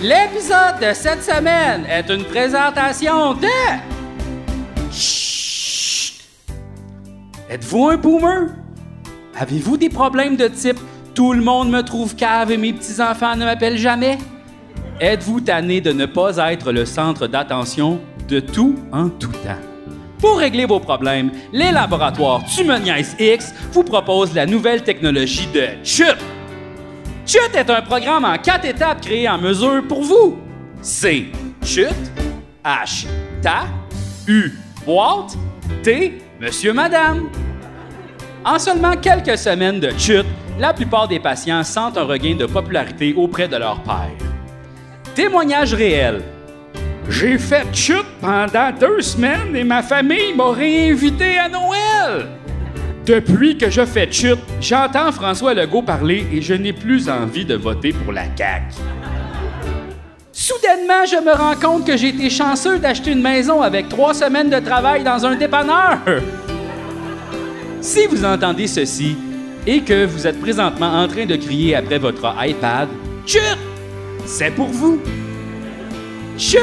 L'épisode de cette semaine est une présentation de. Chut! Êtes-vous un boomer? Avez-vous des problèmes de type Tout le monde me trouve cave et mes petits-enfants ne m'appellent jamais? Êtes-vous tanné de ne pas être le centre d'attention de tout en tout temps? Pour régler vos problèmes, les laboratoires Tu me niaises X vous proposent la nouvelle technologie de CHUT. CHUT est un programme en quatre étapes créé en mesure pour vous. C'est CHUT, H, TA, U, boîte, T, monsieur, madame. En seulement quelques semaines de chute, la plupart des patients sentent un regain de popularité auprès de leur père. Témoignage réel. J'ai fait chute pendant deux semaines et ma famille m'a réinvité à Noël. Depuis que je fais chute, j'entends François Legault parler et je n'ai plus envie de voter pour la CAQ. Soudainement, je me rends compte que j'ai été chanceux d'acheter une maison avec trois semaines de travail dans un dépanneur. Si vous entendez ceci et que vous êtes présentement en train de crier après votre iPad, chut! C'est pour vous! Chut!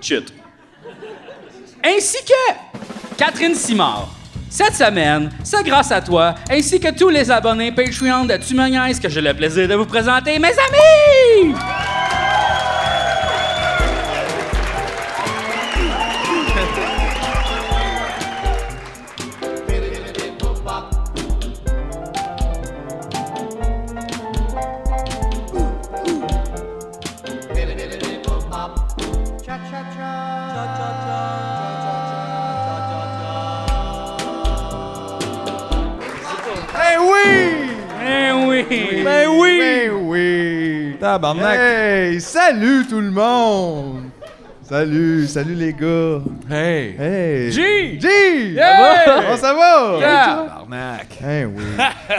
Chut. Ainsi que Catherine Simard. Cette semaine, c'est grâce à toi, ainsi que tous les abonnés Patreon de Tu me niaises que j'ai le plaisir de vous présenter mes amis! Ben oui! Eh oui! Ben oui! Ben oui! Tabarnak. Hey! Salut tout le monde! Salut, salut les gars! Hey! Hey! G! G! Yeah! Ça va? Comment ça va? Yeah! Tabarnak. Hey oui!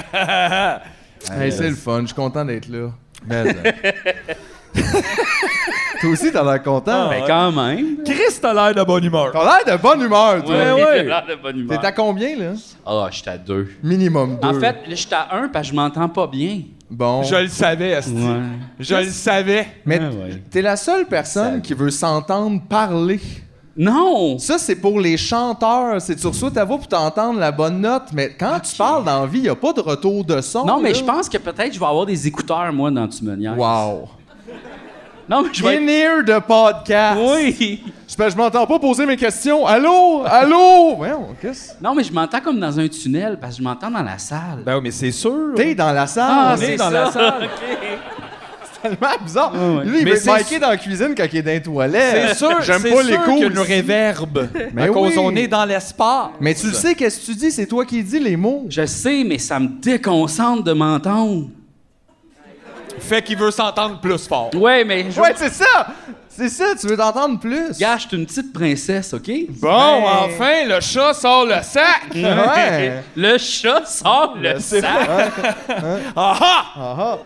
Eh hey, c'est le fun, je suis content d'être là. Mais, euh, Toi aussi, t'as l'air Ah. content? Ben quand même! Chris, t'as l'air de bonne humeur. T'as l'air de bonne humeur, toi! Ouais, ouais. j'ai l'air de bonne humeur. T'es à combien, là? Ah, je suis à deux. Minimum deux. En fait, là, je suis à un parce que je m'entends pas bien. bon. Je le savais, Asti. Ouais. Je le savais. Mais Ah ouais. t'es la seule personne qui veut s'entendre parler. Non! Ça, c'est pour les chanteurs. C'est sur ça ta voix pour t'entendre la bonne note. Mais quand tu parles dans la vie, il n'y a pas de retour de son. Non, mais Oh, là. je pense que peut-être je vais avoir des écouteurs, moi, dans Tu me niaises. Wow. Non, mais je vais être- In ear de podcast. Oui! Je, fais- je m'entends pas poser mes questions. Allô? Allô? Voyons, qu'est-ce? Non, mais je m'entends comme dans un tunnel parce que je m'entends dans la salle. Ben oui, mais c'est sûr. T'es dans la ah, salle. on est c'est dans ça. la salle. OK. c'est tellement bizarre. Ah, ouais. Lui, il Mais veut c'est biker dans la cuisine quand il est dans les toilettes. C'est sûr. J'aime c'est sûr pas les qu'il y a cours. le réverbe. Mais à cause oui. on est dans l'espace. Mais tu le sais, qu'est-ce que tu dis? C'est toi qui dis les mots. Je sais, mais ça me déconcentre de m'entendre. Fait qu'il veut s'entendre plus fort. Ouais, mais je. Ouais, c'est ça! C'est ça, tu veux t'entendre plus. Gars, je suis une petite princesse, OK? Bon, enfin, le chat sort le sac. Ouais. Le chat sort le sac. Ah Ah ah!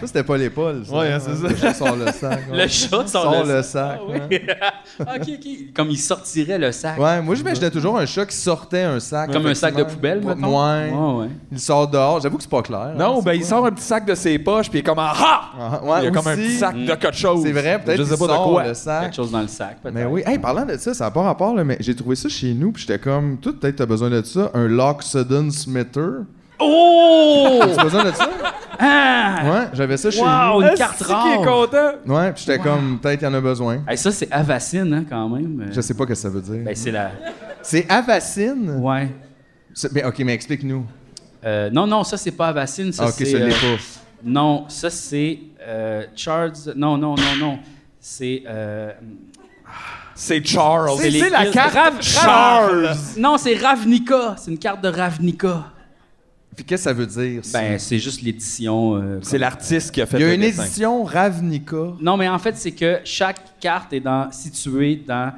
Ça, c'était pas l'épaule, ça. Ouais, c'est ça. Le chat sort le sac. Le ouais. chat sort, Sort le le sac. Ah sac. ouais. OK, OK. Comme il sortirait le sac. Ouais, moi, j'imaginais toujours un chat qui sortait un sac. Comme un sac de effectivement. poubelle, Ouais. mettons. Ouais, ouais. Il sort dehors. J'avoue que c'est pas clair. Non, hein, ben c'est il quoi. sort un petit sac de ses poches, puis il est comme ah ah! Ah, ouais, il y a comme un aussi, petit sac de quelque chose. C'est vrai, peut-être Je sais qu'il pas de sort quoi. le sac. Quelque chose dans le sac, peut-être. Mais oui, hey, parlant de ça, ça n'a pas rapport, là, mais j'ai trouvé ça chez nous, puis j'étais comme, tout peut-être t'as besoin de ça, un lock sudden smitter. Oh! T'as besoin de ça? Ah! Ouais, j'avais ça chez Wow, une carte Asti qui est rare. content. nous. Ouais, puis j'étais comme, peut-être y'en a besoin. Hey, ça, c'est avacine, hein, quand même. Euh, Je sais pas ce que ça veut dire. Ben, c'est la. C'est avacine? Ouais. C'est- Mais ok, mais explique-nous. Euh, non, non, ça, c'est pas avacine. Ça, Ah, ok, c'est. ça euh, l'est pas. Non, ça c'est euh, Charles. Non, non, non, non. C'est. euh, C'est Oh, Charles. C'est les- la carte Rav- Charles. Non, c'est Ravnica. C'est une carte de Ravnica. Puis qu'est-ce que ça veut dire? ça? Ben, c'est juste l'édition. euh, C'est l'artiste qui a fait Il y a le une dessin. édition Ravnica. Non, mais en fait, c'est que chaque carte est dans, située dans.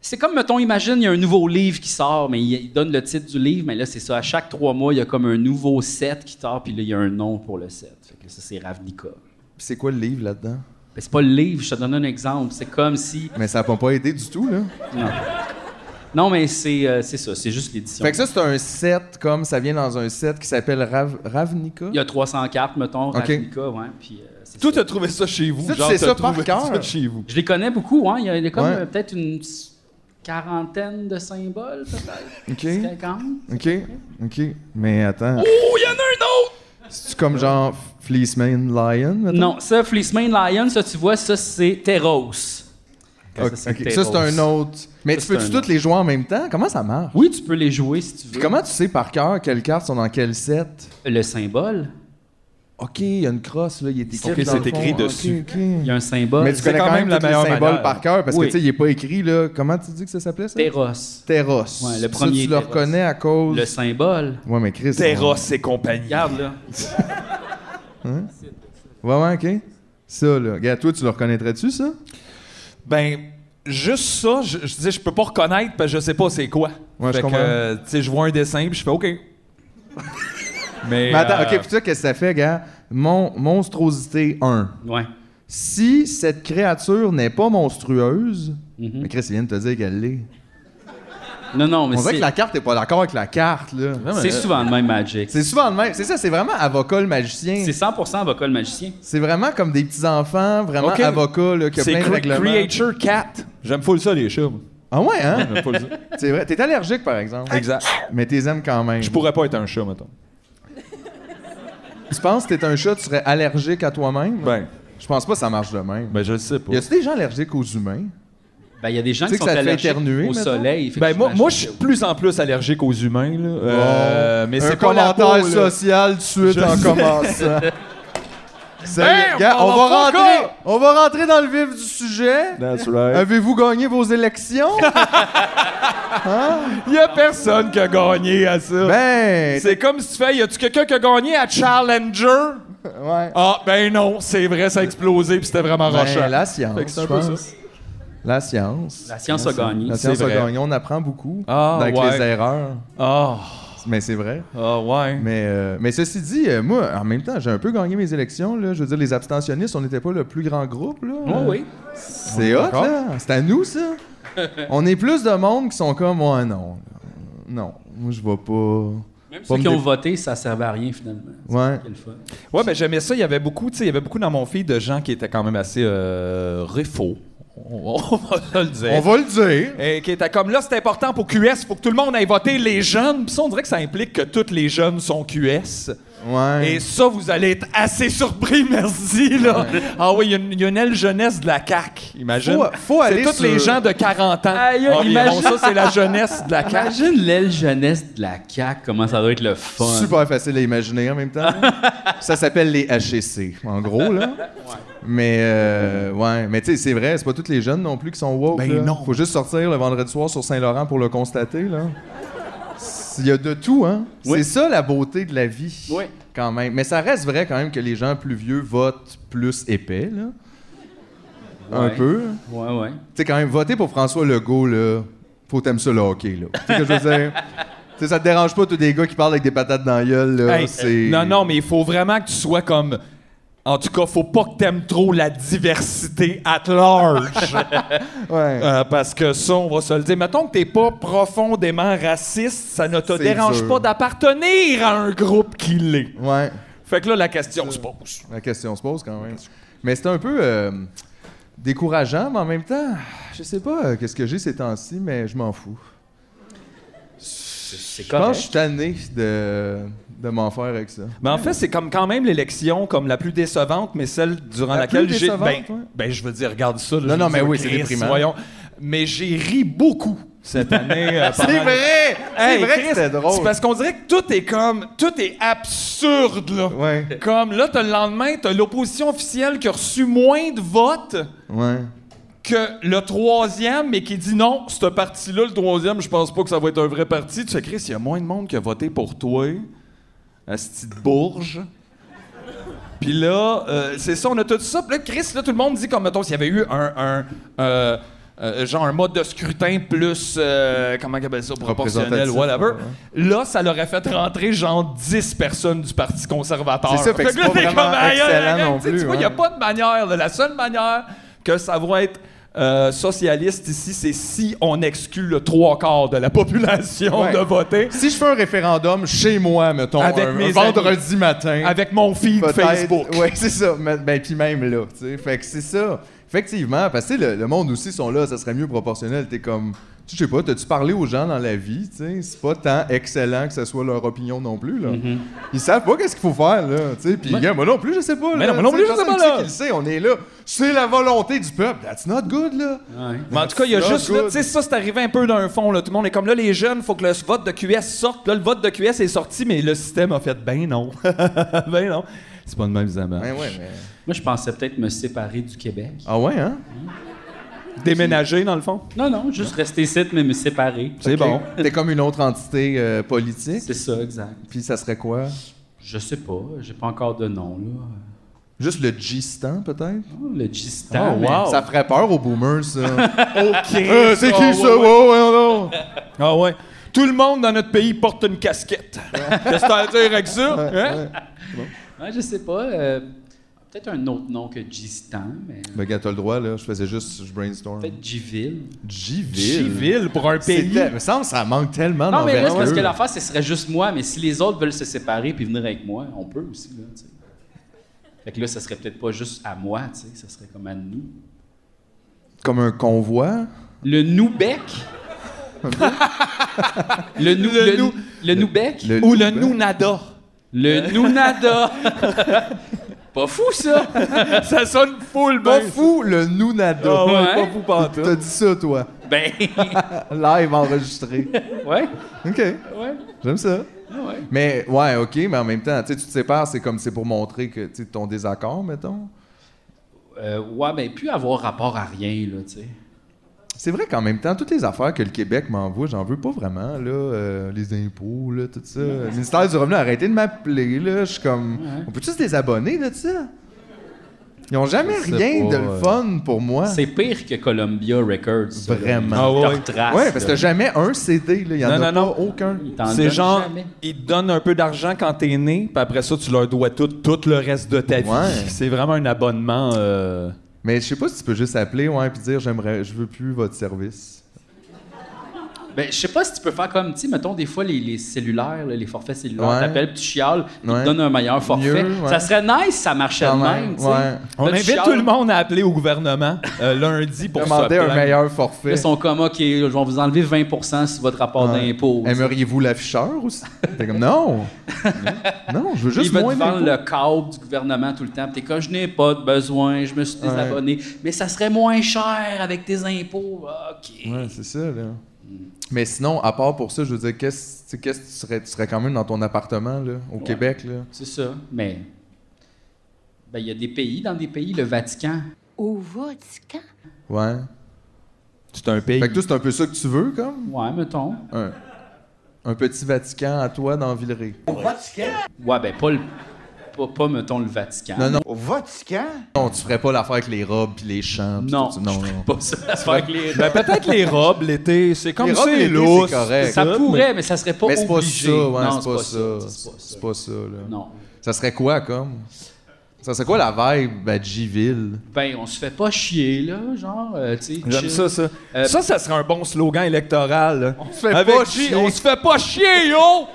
C'est comme, mettons, imagine, il y a un nouveau livre qui sort, mais il, il donne le titre du livre, mais là, c'est ça. À chaque trois mois, il y a comme un nouveau set qui sort, puis là, il y a un nom pour le set. Fait que ça, c'est Ravnica. Puis c'est quoi le livre là-dedans? Ben, c'est pas le livre, je te donne un exemple. C'est comme si. Mais ça n'a pas aidé du tout, là. Non. Non, mais c'est euh, c'est ça, c'est juste l'édition. Fait que ça, c'est un set, comme ça vient dans un set qui s'appelle Rav- Ravnica. Il y a 304, mettons, Ok. Ravnica, ouais. Puis, euh, c'est Toi, ça. t'as trouvé ça chez vous. Ça, tu genre, sais t'as ça par trouvé cœur. ça chez vous. Je les connais beaucoup, hein. Il y a, il y a comme Ouais. euh, peut-être une s- quarantaine de symboles, peut-être. Ok. 50. Ok, ok. Mais attends, Oh, il y en a un autre! c'est-tu comme genre Fleeceman Lion? mettons? Non, ça, Fleeceman Lion, ça, tu vois, ça, c'est Teros. Ok, ok. Ça, c'est un autre. Mais Ça, tu c'est peux-tu un toutes autre. les jouer en même temps? Comment ça marche? Oui, tu peux les jouer si tu veux. Puis comment tu sais par cœur quelles cartes sont dans quel set? Le symbole. Ok, il y a une crosse, là, il est écrit. Ok, dans le c'est fond. écrit Ok, dessus. ok. Il y a un symbole. Mais tu C'est connais quand même, la meilleure symbole manière. par cœur parce Oui. que tu sais, il est pas écrit là. Comment tu dis que ça s'appelait ça? Teros. Terros. Ouais, le Ça, premier tu le Terros. reconnais à cause. Le symbole. Ouais, mais Chris. Terros et compagnie. Regarde, là. on- Ouais, ouais, ok. Ça, là. Regarde, toi, tu le reconnaîtrais-tu, ça? Ben, juste ça, je, je disais, je peux pas reconnaître parce que je sais pas c'est quoi. Ouais, je fait que, comprends. euh, tu sais, je vois un dessin puis je fais OK. Mais, Mais attends, euh, ok, puis ça, qu'est-ce que ça fait, gars? Mon, monstrosité 1. Ouais. Si cette créature n'est pas monstrueuse, Mhm. mais Chris il vient de te dire qu'elle l'est. Non, non, mais On dirait c'est que la carte est pas d'accord avec la carte, là. c'est souvent le même Magic. C'est souvent le même. C'est ça, c'est vraiment avocat le magicien. C'est 100% vocal magicien. C'est vraiment comme des petits enfants, vraiment Ok. avocat, là, qui a c'est plein de cre- règlements. Creature Cat. J'aime full ça, les chats. moi. Ah ouais, hein? J'aime full ça. c'est vrai. T'es allergique, par exemple. exact. Mais t'es aimes quand même. Je pourrais pas être un chat, mettons. Tu penses que t'es un chat, tu serais allergique à toi-même? Ben, Je pense pas que ça marche de même. ben je le sais pas. Y a-tu des gens allergiques aux humains? Ben, il y a des gens Tu sais qui que sont ça te fait allergiques éternuer, au mettons? soleil. fait Ben, que moi, moi, je j'imagine suis de plus en plus allergique aux humains, là. Euh, mais Un c'est pas la commentaire peau, là. social tout de suite Je en sais. commençant. Ça y est, Hey, gars, on on, va va Ben, pas rentrer, encore! on va rentrer dans le vif du sujet. That's right. Avez-vous gagné vos élections? Y a personne qui a gagné à ça. ben, c'est comme si tu fais, y a-tu quelqu'un qui a gagné à Challenger? ouais. Ah, ben non, c'est vrai, ça a explosé puis c'était vraiment Ben, rochant. la science, Fait que c'est un je peu ça. pense. La science. La science a gagné. La science C'est a vrai. gagné. On apprend beaucoup Ah, avec ouais. les erreurs. Ah, Mais c'est vrai. ah ouais. Mais, euh, mais ceci dit, euh, moi, en même temps, j'ai un peu gagné mes élections. Là. Je veux dire, les abstentionnistes, on n'était pas le plus grand groupe. Là. ça. Ouais, Oh oui. C'est hot, là. C'est à nous, ça. on est plus de monde qui sont comme, ouais, non. Non, moi, je vais pas. Même Pas ceux me qui ont dé- voté, ça servait à rien finalement. Ouais. Quel fun. Ouais, mais j'aimais ça. Il y avait beaucoup, tu sais, il y avait beaucoup dans mon feed de gens qui étaient quand même assez euh, réfaux. On, on va se le dire. On va le dire. Et qui étaient comme là, c'est important pour QS, faut que tout le monde aille voter les jeunes. Puis ça, on dirait que ça implique que tous les jeunes sont QS. Ouais. Et ça, vous allez être assez surpris, merci, là. Ah oui, il y a une- il y, a une aile jeunesse de la CAQ, imagine. Faut- faut C'est aller tous sur- les gens de 40 ans. Aïe, environ. imagine- Ça, c'est la jeunesse de la CAQ. Imagine l'aile jeunesse de la CAQ, comment ça doit être le fun. Super facile à imaginer en même temps. ça s'appelle les HEC, en gros, là. Mais, euh, ouais. Mais, tu sais, c'est vrai, c'est pas tous les jeunes non plus qui sont woke. Ben là. non. Faut juste sortir le vendredi soir sur Saint-Laurent pour le constater, là. Il y a de tout, hein. Oui. C'est ça la beauté de la vie. Oui. Quand même. Mais ça reste vrai quand même que les gens plus vieux votent plus épais, là. Un Ouais. peu. Ouais, ouais. Tu sais, quand même, voter pour François Legault, là, faut t'aimer ça le hockey, là. Tu sais que je veux dire? Tu sais, ça te dérange pas, tous des gars qui parlent avec des patates dans la gueule, là. Hey, euh, c'est... Non, non, mais il faut vraiment que tu sois comme. En tout cas, faut pas que t'aimes trop la diversité at large. Ouais. Euh, parce que ça, on va se le dire. Mettons que t'es pas profondément raciste, ça ne te C'est dérange dur. pas d'appartenir à un groupe qui l'est. Ouais. Fait que là, la question Euh. se pose. La question se pose quand même. Mais c'est un peu euh, décourageant, mais en même temps, je sais pas euh, qu'est-ce que j'ai ces temps-ci, mais je m'en fous. C'est Je pense que correct. je suis tanné de, de m'en faire avec ça. Mais en fait, c'est comme quand même l'élection comme la plus décevante, mais celle durant La laquelle plus j'ai. décevante, Ben, ouais. ben, je veux dire, regarde ça. là, je Non, non, veux mais dire, oui, c'est Chris, déprimant. Voyons. Mais j'ai ri beaucoup cette année. euh, pendant- vrai! c'est vrai Hey, Chris, que c'était C'est drôle. parce qu'on dirait que tout est comme. Tout est absurde, là. Ouais, Comme là, t'as le lendemain, t'as l'opposition officielle qui a reçu moins de votes ouais. que le troisième, mais qui dit non, ce parti-là, le troisième, je pense pas que ça va être un vrai parti. Tu sais, Chris, il y a moins de monde qui a voté pour toi, à cette petite bourge. Puis là, euh, c'est ça, on a tout ça. Puis là, Chris, là, tout le monde dit comme, mettons, s'il y avait eu un. un, euh, euh, genre un mode de scrutin plus, euh, comment on appelle ça, proportionnel, Représentatif, whatever. ouais. Là, ça l'aurait fait rentrer genre 10 personnes du Parti conservateur. C'est ça, fait que c'est là, pas t'es vraiment aïe, aïe, aïe, excellent aïe, non tu sais, plus, Tu vois, il n'y a ouais. pas de manière. là. La seule manière que ça va être euh, socialiste ici, c'est si on exclut le trois quarts de la population Ouais. de voter Si je fais un référendum chez moi, mettons, Avec un, un mes vendredi matin, avec mon feed peut-être- Facebook. Ouais, c'est ça. Mais- ben, puis même là, tu sais. Fait que c'est ça. Effectivement, parce que tu sais, le, le monde aussi sont là, ça serait mieux proportionnel. T'es comme, tu sais pas, t'as-tu parlé aux gens dans la vie, tu sais? C'est pas tant excellent que ce soit leur opinion non plus, là. Mm-hmm. Ils savent pas qu'est-ce qu'il faut faire, là, tu sais. Puis Mais- gars, moi non plus, je sais pas, Mais là, non, moi non tu sais, plus, je sais personne pas, qui là. le sait, on est là. C'est la volonté du peuple. That's not good, là. Ouais. Mais en tout cas, il y a Not juste, là, good. tu sais, ça, c'est arrivé un peu d'un fond, là. Tout le monde est comme, là, les jeunes, faut que le vote de QS sorte. Là, le vote de QS est sorti, mais le système a fait, ben non. ben non. C'est pas de même, ça marche. Ben ouais, mais... Moi, je pensais peut-être me séparer du Québec. Ah ouais, hein? Déménager, dans le fond. Non, non, juste rester ici, mais me séparer. C'est bon. T'es comme une autre entité euh, politique. C'est ça, exact. Puis ça serait quoi? Je sais pas, j'ai pas encore de nom, là. Juste le G-Stan, peut-être? Oh, le G-Stan. Oh, wow. Ah, Ça ferait peur aux boomers, ça. OK. Euh, c'est qui, ça? Ouais, ouais. Ouais, ouais, non. Ah ouais. Tout le monde dans notre pays porte une casquette. Qu'est-ce que t'as à dire avec ça? hein? Ouais, je sais pas. euh, peut-être un autre nom que G-Stan, mais. Ben, gars, t'as le droit, là. Je faisais juste... Je brainstorm. Peut-être G-Ville. G-Ville. Civil pour un C'est pays. tel- me semble que ça manque tellement Non, mais là, c'est d'envergure. parce que l'affaire, ce serait juste moi, mais si les autres veulent se séparer puis venir avec moi, on peut aussi, là, tu sais. Fait que là, ça serait peut-être pas juste à moi, tu sais, ça serait comme à nous. Comme un convoi. Le Noubec. le nou, Le le, nou- nou, le Noubec. Le- Ou le Nounada. Le Nounada. pas fou, ça. Ça sonne full, Pas ben. fou, le Nunado. Ah ouais, Ouais. pas fou, pas en tout. T'as dit ça, toi. Ben, Live enregistré. ouais, OK. ouais, J'aime ça. ouais. Mais ouais, ok, mais en même temps, tu sais, tu te sépares, c'est comme c'est pour montrer que tu sais, ton désaccord, mettons. Euh, ouais, ben, plus avoir rapport à rien, là, tu sais. C'est vrai qu'en même temps, toutes les affaires que le Québec m'envoie, j'en veux pas vraiment, là. euh, les impôts, là, tout ça. Le ministère du Revenu, arrêtez de m'appeler, là. Je suis comme. On peut-tu se désabonner de ça? Ils ont jamais sais rien pas, de euh. fun pour moi. C'est pire que Columbia Records. ça, là. Vraiment. Ils Ah te ouais. retracent, Ouais, parce que là. t'as jamais un CD, là. Il y en Non, a non, pas aucun. Ils t'en C'est donnent genre, jamais. ils te donnent un peu d'argent quand t'es né, puis après ça, tu leur dois tout, tout le reste de ta vie. Ouais. C'est vraiment un abonnement. euh, Mais je sais pas si tu peux juste appeler, ouais, puis dire, j'aimerais, je veux plus votre service. Ben, je sais pas si tu peux faire comme, tu sais, mettons, des fois, les, les cellulaires, là, les forfaits cellulaires, Ouais. t'appelles, puis tu chiales, puis ils Ouais. te donnent un meilleur forfait. Mieux, ouais. Ça serait nice si ça marchait Quand de même, même, tu sais. ouais. Là, On tu invite chiales, tout le monde à appeler au gouvernement euh, lundi pour se Demandez un plaindre. meilleur forfait. Ils sont comme, OK, je vais vous enlever 20 sur votre rapport Ouais. Eh, d'impôt. tu sais. Aimeriez-vous l'afficheur aussi? T'es comme, non! non, je veux juste Ils veulent moins te vendre d'impôts. le câble du gouvernement tout le temps. Puis T'es comme, je n'ai pas de besoin, je me suis désabonné. Mais ça serait moins cher avec tes impôts. Ah, OK. Ouais, c'est ça, là. Mais sinon, à part pour ça, je veux dire, qu'est-ce tu sais, qu'est-ce que tu serais? Tu serais quand même dans ton appartement, là, au Québec, là. C'est ça. Mais ben, il y a des pays, dans des pays, le Vatican. Au Vatican. Ouais. C'est un pays. Fait que toi, c'est un peu ça que tu veux, comme? Ouais, mettons. Un, un petit Vatican à toi dans Villeray. Ouais, ben, pas, le, pas, pas, mettons, le Vatican. Non, non, Au Vatican? non, tu ferais pas l'affaire avec les robes puis les champs. puis Non, tout ça. non, je ferais non. pas ça. faire avec les- Ben, peut-être les robes l'été, c'est comme Les robes, c'est l'été, lourd. c'est correct. ça pourrait, mais ça serait pas Mais c'est pas obligé. ça, ouais, non, c'est pas ça. C'est pas ça. C'est pas ça, là. Non. Ça serait quoi, comme? Ça serait quoi la vibe à G-Ville? Ben, on se fait pas chier, là, genre, euh, tu sais. J'aime chill. ça, ça. Euh, ça, ça serait un bon slogan électoral. là. se fait Avec pas G, chier. On se fait pas chier, yo!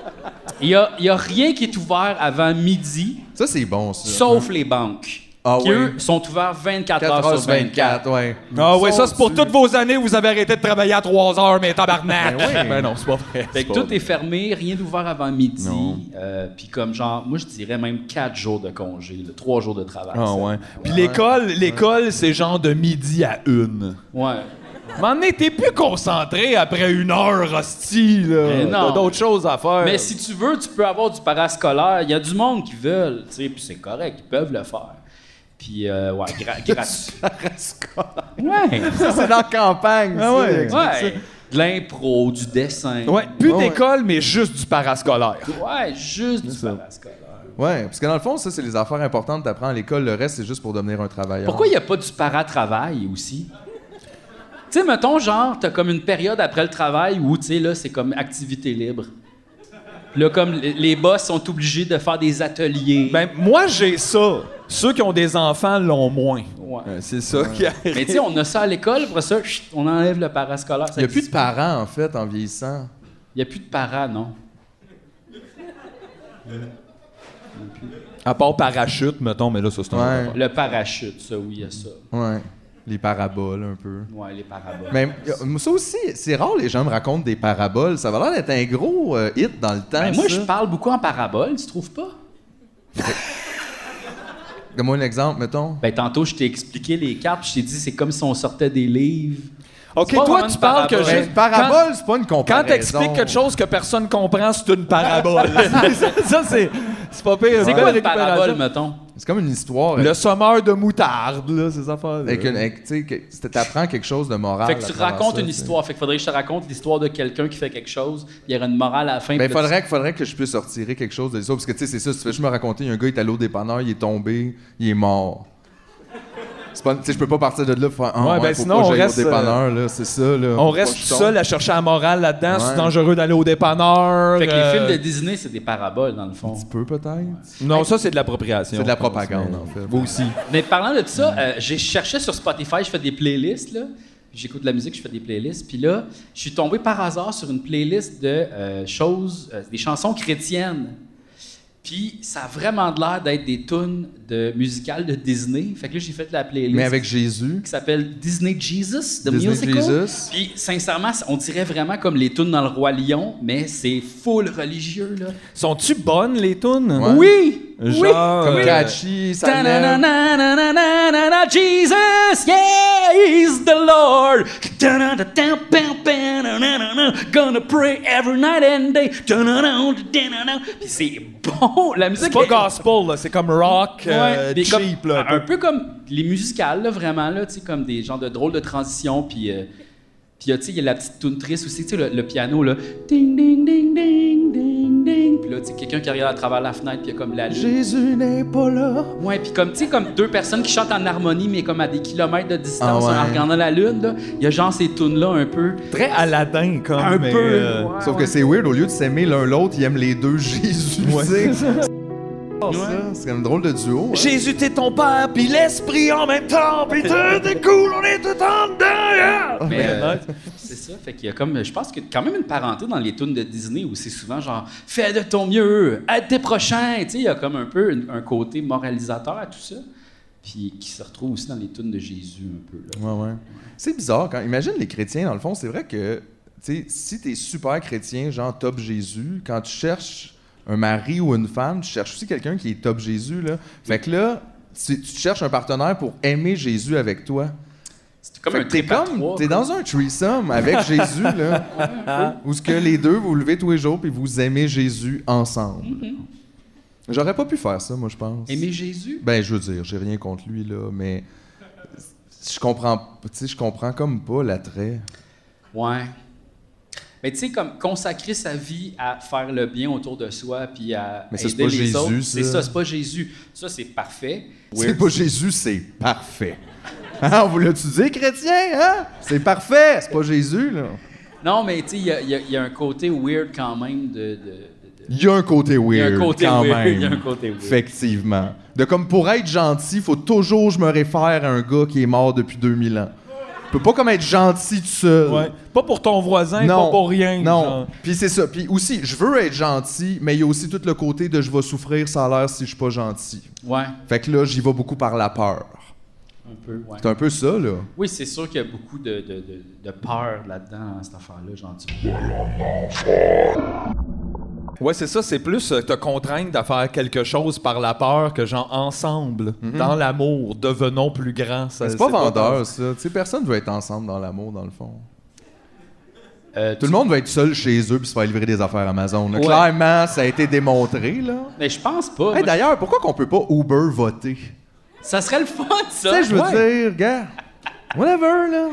Il y a, il y a rien qui est ouvert avant midi, Ça, c'est bon, ça. sauf les banques. Ah qui, ouais. eux, sont ouverts 24 4 heures sur 24. ouais. Ah ouais, ça, c'est pour Sauf toutes vos années où vous avez arrêté de travailler à 3 heures, mais tabarnak! Ben oui. non, c'est pas vrai. Fait que c'est pas tout est fermé, rien d'ouvert avant midi. Euh, Puis comme genre, moi je dirais même 4 jours de congé, là, 3 jours de travail. Ah ça. ouais. Puis l'école, l'école, c'est genre de midi à une. Ouais. M'en t'es plus concentré après une heure hostie, là. Mais non. T'as d'autres choses à faire. Mais si tu veux, tu peux avoir du parascolaire. Il y a du monde qui veulent, tu sais, puis c'est correct, ils peuvent le faire. Puis, euh, ouais, gra- gratuit. ouais, Ça, c'est dans la campagne, Ah ça, ouais. avec- ouais. De l'impro, du dessin. Ouais, plus Ouais, ouais. d'école, mais juste du parascolaire. Ouais, juste du parascolaire. Ouais, parce que dans le fond, ça, c'est les affaires importantes que t'apprends à l'école. Le reste, c'est juste pour devenir un travailleur. Pourquoi il n'y a pas du para-travail aussi? Tu sais, mettons, genre, t'as comme une période après le travail où, tu sais, là, c'est comme activité libre. Là, comme les- les boss sont Ben, obligés de faire des ateliers. Ben, moi, j'ai ça. Ceux qui ont des enfants l'ont moins. Ouais. Euh, C'est ça qui arrive. Mais tu sais, on a ça à l'école, après ça, chut, on enlève le parascolaire. Il n'y a plus de parents, en fait, en vieillissant. Il n'y a plus de paras, non. À part parachute, mettons, mais là, ça, c'est un Ouais. autre affaire. Le parachute, ça, oui, il y a ça. Ouais. Les paraboles, un peu. Ouais, les paraboles. Mais y a- ça aussi, c'est rare, les gens me racontent des paraboles. Ça va l'air d'être un gros euh, hit dans le temps. Ben, moi, ça. je parle beaucoup en parabole, tu trouves pas? Donne-moi un exemple, mettons. Ben, tantôt, je t'ai expliqué les cartes, puis je t'ai dit, c'est comme si on sortait des livres. OK, C'est pas toi, vraiment tu une parles que parabole. j'ai... Ben, parabole, c'est pas une comparaison. Quand t'expliques quelque chose que personne comprend, c'est une parabole. ça, ça, c'est... C'est pas pire. Belle C'est quoi Ben, une récupération. parabole, mettons? C'est comme une histoire. Le sommeur de moutarde, là, ces affaires Avec une, avec, tu sais, que- c'était- t'apprends quelque chose de moral. Fait que à tu travers racontes Ah, ça, une tu sais. histoire. Fait que faudrait que je te raconte l'histoire de quelqu'un qui fait quelque chose. puis Il y aura une morale à la fin. Ben, puis là, faudrait, faudrait que je puisse sortir quelque chose de l'histoire. Parce que, tu sais, c'est ça. Tu fais juste me raconter, il y a un gars, il est allé au dépanneur, il est tombé, il est mort. C'est pas- Tu sais, je peux pas partir de là pour faire. Ah, Ouais, ouais, ben, faut sinon, pas que on j'aille reste, au euh, dépanneur, là. C'est ça, là. On Faut reste tout pas que je tombe. seul à chercher la morale là-dedans. Ouais. C'est dangereux d'aller au dépanneur. Fait que euh, les films de Disney, c'est des paraboles, dans le fond. Un petit peu, peut-être. Non, ça, c'est de l'appropriation. C'est de la propagande, en fait. Vous aussi. Mais parlant de ça, euh, j'ai cherché sur Spotify, je fais des playlists, là. J'écoute de la musique, je fais des playlists. Puis là, je suis tombé par hasard sur une playlist de euh, choses, euh, des chansons chrétiennes. Puis ça a vraiment de l'air d'être des tunes de musicales de Disney. Fait que là, j'ai fait la playlist. Mais avec Jésus. qui s'appelle Disney Jesus, The Disney Musical. Jesus. Puis sincèrement, on dirait vraiment comme les tunes dans le Roi Lion, mais c'est full religieux, là. Sont-tu bonnes, les tunes? Ouais. Oui! Genre, Comme euh, Kachi, oui! ça lève. Ta-na-na-na-na-na-na, Jesus, yeah, he's the Lord. Ta-na-ta-ta-pa-pa-na-na-na-na, Gonna pray every night and day. Ta-na-na-ta-ta-na-na. Puis c'est bon, la musique. C'est pas est- gospel, là, c'est comme rock euh, Ouais, mais comme- cheap. là, un peu. un peu comme les musicales, là, vraiment, là, tu sais, comme des genres de drôles de transition, puis... euh, puis, euh, tu sais, il y a la petite tune triste aussi, tu sais, le, le piano, là. Ding, ding, ding, ding, ding, ding. Puis là, tu sais, quelqu'un qui regarde à travers la fenêtre, puis il y a comme la lune. Jésus n'est pas là. Ouais, puis comme, tu sais, comme deux personnes qui chantent en harmonie, mais comme à des kilomètres de distance, Ah ouais. en regardant la lune, là. Il y a genre ces tunes-là, un peu. Très Aladdin, comme. Un mais, peu, euh, ouais, Sauf ouais. que c'est weird, au lieu de s'aimer l'un l'autre, ils aiment les deux Jésus. Ouais. tu sais. Ça, C'est comme un drôle de duo. hein. Jésus, t'es ton père, puis l'esprit en même temps, puis tout est cool, on est tout en dedans. hein. yeah! Mais, euh, c'est ça, fait qu'il y a comme, je pense que quand même une parenté dans les tunes de Disney où c'est souvent genre fais de ton mieux, aide tes prochains, tu sais, il y a comme un peu une- un côté moralisateur à tout ça, puis qui se retrouve aussi dans les tunes de Jésus un peu. là. Ouais, ouais. C'est bizarre quand. Imagine les chrétiens, dans le fond, c'est vrai que tu sais, si t'es super chrétien, genre top Jésus, quand tu cherches un mari ou une femme, tu cherches aussi quelqu'un qui est top Jésus. Là. Fait que là, tu, tu cherches un partenaire pour aimer Jésus avec toi. C'est comme Fait un que t'es trip à comme trois, t'es quoi. dans un threesome avec Jésus là, où ce que les deux vous levez tous les jours puis vous aimez Jésus ensemble. Mm-hmm. J'aurais pas pu faire ça, moi je pense. Aimer Jésus? Ben, je veux dire, j'ai rien contre lui, là, mais je comprends, tu sais, je comprends comme pas l'attrait. Ouais. Mais tu sais, comme consacrer sa vie à faire le bien autour de soi, puis à Mais ça, c'est aider pas les Jésus, autres. ça. C'est ça, c'est pas Jésus. Ça, c'est parfait. C'est pas Jésus, c'est parfait. Hein, on vous l'a-tu dit, chrétien, hein? C'est parfait, c'est pas Jésus, là. Non, mais tu sais, il y, a- il y a- il y a un côté weird quand même de- de- de, de Il y a un côté weird, y a un côté quand weird, même. il y a un côté weird. Effectivement. De comme, pour être gentil, faut toujours je me réfère à un gars qui est mort depuis 2000 ans. Tu peux pas comme être gentil tout seul. Ouais. Pas pour ton voisin, pas pour rien. Non. genre. Puis c'est ça. Puis aussi, je veux être gentil, mais il y a aussi tout le côté de je vais souffrir sans l'air si je suis pas gentil. Ouais, Fait que là, j'y vais beaucoup par la peur. un peu, ouais. C'est un peu ça, là. Oui, c'est sûr qu'il y a beaucoup de, de, de, de peur là-dedans, hein, cette affaire-là, genre du- Ouais, c'est ça, c'est plus euh, te contraindre à faire quelque chose par la peur que genre ensemble, dans l'amour, devenons plus grands. ça- Mhm. C'est pas vendeur, ça. Tu sais, personne veut être ensemble dans l'amour, dans le fond. Euh, Tout le monde veut être seul chez eux puis se faire livrer des affaires Amazon. là. Ouais. Clairement, ça a été démontré, là. Mais je pense pas. Hey, Moi, D'ailleurs, pourquoi qu'on peut pas Uber voter? ça serait le fun, Tu ça. sais, je veux dire, gars, whatever, là.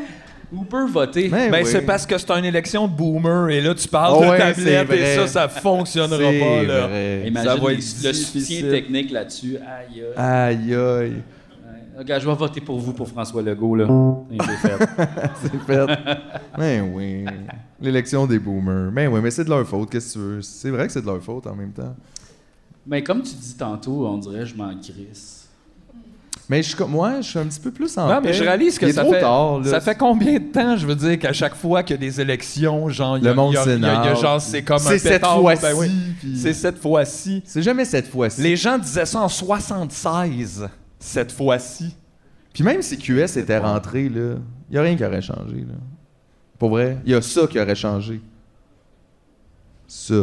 Uber voter. Mais Ben, oui. c'est parce que c'est une élection de boomer et là tu parles Ah de ouais, tablette c'est et ça, vrai. ça fonctionnera C'est pas là. vrai. Imagine Ça va les- être le soutien difficile. technique là-dessus. Aïe, aïe. Aïe, aïe. Regarde, je vais voter pour vous, pour François Legault, là. Et je l'ai fait. C'est fait. Mais Ben oui. L'élection des boomers. Mais oui, mais c'est de leur faute, qu'est-ce que tu veux? C'est vrai que c'est de leur faute en même temps. Mais comme tu dis tantôt, on dirait je m'en crisse. Mais je suis comme, ouais, je suis un petit peu plus en Non, mais paix. je réalise que Il est ça trop fait, tard, là. ça fait combien de temps, je veux dire, qu'à chaque fois qu'il y a des élections, genre, il y a, Le monde il y a- il y a- il y a- s'énerve. genre, c'est comme un C'est cette pétard, fois-ci. ben oui. puis- C'est cette fois-ci. C'est jamais cette fois-ci. Les gens disaient ça en 76, cette fois-ci. Puis même si QS était rentré, là, il n'y a rien qui aurait changé. Là. Pour vrai, il y a ça qui aurait changé. Ça.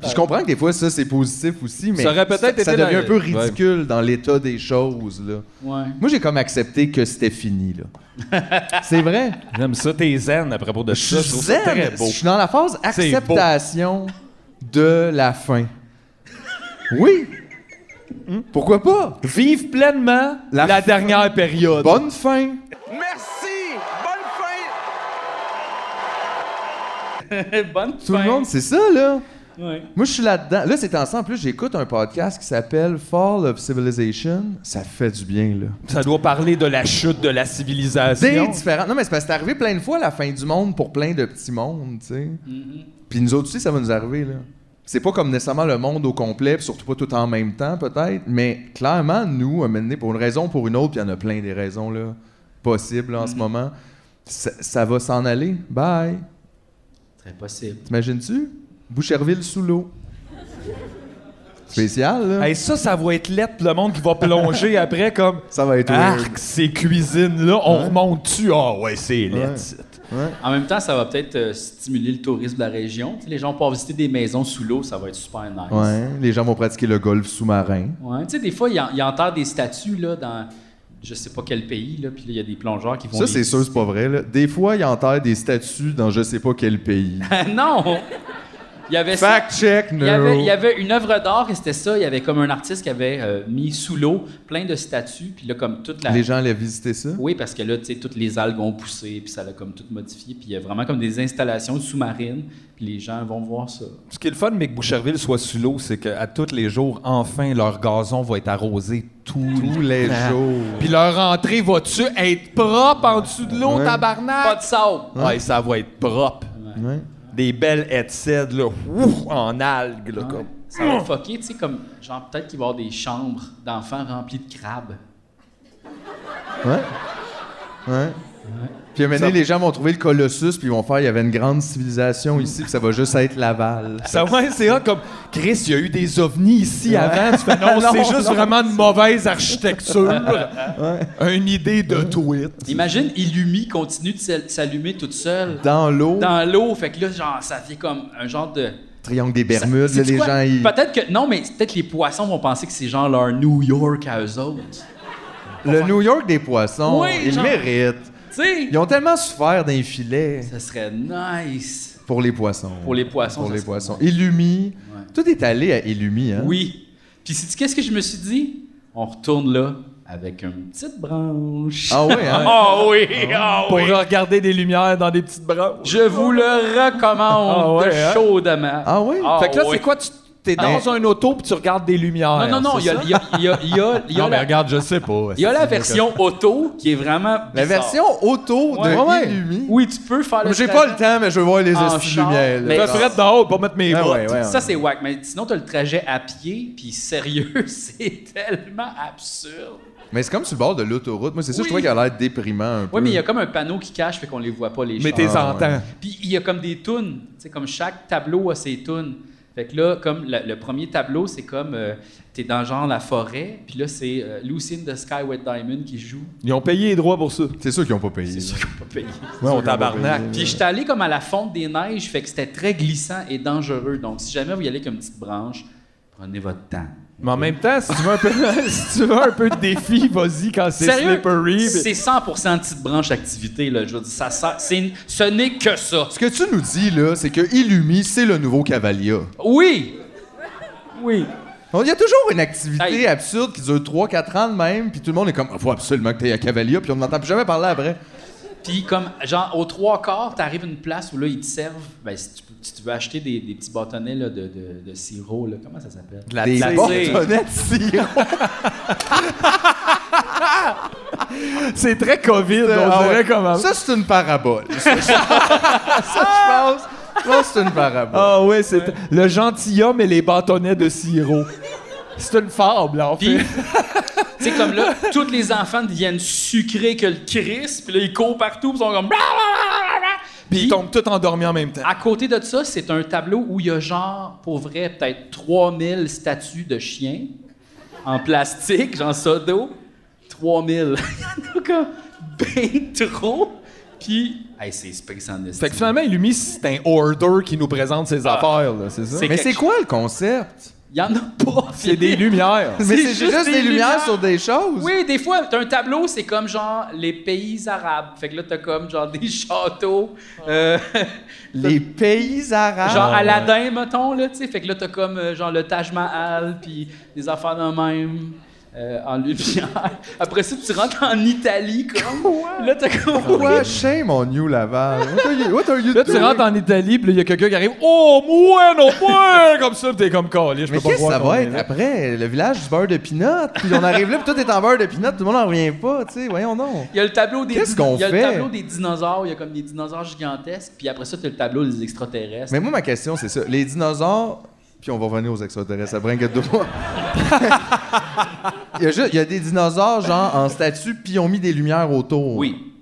Puis je comprends que des fois, ça, c'est positif aussi, mais Ça aurait peut-être été ça devient dans- un peu ridicule dans l'état des choses. Là. Ouais. Moi, j'ai comme accepté que c'était fini. Là. c'est vrai. J'aime ça, t'es zen à propos de Je ça. Je suis trouve ça zen. très beau. Je suis dans la phase C'est beau. acceptation de la fin. Oui. Pourquoi pas? Vive pleinement la, La dernière période. Bonne fin. Merci! Bonne fin! Bonne Tout le monde, c'est ça, là. Ouais. Moi, je suis là-dedans. Là, c'est ensemble. En plus, j'écoute un podcast qui s'appelle Fall of Civilization. Ça fait du bien, là. Ça doit parler de la chute de la Des civilisation. différents. Non, mais c'est parce que c'est arrivé plein de fois la fin du monde pour plein de petits mondes, tu sais. Puis nous autres aussi, ça va nous arriver, là. C'est pas comme nécessairement le monde au complet, puis surtout pas tout en même temps, peut-être, mais clairement, nous, à un moment donné, pour une raison, pour une autre, puis il y en a plein des raisons, là, possibles, là, en ce moment, ça, ça va s'en aller. Bye. Très possible. T'imagines-tu? Boucherville sous l'eau. Spécial, là. Hey, ça, ça va être lettre pour le monde qui va plonger après comme... Ça va être weird. Arc, ces cuisines-là, on remonte-tu? Ah ouais, c'est Hein? Ouais. lettre. ça. En même temps, ça va peut-être euh, stimuler le tourisme de la région. Tu sais, les gens peuvent visiter des maisons sous l'eau, ça va être super nice. Ouais, les gens vont pratiquer le golf sous-marin. Ouais, tu sais, des fois, ils en- ils enterrent des statues là, dans je sais pas quel pays, là, puis là, il y a des plongeurs qui vont. Ça, les c'est sûr, c'est pas vrai. Là. Des fois, ils enterrent des statues dans je sais pas quel pays. visiter. Ah, non! Il y avait ça- Fact check, Il no. y, avait, il y avait une œuvre d'art et c'était ça. Il y avait comme un artiste qui avait euh, mis sous l'eau plein de statues, puis là, comme toute la. Les gens allaient visiter ça. Oui, parce que là, tu sais, toutes les algues ont poussé, puis ça l'a comme tout modifié, puis il y a vraiment comme des installations sous-marines, puis les gens vont voir ça. Ce qui est le fun, mais que Boucherville soit sous l'eau, c'est qu'à tous les jours, enfin, leur gazon va être arrosé tout Tous les Ah. temps. jours. Puis leur entrée va-tu être propre en dessous de l'eau, Ouais. Pas tabarnak? de sable! Ouais, ça va être propre. Ouais. Des belles headsets, là, ouf, en algues, là, comme. Ça Mmh. va fucker, tu sais, comme, genre, peut-être qu'il va y avoir des chambres d'enfants remplies de crabes. Ouais. Ouais. Puis à un moment donné, les gens vont trouver le Colossus, puis ils vont faire il y avait une grande civilisation Hmm. ici, puis ça va juste être Laval. Ça, ouais, c'est hot, comme, Chris, il y a eu des ovnis ici avant. Tu fais, non, Non, c'est juste non. vraiment une mauvaise architecture. Une idée de tweet. Imagine, Illumi continue de s'al- s'allumer toute seule Dans l'eau, dans l'eau, fait que là, genre, ça fait comme un genre de. triangle des Ça- Bermudes, là, sais-tu les quoi? gens ils- Peut-être que. Non, mais peut-être les poissons vont penser que c'est genre leur New York à eux autres. Le New York des poissons, Oui, ils genre- le méritent. Tu sais! Ils ont tellement souffert d'un filet Ça serait nice. pour les poissons. Pour les poissons, Pour ça les serait poissons. Illumi. Tout est allé à Illumi, hein? Oui. Puis, sais-tu qu'est-ce que je me suis dit? On retourne là avec une petite branche. Ah oui, hein? Ah oui, ah Pour oui. regarder des lumières dans des petites branches. Je vous le recommande Ah ouais, hein? de chaudement. Ah oui? Ah fait que là, oui. c'est quoi? Tu t'es dans Mais- un auto puis tu regardes des lumières. Non, non, non, il Ah, c'est y a, ça? il y a- il y a- il y a- il y a Non, mais la, regarde, je sais pas. il y a la version auto qui est vraiment. La bizarre. version auto Ouais, de ouais. Illumi. Oui, tu peux faire le J'ai pas le trajet. temps, mais je veux voir les En estis de char. lumière. Mais- là. Je ferais d'en haut pour mettre mes Ah bottes. ouais, ouais, Ça, ouais. c'est whack, mais sinon, t'as le trajet à pied, puis sérieux, c'est tellement absurde. Mais c'est comme sur le bord de l'autoroute. Moi, c'est ça, Oui. je trouvais qu'il a l'air déprimant un peu. Ouais, mais il y a comme un panneau qui cache, fait qu'on les voit pas, les Mais chars. t'es Ah, entends. ouais. Puis il y a comme des tunes, tu sais, comme chaque tableau a ses tunes. Fait que là, comme la- le premier tableau, c'est comme euh, t'es dans genre la forêt, puis là c'est euh, Lucy in the Sky with Diamond qui joue. Ils ont payé les droits pour ça. C'est sûr qu'ils ont pas payé. C'est sûr là. qu'on peut pas payer. Ouais, on qu'ils ont pas tabarnak. payé. Puis j'étais allé comme à la fonte des neiges, fait que c'était très glissant et dangereux. Donc si jamais vous y allez comme une petite branche, prenez votre temps. Mais en même temps, si tu veux un peu, si tu veux un peu de défi, vas-y quand c'est Sérieux, slippery. pis- c'est 100% de petite branche activité là. Je veux dire, ça, sert- c'est une- ce n'est que ça. Ce que tu nous dis, là, c'est que Illumi, c'est le nouveau Cavalia. Oui, oui. Il y a toujours une activité Hey. absurde qui dure 3-4 ans de même, puis tout le monde est comme Ah, faut absolument que t'ailles à Cavalia, puis on n'entend plus jamais parler après. Puis comme, genre, aux trois quarts, t'arrives à une place où là, ils te servent, ben, si tu, peux- si tu veux acheter des, des petits bâtonnets là, de, de, de sirop, là, comment ça s'appelle? la Des tire. bâtonnets de sirop. C'est très COVID, Ah on ouais. dirait comment. Ça, c'est une parabole. Ça, je ça, je pense. Je pense que c'est une parabole. Ah ouais, c'est le gentilhomme et les bâtonnets de sirop. C'est une fable, en Puis, fait. Tu sais, comme là, tous les enfants deviennent sucrés que le Christ, puis là, ils courent partout, puis ils sont comme. blablabla. Puis, Ils tombent tous endormis en même temps. à côté de ça, c'est un tableau où il y a genre, pour vrai, peut-être 3000 statues de chiens en plastique, genre sodo. 3000. Il y en a comme ben trop. Puis, hey, c'est space en esti. Fait que finalement, Illumi, c'est un order qui nous présente ses affaires, là, c'est ça? C'est Mais quelque- Ah. c'est quoi le concept? Il y en a pas. C'est des lumières. Mais c'est juste, des, lumières, sur des choses. Oui, des fois, t'as un tableau, c'est comme genre les pays arabes. Fait que là, t'as comme genre des châteaux. euh, Les pays arabes. genre Aladdin, mettons, là, tu sais. Fait que là, t'as comme euh, genre le Taj Mahal, puis des affaires de même. euh, en lumière. Après ça, tu rentres en Italie, comme. Là, t'as comme. Quoi? Ah. Shame on you, Laval. What are you, what are you Là, tu doing? rentres en Italie, puis là, il y a quelqu'un qui arrive. Oh, moi, non, moi! Comme ça, puis t'es comme calé. Je peux Mais pas qu'est-ce que voir ça qu'on va est être là. après? Le village du beurre de pinot. Puis on arrive là, puis tout est en beurre de pinot. Tout le monde en revient pas, tu sais. Voyons non. Il y a le tableau des, Qu'est-ce qu'on il y a le fait? tableau des dinosaures, il y a comme des dinosaures gigantesques, puis après ça, t'as le tableau des extraterrestres. Mais moi, ma question, c'est ça. Les dinosaures, puis on va revenir aux extraterrestres, après de moi. il, y a juste- il y a des dinosaures, genre, en statue, puis ils ont mis des lumières autour. Oui.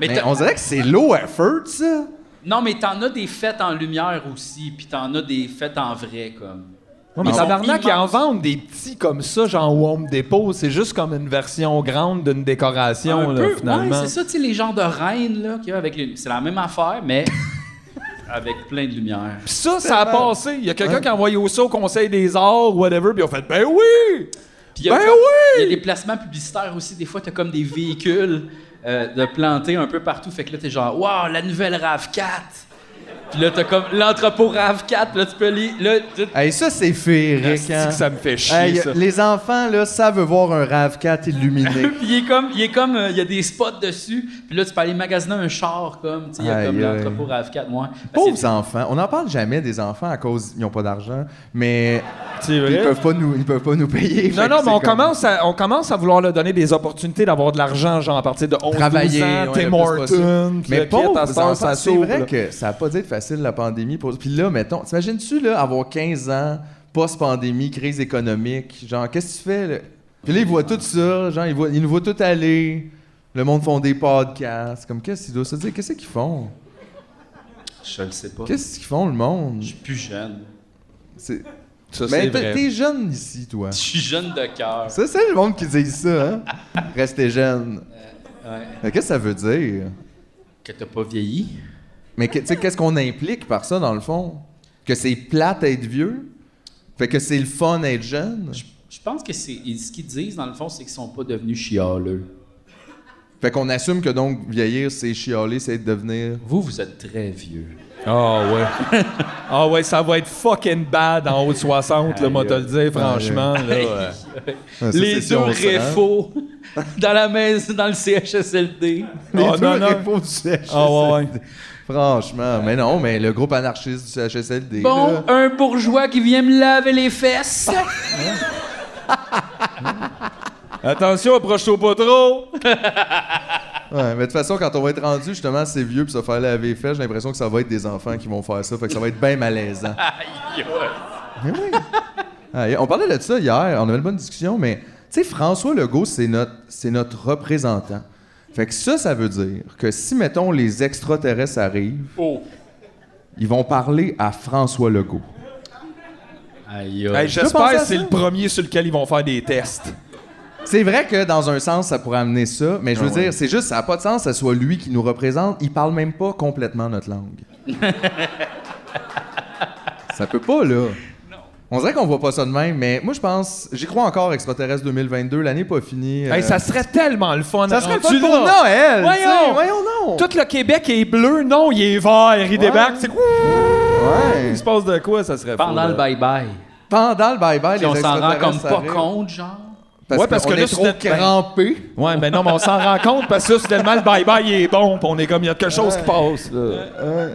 Mais t'as- on dirait que c'est l'eau à feu, ça. Non, mais t'en as des fêtes en lumière aussi, puis t'en as des fêtes en vrai, comme. Ouais, mais Ils tabarnak, sont ils en immenses. vendent des petits comme ça, genre au Home Depot. C'est juste comme une version grande d'une décoration, Un là, peu, finalement. ouais, c'est ça, tu sais, les genres de reines, là, qu'il y a avec les... C'est la même affaire, mais avec plein de lumière. Puis ça, ça a passé. Il y a quelqu'un qui a envoyé au ça au Conseil des arts, whatever, puis ils ont fait « Ben oui! Puis il y a Ben comme- Il oui! y a des placements publicitaires aussi. Des fois, t'as comme des véhicules euh, de planter un peu partout. Fait que là, t'es genre, waouh, la nouvelle RAV4. Puis là, t'as comme l'entrepôt RAV4. Puis là, tu peux aller. Là, tu- Hey, ça, c'est féerique, Asti hein. que ça me fait chier, Hey, ça. les enfants, là, savent voir un RAV4 illuminé. Puis il est comme, il est comme, euh, il y a des spots dessus. Puis là, tu peux aller magasiner un char, comme, tu sais, il y a Aïe, comme aïe. l'entrepôt RAV4, moi. Pauvres enfants. On n'en parle jamais des enfants à cause ils n'ont pas d'argent, mais C'est ils peuvent pas nous, ils peuvent pas nous payer. Fait Non, que non, c'est mais on comme- commence, à, on commence à vouloir leur donner des opportités d'avoir de l'argent, genre à partir de 11 travailler, 12 ans, ouais, le Tim plus Horton, possible. puis Mais le kit, à pauvres cette heure, enfants, ça c'est s'ouvre, vrai là. que ça a pas dû être facile la pandémie. Pour... Puis là, mettons, t'imagines-tu là avoir 15 ans, post-pandémie, crise économique, genre qu'est-ce que tu fais là? Puis là, ils voient tout ça, genre ils, voient, ils nous voient tout aller. Le monde font des podcasts, comme qu'est-ce qu'ils doivent se dire, qu'est-ce qu'ils font Je le sais pas. Qu'est-ce qu'ils font le monde Je suis plus jeune. C'est- Ça, c'est Mais vrai. t'es t'es jeune ici, toi. Je suis jeune de cœur. Ça, c'est le monde qui dit ça, hein? Restez jeune. Euh, Ouais. Mais Qu'est-ce que ça veut dire? Que t'as pas vieilli. Mais que- tu sais, qu'est-ce qu'on implique par ça, dans le fond? Que c'est plate être vieux? Fait que c'est le fun être jeune? Je pense que c'est ils- ce qu'ils disent, dans le fond, c'est qu'ils sont pas devenus chialeux. Fait qu'on assume que donc vieillir, c'est chialer, c'est devenir. Vous, vous êtes très vieux. Ah ouais. Ah ouais, ça va être fucking bad en haut de 60, là, moi te le dire, franchement. Là, ouais. Ah, ça, Les c'est si deux on se rend. réfaux dans la maison, dans le CHSLD. Les Ah, deux non, non. réfaux du CHSLD. Ah ouais, ouais. Franchement, mais non, mais le groupe anarchiste du CHSLD. Bon, là. un bourgeois qui vient me laver les fesses. Attention, approche-toi pas trop. Ouais, mais de toute façon, quand on va être rendu justement assez vieux puis se faire laver les fesses, j'ai l'impression que ça va être des enfants qui vont faire ça. Fait que ça va être bien malaisant. Mais oui. Ah, et on parlait de ça hier, on avait une bonne discussion, mais tu sais, François Legault, c'est notre, c'est notre représentant. Fait que ça, ça veut dire que si, mettons, les extraterrestres arrivent, Oh. ils vont parler à François Legault. Aïe, aïe. Hey, penser J'espère à que c'est ça. le premier sur lequel ils vont faire des tests. C'est vrai que dans un sens, ça pourrait amener ça, mais je veux Ah dire, ouais. c'est juste, ça n'a pas de sens, que ce soit lui qui nous représente. Il parle même pas complètement notre langue. ça peut pas, là. On dirait qu'on voit pas ça de même, mais moi, je pense, j'y crois encore, extraterrestre 2022, l'année pas finie. euh, Hey, ça serait tellement le fun. ça serait le fun Rendu pour là. Noël! Voyons. tu sais, voyons non! Tout le Québec est bleu, non, il est vert, il débarque, c'est Ouais. Il se passe de quoi, ça serait Pendant fou, le là. bye-bye. Pendant le bye-bye, Puis les on s'en rend euh, extraterrestres comme pas arrivent. compte, genre. Parce Ouais, parce qu'on que là, est c'est trop notre- ben- crampé. Ouais, mais non, mais on s'en rend compte parce que là, soudainement, le bye-bye, il est bon, pis on est comme, il y a quelque chose qui passe, là.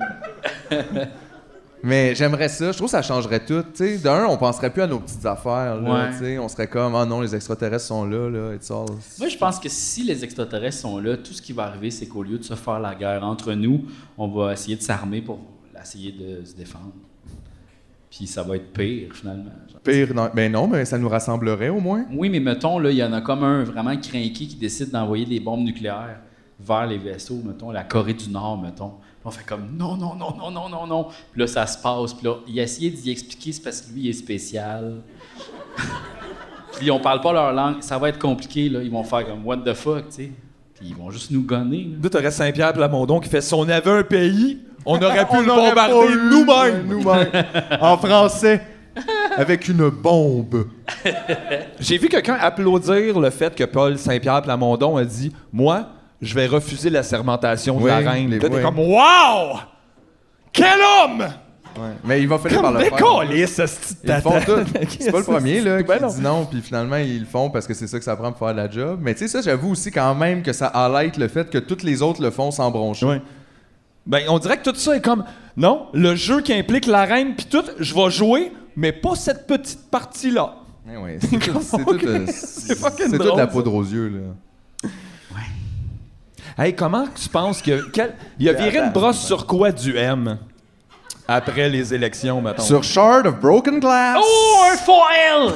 Mais j'aimerais ça. Je trouve que ça changerait tout. Tu sais, D'un, on penserait plus à nos petites affaires. Là, Ouais. tu sais. On serait comme, ah non, les extraterrestres sont là. là it's all... Moi, je pense que si les extraterrestres sont là, tout ce qui va arriver, c'est qu'au lieu de se faire la guerre entre nous, on va essayer de s'armer pour essayer de se défendre. Puis ça va être pire, finalement. genre. Pire, dans- ben non, mais ça nous rassemblerait au moins. Oui, mais mettons, là, il y en a comme un vraiment crainqué qui décide d'envoyer des bombes nucléaires vers les vaisseaux, mettons, la Corée du Nord, mettons. Puis on fait comme non, non, non, non, non, non, non. Puis là, ça se passe. Puis là, il a essayé d'y expliquer, c'est parce que lui, il est spécial. Puis on parle pas leur langue. Ça va être compliqué, là. Ils vont faire comme what the fuck, tu sais. Puis ils vont juste nous gonner, là. Là, t'aurais Saint-Pierre Plamondon qui fait si on avait un pays, on aurait pu On le n'aurait pas bombarder eu, nous-mêmes. ouais, nous-mêmes. en français. Avec une bombe. J'ai vu quelqu'un applaudir le fait que Paul Saint-Pierre Plamondon a dit Moi, je vais refuser la sermentation de Oui, la reine. les- Là, t'es oui. comme Wow! Quel homme! Mais il va falloir par Comme le des faire. colis, ce petit Ils le font tatin. tout. C'est pas le premier là, C'est qui ben non. dit non, puis finalement ils le font parce que c'est ça que ça prend pour faire la job. Mais tu sais, ça, j'avoue aussi quand même que ça highlight le fait que toutes les autres le font sans broncher. Ouais. Ben, on dirait que tout ça est comme Non, le jeu qui implique la reine, puis tout, je vais jouer, mais pas cette petite partie-là. Eh ouais, c'est tout- c'est Ok, tout, euh, c'est c'est fucking c'est toute drôle, la ça. poudre aux yeux là. Hey, comment tu penses que. quel- Il a viré une brosse sur quoi du M après les élections, maintenant? Sur Shard of Broken Glass. Oh, un foil!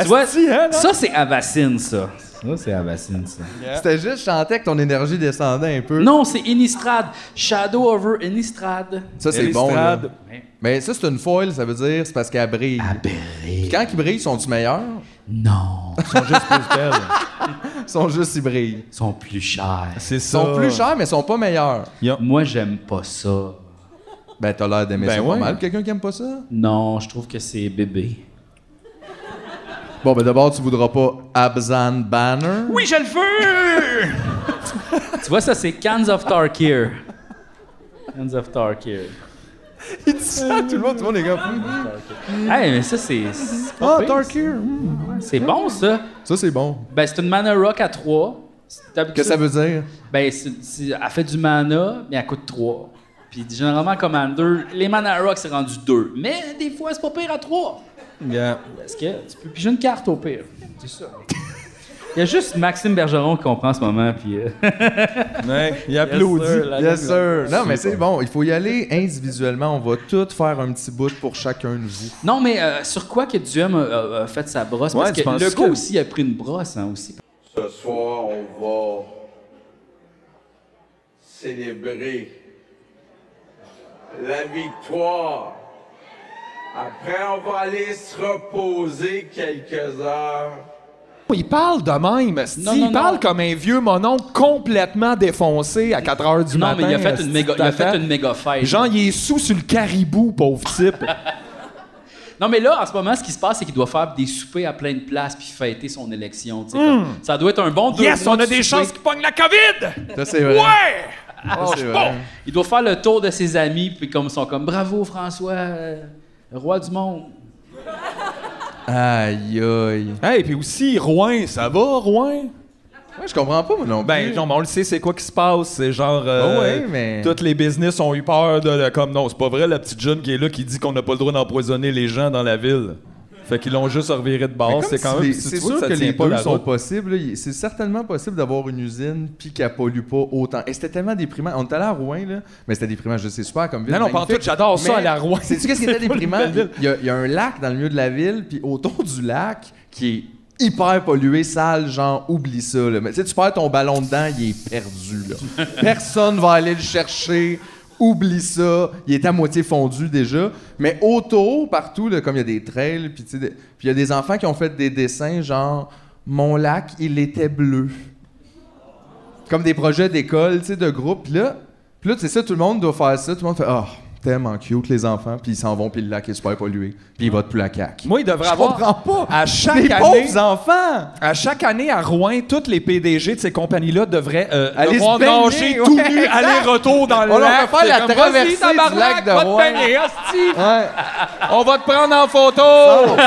tu vois, Asti, hein, là? ça, c'est Avacine, ça. Ça, c'est Avacine, ça. C'était juste, je sentais que ton énergie descendait un peu. Non, c'est Innistrad. Shadow over Innistrad. Ça c'est bon. là. Mais ça c'est une foil, ça veut dire c'est parce qu'elle brille. Puis Aberré. quand ils brillent, sont-ils meilleurs Non. Ils sont juste ils brillent. Ils sont plus chers. C'est ça. Ils sont plus chers mais ils sont pas meilleurs. Moi, j'aime pas ça. Ben t'as l'air d'aimer Ben ça ouais. pas mal. Quelqu'un qui aime pas ça Non, je trouve que c'est bébé. Bon, ben d'abord, tu voudras pas Abzan Banner. Oui, je le veux! tu vois, ça, c'est Cans of Tarkir. Cans of Tarkir. Il dit ça à tout le monde, tout le monde est comme. Hey, mais ça, c'est. c'est pas Ah, pire. Tarkir. C'est bon, ça. Ça, c'est bon. Ben, c'est une mana rock à 3. Qu'est-ce Qu'est-ce que ça veut dire? Ben, c'est- c'est- elle fait du mana, mais elle coûte 3. Puis généralement, Commander, les mana rock, c'est rendu 2. Mais des fois, c'est pas pire à 3. Parce que tu peux piger une carte au pire. C'est ça. Il y a juste Maxime Bergeron qui comprend en ce moment, puis... euh, Ouais, il applaudit. Yes, sir, la Yes, gueule. sir. Non, mais c'est bon. Il faut y aller individuellement. On va tout faire un petit bout pour chacun de vous. Non, mais euh, sur quoi que Duhem a, a- a fait sa brosse? Ouais, Parce tu que penses le que- aussi a pris une brosse, hein, aussi. Ce soir, on va célébrer la victoire. Après, on va aller se reposer quelques heures. Oh, Il parle de même. asti. Non, non, il non. parle comme un vieux monon complètement défoncé à 4 h du non, matin. mais il a fait, asti, une méga, il a t'attends. fait une méga fête. Genre, il est sous sur le caribou, pauvre type. Non, mais là, en ce moment, ce qui se passe, c'est qu'il doit faire des soupers à plein de places puis fêter son élection. tu sais, comme- Ça doit être un bon deux Hmm. yes, mois on a de souper. des chances qu'il pogne la COVID! Ça, c'est vrai. Ouais! Ça, c'est vrai. Il doit faire le tour de ses amis, puis comme ils sont comme « Bravo, François, euh, roi du monde Aïe, aïe. Hey, puis aussi, Rouen, ça va, Rouen? Ouais, je comprends pas, moi non plus. Ben, non, mais on le sait, c'est quoi qui se passe. C'est genre. euh, Ah ouais, mais- Toutes les business ont eu peur de. le- comme, non, c'est pas vrai, la petite jeune qui est là qui dit qu'on n'a pas le droit d'empoisonner les gens dans la ville. Fait qu'ils l'ont juste reviré de Mais bord. comme C'est si quand même. les- tu- tu C'est vois sûr ça que tient les pas deux la sont route. possibles. là. Il- C'est certainement possible d'avoir une usine puis qu'elle pollue pas autant. Et c'était tellement déprimant. On est allé à Rouen, là, mais c'était déprimant. Je sais, super comme ville. Non, non, pas en tout, magnifique. j'adore ça, Mais à la Rouen. Sais-tu qu'est-ce qui était C'est pas une déprimant? belle ville. Il y, a, il y a un lac dans le milieu de la ville, puis autour du lac, qui est hyper pollué, sale, genre, oublie ça. Là. Mais tu sais, tu perds ton ballon dedans, il est perdu. Là. Personne va aller le chercher. Oublie ça, il est à moitié fondu déjà, mais autour, partout, là, comme il y a des trails, puis tu sais, des- puis il y a des enfants qui ont fait des dessins genre mon lac, il était bleu comme des projets d'école, tu sais, de groupe. Puis là, puis là, tu sais ça, tout le monde doit faire ça. Tout le monde fait Ah, tellement cute les enfants. Puis ils s'en vont, puis le lac est super pollué. Puis ils votent plus la CAQ. Moi, il devrait Je comprends avoir. pas. À chaque les année. pauvres enfants! À chaque année à Rouen, toutes les PDG de ces compagnies-là devraient euh, Aller devoir se baigner, nager ouais, tout nu, exact. aller-retour dans le On leur lac. fait faire la C'est comme, traversée vas-y, du tabarnak, lac de va te Rouen. baigner, hostie. Ouais, On va te prendre en photo.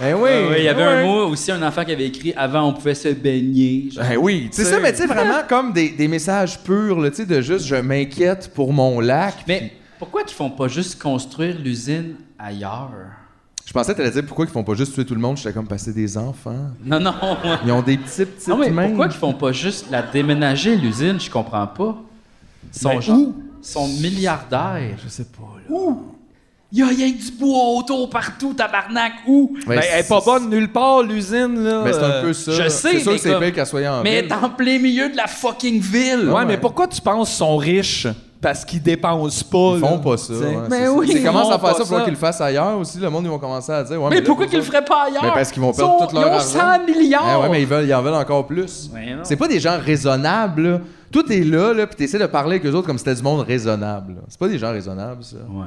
Eh oui! Oui, il y avait eh un oui. mot aussi, un enfant qui avait écrit « Avant, on pouvait se baigner. » genre. Ben oui, c'est ça, mais tu sais, vraiment comme des, des messages purs, là, tu sais, de juste je m'inquiète pour mon lac. Mais pourquoi qu'ils font pas juste construire l'usine ailleurs? Je pensais que t'allais dire pourquoi ils font pas juste tuer tout le monde, j'étais comme passer des enfants. Non, non. Ils ont des petits, petites non, mais mains. pourquoi qu'ils font pas juste la déménager, l'usine? Je comprends pas. Ils sont, Ben, genre- où? ils sont milliardaires. Je sais pas, là. Où? Il y a rien que du bois autour, partout, tabarnak, où? Ouais, Ben, elle est pas c'est- bonne nulle part, l'usine, là. Mais c'est un peu Euh, ça. je sais, C'est sûr mais que c'est comme- bien qu'elle soit en Mais ville. t'es en plein milieu de la fucking ville. Ouais, Ouais. mais pourquoi tu penses qu'ils sont riches? Parce qu'ils dépensent pas. Ils là. font pas ça. T'sais. Euh, ouais, Mais c'est ça. oui, Ils ils commencent à faire font pas ça pour ça. qu'ils le fassent ailleurs aussi. Le monde, ils vont commencer à dire. ouais, Mais, là, pourquoi vous qu'ils le autres- feraient pas ailleurs? Mais parce qu'ils vont Ils perdre sont- tout leur Ils ont argent. Eh 100 milliards! Ouais, ouais, mais ils veulent, ils en veulent encore plus. Ouais, non. c'est pas des gens raisonnables. là. Toi, t'es là, là, puis t'essaies de parler avec eux autres comme si c'était du monde raisonnable. là. C'est pas des gens raisonnables, ça. Ouais.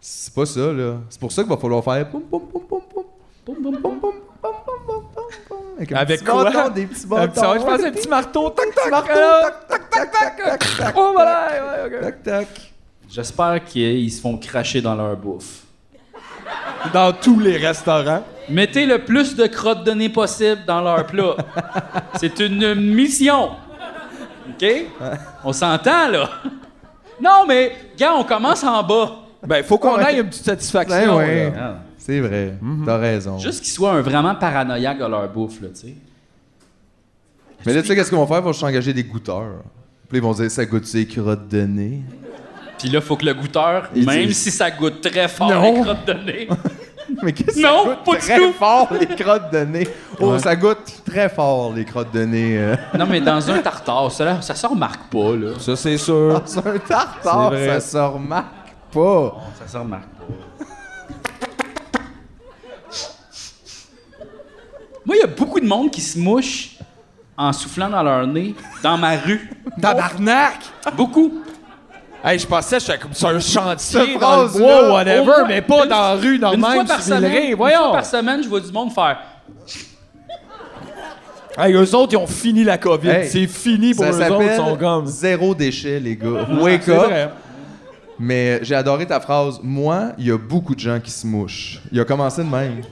C'est pas ça, là. C'est pour ça qu'il va falloir faire. poum, poum, poum, poum, poum, poum, poum, poum, poum, poum, poum, poum, poum, poum, Avec, un Avec petit quoi? bâton, des petits Un bâtons. petit, ouais, je pense un petit marteau. Tac, tac, marteau, euh, tac, tac, tac, tac, tac, tac, Oh, voilà. ouais, ouais, tac, tac. J'espère qu'ils se font cracher dans leur bouffe. ok. Dans tous les restaurants. Mettez le plus de crottes de nez possible dans leur plat. C'est une mission. OK? On s'entend, là? Non, mais, gars, on commence en bas. Ben, faut qu'on Ouais. aille une petite satisfaction. Ben ouais. là. C'est vrai. T'as raison. Mhm. Juste qu'ils soient un vraiment paranoïaques à leur bouffe, là, tu sais. Mais là, tu sais, qu'est-ce qu'ils vont faire? Ils vont juste engager des goûteurs. Puis ils vont dire, ça goûte ses crottes de nez. Puis là, faut que le goûteur, Ils même disent- si ça goûte très fort Non. les crottes de nez, Mais qu'est-ce que Non, ça goûte pas du très tout. fort, les crottes de nez. Oh, ça goûte très fort, les crottes de nez. euh. Non, mais dans un tartare, ça, là, ça se remarque pas, là. Ça, c'est sûr. Dans un tartare, C'est vrai. ça se remarque pas. Ça se remarque pas. Moi, il y a beaucoup de monde qui se mouche en soufflant dans leur nez, dans ma rue. Tabarnak! Beaucoup. Hey, je pensais que j'étais comme sur un chantier Cette dans le phrase-là, bois, Au whatever, moins mais pas une- dans la rue, dans le une fois même par sur le semaine, rail. Une Voyons! fois par semaine, je vois du monde faire. Hey, eux autres, ils ont fini la COVID. Hey, c'est fini pour Ça eux autres, ils sont s'appelle comme... zéro déchet, les gars. Wake C'est up. vrai. Mais j'ai adoré ta phrase. Moi, il y a beaucoup de gens qui se mouchent. Il a commencé de même.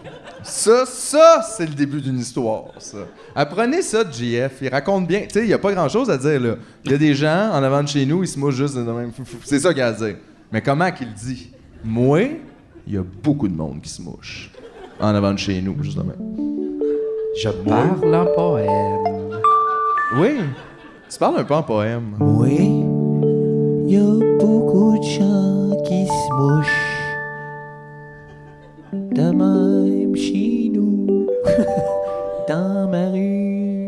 Ça, ça, c'est le début d'une histoire, ça. Apprenez ça de JF. Il raconte bien. Tu sais, il n'y a pas grand-chose à dire, là. Il y a des gens en avant de chez nous, ils se mouchent juste de même. C'est ça qu'il a à dire. Mais comment qu'il dit? Moi, il y a beaucoup de monde qui se mouche en avant de chez nous, juste de même. Je parle en poème. Oui. Tu parles un peu en poème. Oui, y a beaucoup de gens qui se mouchent. De même chez nous, dans ma rue.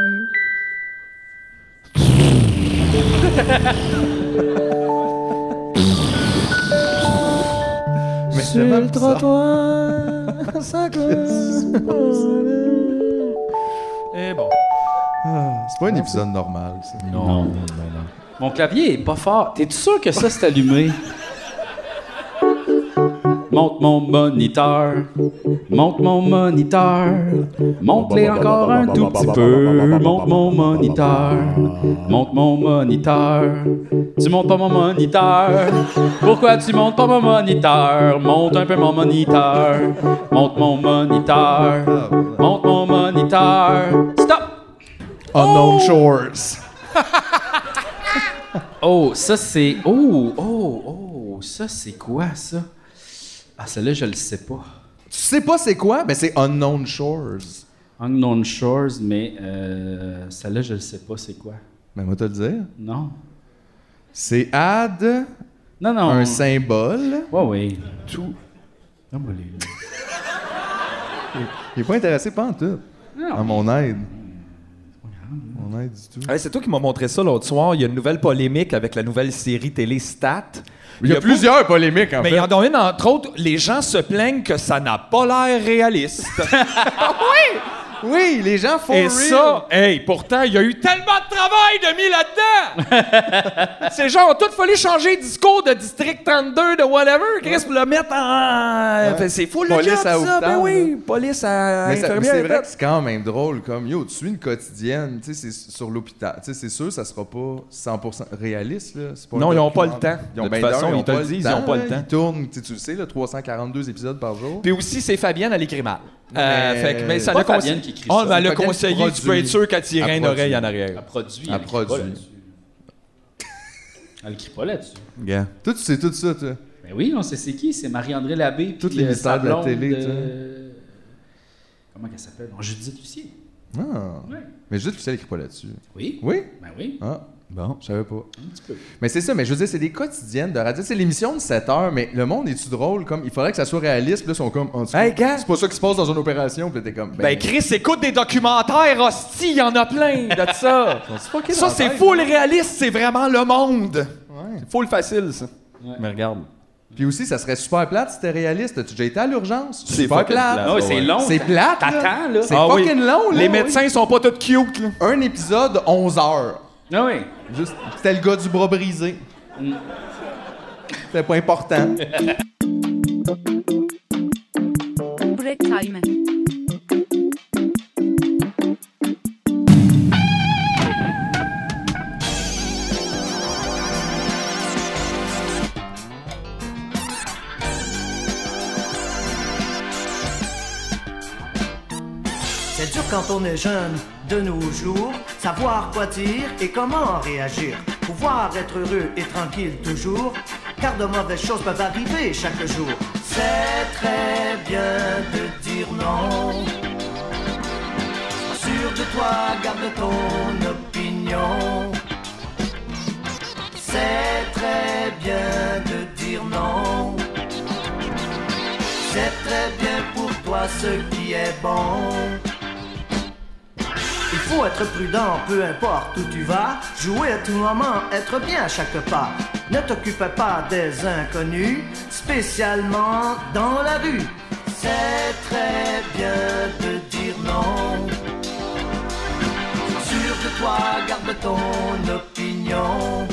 Mais Sur tellement le bizarre. trottoir, ça colle. Eh bon. C'est pas un épisode normal, ça. Non, non, non. Mon clavier est pas fort. T'es-tu sûr que ça, c'est allumé? Monte mon moniteur, monte mon moniteur, monte-les encore un tout petit peu, monte mon moniteur, monte mon moniteur, tu montes pas mon moniteur, pourquoi tu montes pas mon moniteur, monte un peu mon moniteur, monte mon moniteur, monte mon moniteur, stop! Unknown Shores. Oh, ça c'est. Oh, oh, oh, ça c'est quoi ça? Ah, celle-là, je le sais pas. Tu sais pas c'est quoi? Ben c'est Unknown Shores. Unknown Shores, mais euh, celle-là, je le sais pas, c'est quoi? Ben moi te le dire. Non? C'est add Non, non. un symbole. Ouais, ouais. Tout. Non, moi, les- Il est pas intéressé pas en tout. Non. À mon aide. Mon aide du tout. Hey, c'est toi qui m'as montré ça l'autre soir. Il y a une nouvelle polémique avec la nouvelle série télé Stat. Il y a plusieurs polémiques en Mais il fait. y en a une, entre autres, les gens se plaignent que ça n'a pas l'air réaliste. Oui, les gens font Et ça, hey, pourtant, il y a eu tellement de travail de mis là-dedans! Ces gens ont tous fallu changer de discours de District 32, de whatever, Chris, pour le mettre en... Ouais. Fait, c'est fou, le Police job, à ça! Ben Outre-Town, oui, police à Mais, ça- mais infirmière. c'est vrai que c'est quand même drôle comme yo, tu suis une quotidienne, tu sais c'est sur l'hôpital, tu sais c'est sûr ça sera pas 100% réaliste là, c'est pas Non, un ils ont pas le documentaire. temps. Ils ont De ben toute façon, d'heures, ils te le disent, ils ont pas le là. temps. Ils tournent, tu sais, tu le sais là, 342 épisodes par jour. Puis aussi, c'est Fabienne, elle écrit mal. Euh, Mais- fait que, mais ça Pas l'a conse- Fabienne qui écrit ça, Oh, mais elle c'est a Fabienne qui conseillé, tu peux produit. être sûr qu'elle tirait Elle une oreille produit. en arrière. Elle produit. Ah, Elle Elle crie pas produit. là-dessus. Elle crie pas là-dessus. Toi tu sais tout ça toi. Mais oui, on sait c'est qui, c'est Marie-André Labbé. Toutes puis, les euh, sa mystères de la blonde, télé, tu sais. euh, Comment qu'elle s'appelle? Non, Judith Lucie. Ah. Ouais. Mais Judith Lucien écrit pas là-dessus. Oui? Oui? Ben oui. Ah. Bon. Je savais pas. Mais c'est ça, mais je veux dire, c'est des quotidiennes de radio. C'est l'émission de 7 heures, mais le monde est-tu drôle? Comme, il faudrait que ça soit réaliste. Puis là, ils sont comme, en tout cas, Hey, gars! c'est pas ça qui se passe dans une opération. Puis là, t'es comme, Ben Chris, écoute des documentaires, hostie, il y en a plein de ça. ça, c'est full réaliste, c'est vraiment le monde. C'est full facile, ça. Mais regarde. Puis aussi, ça serait super plate si c'était réaliste. T'as-tu déjà été à l'urgence? C'est super fucking plate. plate. Ah, Ah, c'est ouais. long. C'est plate. là. T'attends, là. C'est Ah oui. fucking long, là. Les oui. médecins sont pas tous cute, là. Un épisode, 11 heures. Ah oui. Juste, c'était le gars du bras brisé. C'était pas important. Break time. C'est dur quand on est jeune de nos jours, savoir quoi dire et comment réagir. Pouvoir être heureux et tranquille toujours, car de mauvaises choses peuvent arriver chaque jour. C'est très bien de dire non. Sois Sûr de toi, garde ton opinion. C'est très bien de dire non. C'est très bien pour toi ce qui est bon. Il faut être prudent, peu importe où tu vas, jouer à tout moment, être bien à chaque pas. Ne t'occupe pas des inconnus, spécialement dans la rue. C'est très bien de dire non. Sois Sûr de toi, garde ton opinion.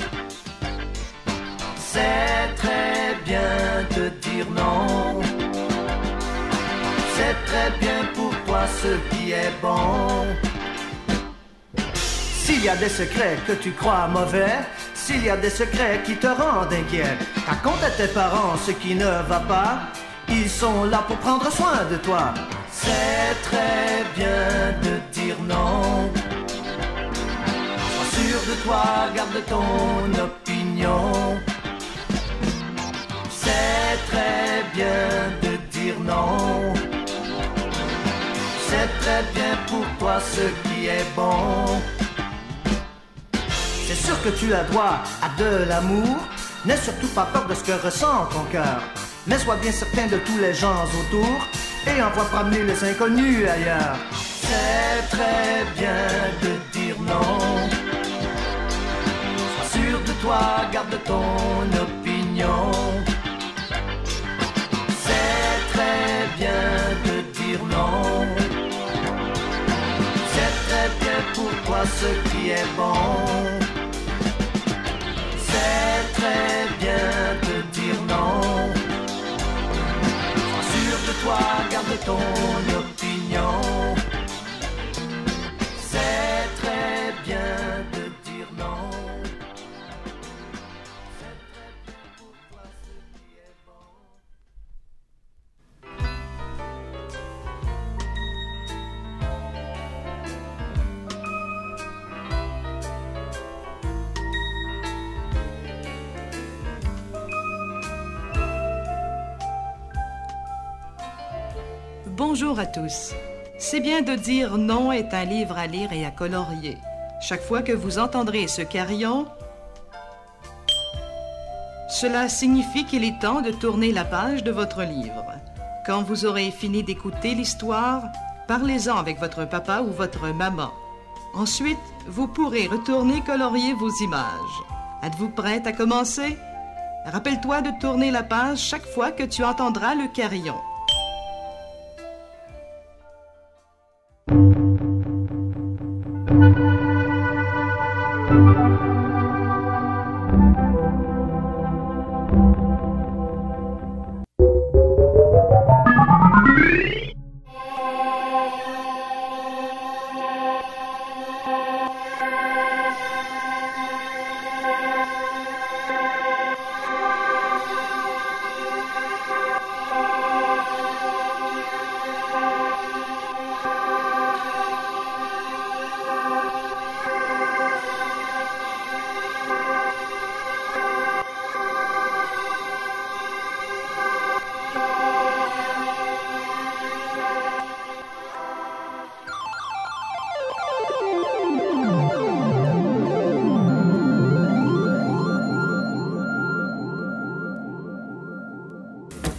C'est très bien de dire non. C'est très bien pour toi ce qui est bon. S'il y a des secrets que tu crois mauvais, s'il y a des secrets qui te rendent inquiet, raconte à tes parents ce qui ne va pas. Ils sont là pour prendre soin de toi. C'est très bien de dire non. Sois sûr de toi, garde ton opinion. C'est très bien de dire non. C'est très bien pour toi ce qui est bon. C'est sûr que tu la dois à de l'amour. N'aie surtout pas peur de ce que ressent ton cœur. Mais sois bien certain de tous les gens autour et envoie promener les inconnus ailleurs. C'est très bien de dire non. Sois sûr de toi, garde ton opinion. C'est très bien de dire non. C'est très bien pour toi ce qui est bon. C'est très bien de dire non. Sois sûr de toi, garde ton opinion. C'est très bien de dire non. C'est très bien pour toi ce qui est bon. Bonjour à tous. C'est bien de dire non est un livre à lire et à colorier. Chaque fois que vous entendrez ce carillon, cela signifie qu'il est temps de tourner la page de votre livre. Quand vous aurez fini d'écouter l'histoire, parlez-en avec votre papa ou votre maman. Ensuite, vous pourrez retourner colorier vos images. Êtes-vous prête à commencer Rappelle-toi de tourner la page chaque fois que tu entendras le carillon.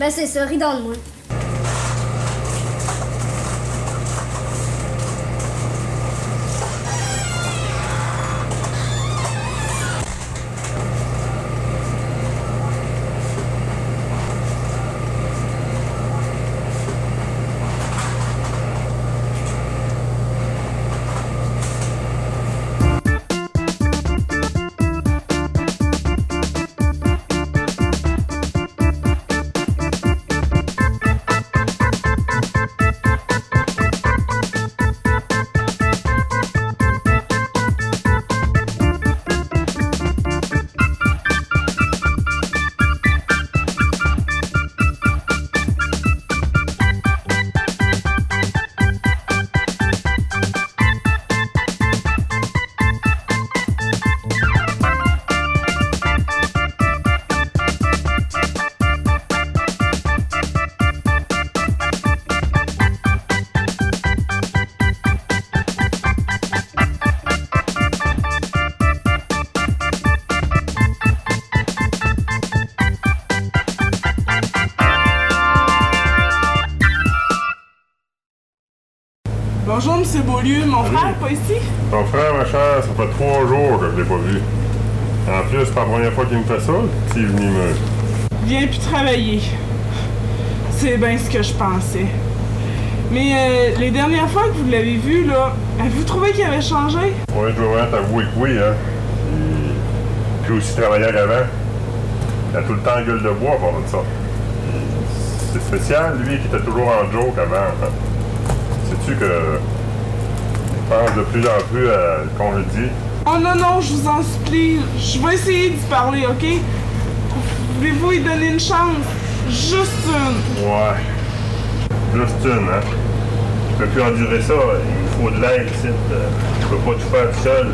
Ben c'est ça, ris dans le moins. Bonjour, M. Beaulieu. Mon frère pas ici? Ton frère, ma chère, ça fait trois jours que je l'ai pas vu. En plus, c'est pas la première fois qu'il me fait ça, le petit venimeux. Viens plus travailler. C'est bien ce que je pensais. Mais euh, les dernières fois que vous l'avez vu, là, avez-vous trouvé qu'il avait changé? Ouais, je dois vraiment t'avouer que oui, hein. Il- Puis aussi travailleur avant. Il a tout le temps gueule de bois pour de ça. C'est spécial, lui, qui était toujours en joke avant. hein. Sais-tu que je pense de plus en plus à le congédier? Oh non, non, je vous en supplie. Je vais essayer d'y parler, OK? Voulez-vous lui donner une chance? Juste une. Ouais. Juste une, hein. Je peux plus endurer ça. Il me faut de l'aide ici. Euh, Je peux pas tout faire tout seul.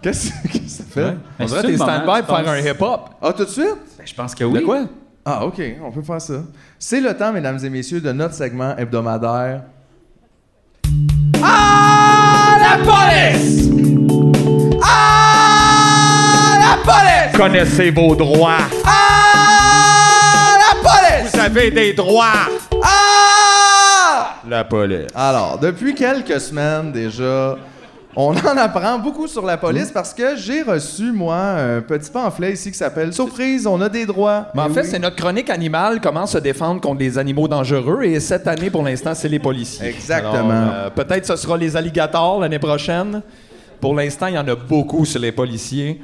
Qu'est-ce qu'est-ce que ça fait? Ouais. On Ben, dirait c'est que t'es le moment, stand-by je pour faire pense. un hip-hop. Ah, tout de suite? Ben, je pense que oui. De quoi? Ah, OK, on peut faire ça. C'est le temps, mesdames et messieurs, de notre segment hebdomadaire. À la police! À la police! Connaissez vos droits. À la police! Vous avez des droits. Ah! La police. Alors, depuis quelques semaines déjà, on en apprend beaucoup sur la police parce que j'ai reçu, moi, un petit pamphlet ici qui s'appelle Surprise, on a des droits. Mais en Eh fait, oui. c'est notre chronique animale, comment se défendre contre les animaux dangereux. Et cette année, pour l'instant, c'est les policiers. Exactement. Alors, euh, Peut-être ce sera les alligators l'année prochaine. Pour l'instant, il y en a beaucoup sur les policiers.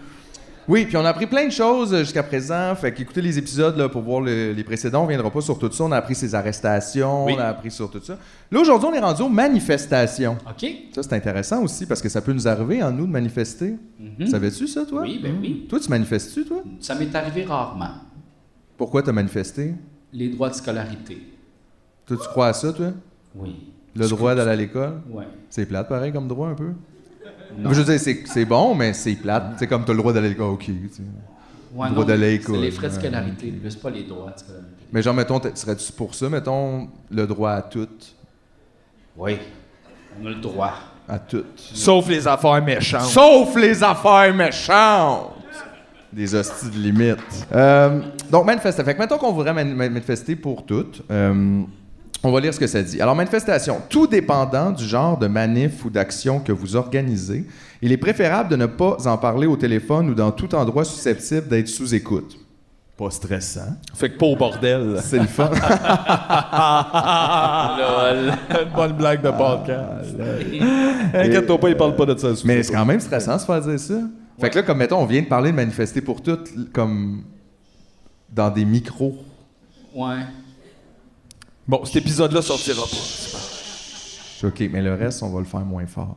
Oui, puis on a appris plein de choses euh, jusqu'à présent. Fait qu'écoutez les épisodes là, pour voir le- les précédents. On viendra pas sur tout ça. On a appris ses arrestations, Oui. on a appris sur tout ça. Là, aujourd'hui, on est rendu aux manifestations. OK. Ça, c'est intéressant aussi parce que ça peut nous arriver en nous de manifester. Mhm. Savais-tu ça, toi? Oui, ben oui. Toi, tu manifestes-tu, toi? Ça m'est arrivé rarement. Pourquoi t'as manifesté? Les droits de scolarité. Toi, tu crois à ça, toi? Oui. Le droit d'aller à l'école? Ouais. C'est plate, pareil, comme droit, un peu? Je veux dire, c'est- c'est bon, mais c'est plate. C'est comme t'as le droit d'aller à l'école. OK, tu sais. Ouais, Droit non, d'aller à C'est l'école. les frais de Ouais. scolarité, plus pas les droits de scolarité. Mais genre, mettons, t'es- serais-tu pour ça, mettons, le droit à toutes? Oui. On a le droit. À toutes. Sauf les affaires Ah méchantes. Sauf les affaires méchantes! Des hosties de limite. Euh, donc, manifester. Fait que mettons qu'on voudrait man- man- manifester pour toutes. Euh, on va lire ce que ça dit. Alors, manifestation. Tout dépendant du genre de manif ou d'action que vous organisez, il est préférable de ne pas en parler au téléphone ou dans tout endroit susceptible d'être sous écoute. Pas stressant. Fait que pas au bordel. C'est le fun. Lol. Une bonne blague de podcast. Inquiète-toi pas, il parle pas de ça. Mais c'est quand même stressant se faire dire ça. Fait que là, comme mettons, on vient de parler de manifester pour toutes, l- comme dans des micros. Ouais. Bon, cet épisode-là sortira pas. OK, mais le reste, on va le faire moins fort.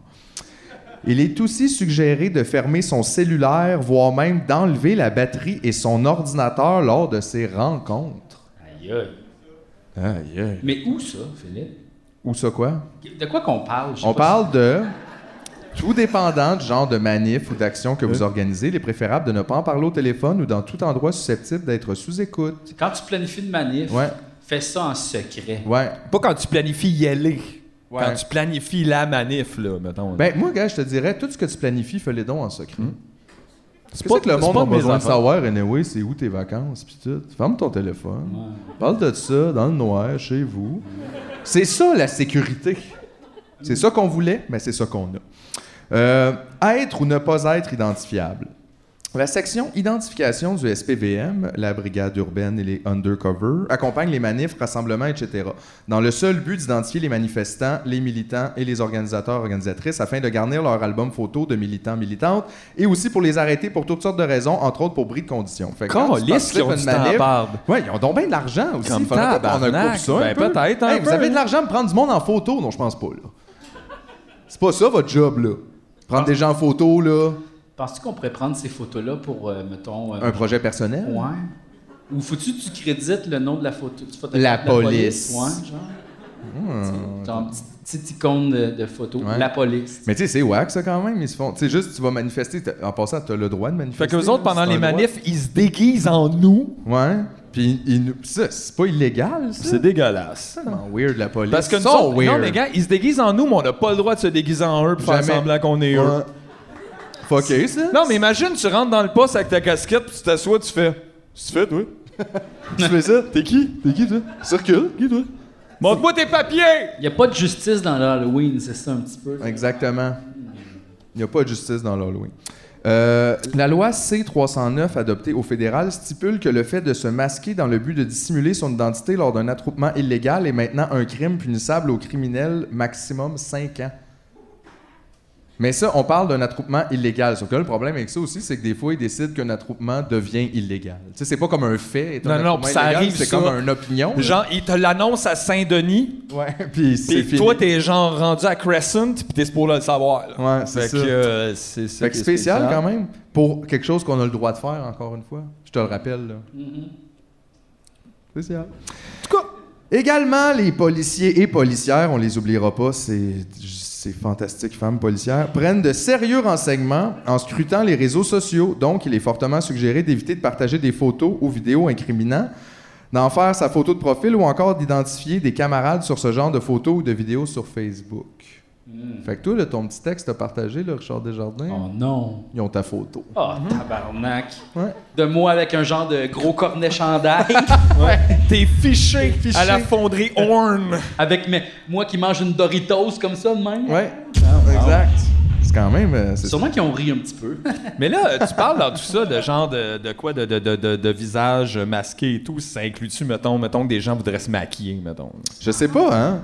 Il est aussi suggéré de fermer son cellulaire, voire même d'enlever la batterie et son ordinateur lors de ses rencontres. Aïe, aïe. Aïe, aïe. Mais où ça, Philippe? Ou ça quoi? De quoi qu'on parle? Je sais On pas parle de tout dépendant du genre de manif ou d'action que vous organisez, il est préférable de ne pas en parler au téléphone ou dans tout endroit susceptible d'être sous écoute. si- Quand tu planifies une manif, Ouais. fais ça en secret. Ouais. Pas quand tu planifies y aller. Ouais. Quand tu planifies la manif, là, mettons. Ben, moi, gars, je te dirais, tout ce que tu planifies, fais-les donc en secret. C'est pas que le Hmm. c'est monde pas a de mes besoin de affaires. savoir, anyway, c'est où tes vacances, pis tout. Ferme ton téléphone. Parle de ça dans le noir, chez vous. C'est ça, la sécurité. C'est ça qu'on voulait, mais c'est ça qu'on a. Euh, être ou ne pas être identifiable. La section identification du SPVM, la brigade urbaine et les undercover, accompagne les manifs, rassemblements, etc. dans le seul but d'identifier les manifestants, les militants et les organisateurs, organisatrices afin de garnir leur album photo de militants, militantes et aussi pour les arrêter pour toutes sortes de raisons, entre autres pour bris de condition. Fait que quand tu Calisse qu'ils ont participes à du temps à barbe. Ouais, ils ont donc bien de l'argent aussi. Comme Faudrait peut-être qu'on tabarnak. accoupe ça un Ben, peu. peut-être un Hey, Vous peu, avez de là. l'argent pour prendre du monde en photo? Non, je pense pas, là. C'est pas ça, votre job, là. Prendre des gens en photo, là, Penses-tu qu'on pourrait prendre ces photos-là pour, euh, mettons... euh, un projet personnel. Ouais. Ou faut-tu que tu crédites le nom de la photo du photographe La de police? police. Hmm. Ouais, genre. Genre, une petite, petite icône de, de photo. Ouais. La police. Mais tu sais, c'est wack, ça, quand même. Ils se font... Tu sais, juste, tu vas manifester. T'as- En passant, t'as le droit de manifester. Fait qu'eux autres, là, pendant c'est les un droit. manifs, ils se déguisent en nous. Ouais. Puis, ils nous- ça, c'est pas illégal, ça. C'est dégueulasse. C'est tellement weird, la police. Parce que nous Ils sont autres- non, weird. mais gars, ils se déguisent en nous, mais on n'a pas le droit de se déguiser en eux pour faire Jamais. semblant qu'on est Ouais. eux. Fucké, ça. Non, mais imagine, tu rentres dans le poste avec ta casquette, puis tu t'assois, tu fais. Tu fais, toi? tu fais ça. T'es qui? T'es qui, toi? Circule. Qui, toi? Montre-moi tes papiers! Il n'y a pas de justice dans l'Halloween, c'est ça un petit peu. Exactement. Il n'y a pas de justice dans l'Halloween. Euh, la loi C-309 adoptée au fédéral stipule que le fait de se masquer dans le but de dissimuler son identité lors d'un attroupement illégal est maintenant un crime punissable au criminel maximum 5 ans. Mais ça, on parle d'un attroupement illégal. Sauf que là, le problème avec ça aussi, c'est que des fois, ils décident qu'un attroupement devient illégal. Tu sais, c'est pas comme un fait. étant Non, un non, attroupement puis ça illégal, arrive, C'est ça. comme une opinion. là. Genre, ils te l'annoncent à Saint-Denis, Ouais, puis c'est puis fini. toi, t'es genre rendu à Crescent, puis t'es supposé le savoir. là. Ouais, c'est Fait ça. que euh, c'est ça Fait que qui est spécial, quand même, pour quelque chose qu'on a le droit de faire, encore une fois. Je te le rappelle, là. Spécial. Mm-hmm. En tout cas, également, les policiers et policières, on les oubliera pas, c'est- ces fantastiques femmes policières, prennent de sérieux renseignements en scrutant les réseaux sociaux. Donc, il est fortement suggéré d'éviter de partager des photos ou vidéos incriminants, d'en faire sa photo de profil ou encore d'identifier des camarades sur ce genre de photos ou de vidéos sur Facebook. Fait que toi, là, ton petit texte t'as partagé, là, Richard Desjardins, Oh non. ils ont ta photo. Oh, tabarnak. Ouais. De moi avec un genre de gros cornet chandail. T'es fiché, fiché. à la fonderie Horn. avec mes- moi qui mange une Doritos comme ça de même. Ouais, exact. C'est quand même... euh, c'est- Sûrement qu'ils ont ri un petit peu. Mais là, tu parles dans tout ça de genre de, de quoi, de, de, de, de, de visage masqué et tout. Ça inclut-tu, mettons, mettons que des gens voudraient se maquiller, mettons. Je sais pas, hein?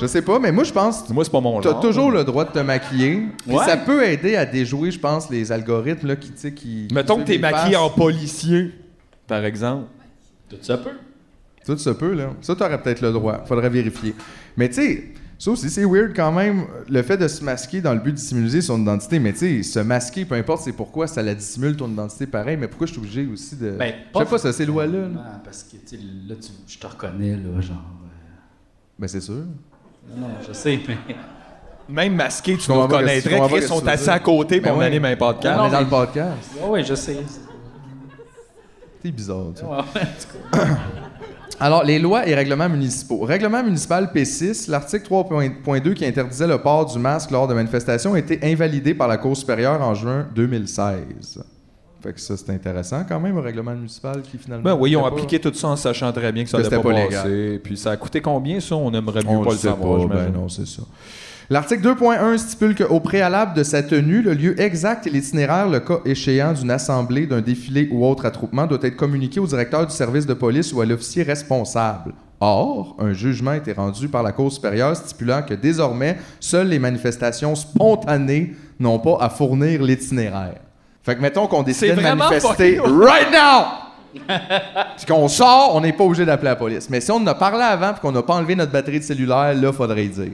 Je sais pas, mais moi, je pense Moi, c'est pas mon tu as genre. toujours le droit de te maquiller. Puis Ouais. ça peut aider à déjouer, je pense, les algorithmes là, qui, tu sais, qui... Mettons qui que t'es suivent les maquillé en faces. policier, par exemple. Tout ça peut. Tout se peut, là. Ça, t'aurais peut-être le droit. Faudrait vérifier. Mais tu sais, ça aussi, c'est weird quand même, le fait de se masquer dans le but de dissimuler son identité. Mais tu sais, se masquer, peu importe c'est pourquoi, ça la dissimule ton identité pareil. Mais pourquoi je suis obligé aussi de... Ben, je pas- sais pas, ça, ces lois-là. là. Ah, parce que tu sais, là, tu, je te reconnais, là, genre. euh, Ben, c'est sûr. Non, non, je sais, mais. Même masqué, tu Je nous comprends pas qu'est-ce- je reconnaîtrais. comprends pas Chris, qu'est-ce que sont tu veux assis dire. à côté, Ben pour on ouais. anime un podcast. On Non, est dans mais- le podcast. Ah oui, je sais. T'es bizarre, tu Ouais, en tout cas. Alors, les lois et règlements municipaux. Règlement municipal P6, l'article 3.2 qui interdisait le port du masque lors de manifestations a été invalidé par la Cour supérieure en juin 2016. Fait que ça, c'est intéressant quand même, un règlement municipal qui finalement. Ben oui, ils ont Pas- appliqué tout ça en sachant très bien que ça Que n'allait pas, c'était pas passer. Puis ça a coûté combien, ça? On aimerait mieux On pas le le sait savoir, pas, ben j'imagine. non, c'est ça. L'article 2.1 stipule qu'au préalable de sa tenue, le lieu exact et l'itinéraire, le cas échéant d'une assemblée, d'un défilé ou autre attroupement, doit être communiqué au directeur du service de police ou à l'officier responsable. Or, un jugement a été rendu par la Cour supérieure stipulant que désormais, seules les manifestations spontanées n'ont pas à fournir l'itinéraire. Fait que mettons qu'on décide C'est de vraiment manifester fucké, right now! puis qu'on sort, on n'est pas obligé d'appeler la police. Mais si on en a parlé avant puis qu'on n'a pas enlevé notre batterie de cellulaire, là, faudrait y dire.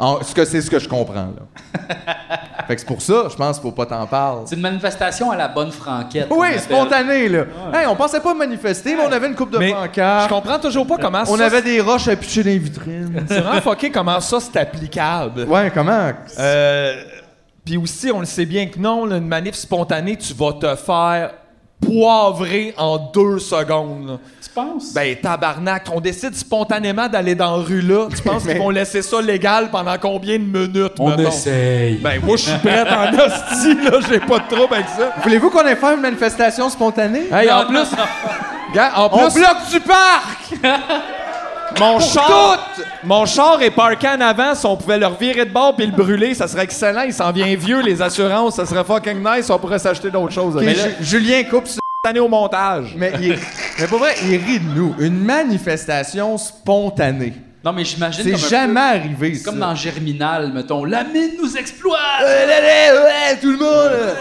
En- ce que c'est ce que je comprends, là. fait que c'est pour ça, je pense qu'il faut pas t'en parler. C'est une manifestation à la bonne franquette. qu'on Oui, appelle. spontané, là. Hey, on pensait pas manifester, mais on avait une coupe de Mais je pancartes. comprends toujours pas comment On ça... avait des roches à pitcher dans les vitrines. C'est vraiment fucké comment ça, c'est applicable. ouais, comment? Euh, Euh, Puis aussi, on le sait bien que non, là, une manif spontanée, tu vas te faire poivré en deux secondes. là. Tu penses? Ben, tabarnak, on décide spontanément d'aller dans la rue là. Tu penses qu'ils vont laisser ça légal pendant combien de minutes, On mettons? essaye. Ben, moi, je suis prête en hostie, là. J'ai pas de trouble avec ça. Voulez-vous qu'on aille faire une manifestation spontanée? Hey, en plus... Gars, en On plus... bloque du parc! Mon char, mon char est parké en avant. Si on pouvait le revirer de bord puis le brûler, ça serait excellent. Il s'en vient vieux, les assurances. Ça serait fucking nice. On pourrait s'acheter d'autres choses. Ok, Mais là, Ju- Julien coupe ce... année au montage. Mais, il... mais pour vrai, il rit de nous. Une manifestation spontanée. Non, mais j'imagine. C'est comme un jamais peu- arrivé, C'est comme ça. dans Germinal, mettons. La mine nous exploite! Euh, là, là, ouais, tout le monde! euh.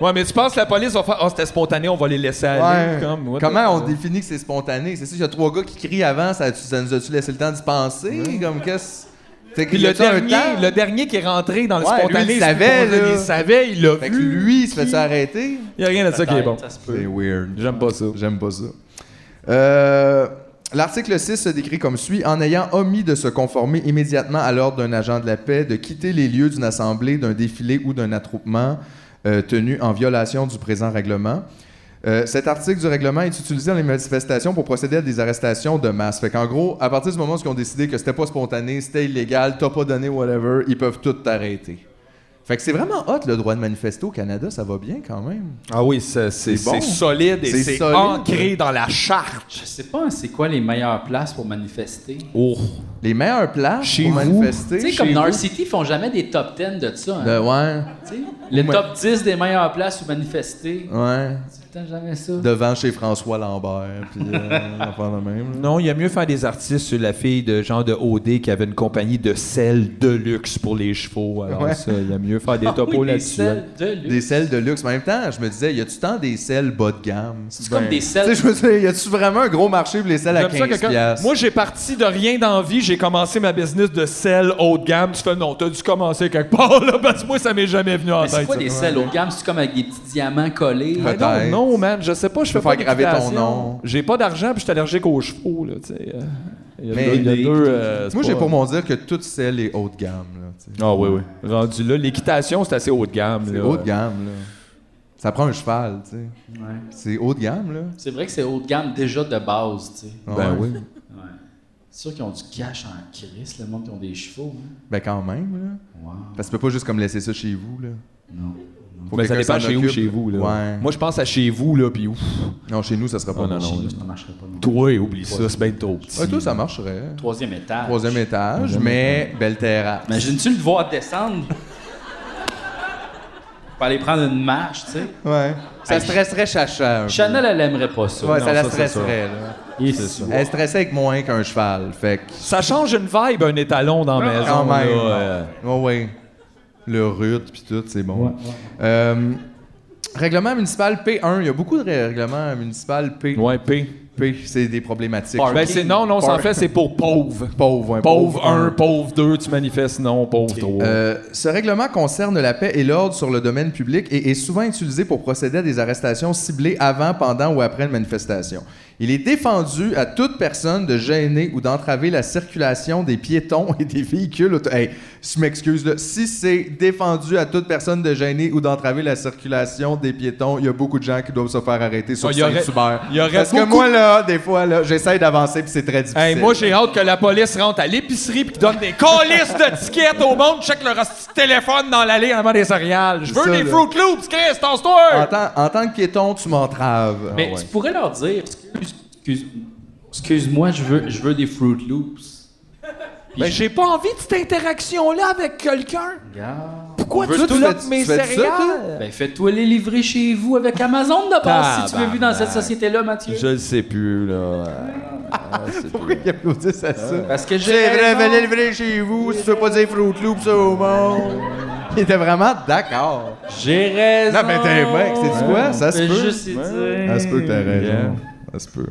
Ouais, mais tu penses que la police va faire Ah, c'était spontané, on va les laisser aller. Ouais. Comme, what the- Comment on définit que c'est spontané? C'est ça, il y a trois gars qui crient avant, ça, ça nous a-tu laissé le temps d'y penser? Comme qu'est-ce... T'as- Puis y le a-tu un dernier, temps? le dernier qui est rentré dans le Ouais, lui, spontané, il savait, spontané, là. il savait, il l'a Fait que vu. lui, il se fait arrêter? Il y a rien de ça qui est bon. Ça se peut. C'est weird. J'aime pas ça. J'aime pas ça. Euh, L'article 6 se décrit comme suit En ayant omis de se conformer immédiatement à l'ordre d'un agent de la paix, de quitter les lieux d'une assemblée, d'un défilé ou d'un attroupement euh, tenu en violation du présent règlement. Euh, cet article du règlement est utilisé dans les manifestations pour procéder à des arrestations de masse. Fait qu'en gros, à partir du moment où ils ont décidé que c'était pas spontané, c'était illégal, t'as pas donné whatever, ils peuvent tout t'arrêter. Fait que c'est vraiment hot le droit de manifester au Canada, ça va bien quand même. Ah oui, c'est c'est bon. solide et C'est c'est solide. ancré dans la charte. Je sais pas, c'est quoi les meilleures places pour manifester? Oh. Les meilleurs plats Chez pour vous. manifester. Tu sais, comme Narcity, ils font jamais des top 10 de ça. Hein? De- ouais, Tu sais, Le Ouais. top 10 des meilleures places où manifester. ouais. C'est le temps jamais ça. Devant chez François Lambert, puis euh, affaire de même. là. Non, il y a mieux faire des artistes sur la fille de Jean de OD qui avait une compagnie de sel de luxe pour les chevaux. Alors Ouais. ça, il y a mieux faire des Ah topos oui, des là-dessus. selles de luxe. Des selles de luxe. Mais en même temps, je me disais, y a-tu tant des selles bas de gamme? C'est comme des Tu sais, selles. je me disais, y a-tu vraiment un gros marché pour les selles à J'aime ça 15 que quand- piastres? Moi, j'ai parti de rien d'envie. J'ai commencé ma business de sel haut de gamme. Tu fais non, t'as dû commencer quelque part, là, parce que moi, ça m'est jamais venu en Mais tête. c'est quoi ça. des selles haut de gamme? C'est comme avec des petits diamants collés. Ouais. Mais non, Peut-être. non, man, je sais pas, je fais peux pas faire graver ton d'équitation. nom. J'ai pas d'argent, puis je suis allergique aux chevaux, là, tu sais. euh, Il y a Mais deux- il y a les- deux, euh, c'est Moi, j'ai pas- pour mon dire que toute selle est haut de gamme. là, tu sais. Ah oui, oui. Rendu là, l'équitation, c'est assez haut de gamme. C'est là. haut de gamme, là. Ça prend un cheval, tu sais. C'est haut de gamme, là. C'est vrai que c'est haut de gamme déjà de base, tu sais. Ouais. Ben oui. C'est sûr qu'ils ont du cash en crise, le monde qui ont des chevaux. hein. Ben quand même, là. Wow. Parce que tu peux pas juste comme laisser ça chez vous, là. Non. Faut Mais ça quelqu'un dépend s'en chez où, occupe. chez vous, là. Ouais. Moi, je pense à chez vous, là, puis ouf. Ah Non, chez nous, ça serait pas non, Chez possible. non. nous, ça marcherait pas. non. Toi, oublie ça, c'est bien trop petit. Ouais, toi, ça marcherait. Troisième étage. Troisième étage, mais belle terrasse. Imagines-tu le devoir descendre? Pour aller prendre une marche, tu sais. Ouais. Ça stresserait Chacha. un peu. Chanel, elle aimerait pas ça. Ouais, Non, ça la c'est sûr. stresserait, là. Et c'est Elle stressait avec moins qu'un cheval, fait que... Ça change une vibe, un étalon dans la maison. Ah, Quand même. là, euh. Ouais, ouais. Le rut, puis tout, c'est bon. Euh, règlement municipal P1. Il y a beaucoup de ré- règlements municipaux P. Ouais, P. P, c'est des problématiques. Ben, c'est non, non, ça en fait, c'est pour pauvre. Pauvre, hein, Pauvre un. 1, pauvre 2, tu manifestes non, pauvre 3. Euh, ce règlement concerne la paix et l'ordre sur le domaine public et est souvent utilisé pour procéder à des arrestations ciblées avant, pendant ou après une manifestation. Il est défendu à toute personne de gêner ou d'entraver la circulation des piétons et des véhicules. auto- Hey, je m'excuse, là. si c'est défendu à toute personne de gêner ou d'entraver la circulation des piétons, il y a beaucoup de gens qui doivent se faire arrêter sur Ah, il y aurait- Saint-Hubert. il y aurait Parce que beaucoup- moi, là, des fois, là, j'essaie d'avancer puis c'est très difficile. Hey, moi, j'ai hâte que la police rentre à l'épicerie puis qu'ils donnent des colisses de tickets au monde, check leur hostie de téléphone dans l'allée en avant des céréales. Je veux Ça, des là. Fruit Loops, Chris, en, tasse-toi! tant, en tant que piéton, tu m'entraves. Mais Ah ouais. tu pourrais leur dire, excuse, excuse, excuse-moi, je veux, je veux des Fruit Loops. Ben, j'ai pas envie de cette interaction-là avec quelqu'un. Regarde. Pourquoi Veux- tu tu bloques fais- mes tu fais ça, céréales? Ben, fais-toi les livrer chez vous avec Amazon de base, si tu veux vivre dans cette société-là, Mathieu. Je le sais plus, là. Ah, Pourquoi ils applaudissent à ça? Parce que j'ai. C'est vrai, raison. venez le vrai chez vous, si tu veux pas dire Fruit Loops ça, au monde. Il était vraiment d'accord. J'ai raison. Non, mais t'es mec, c'est du quoi? Ça se Je peut. veux juste y dire. se peut, t'as raison. Ça se peut.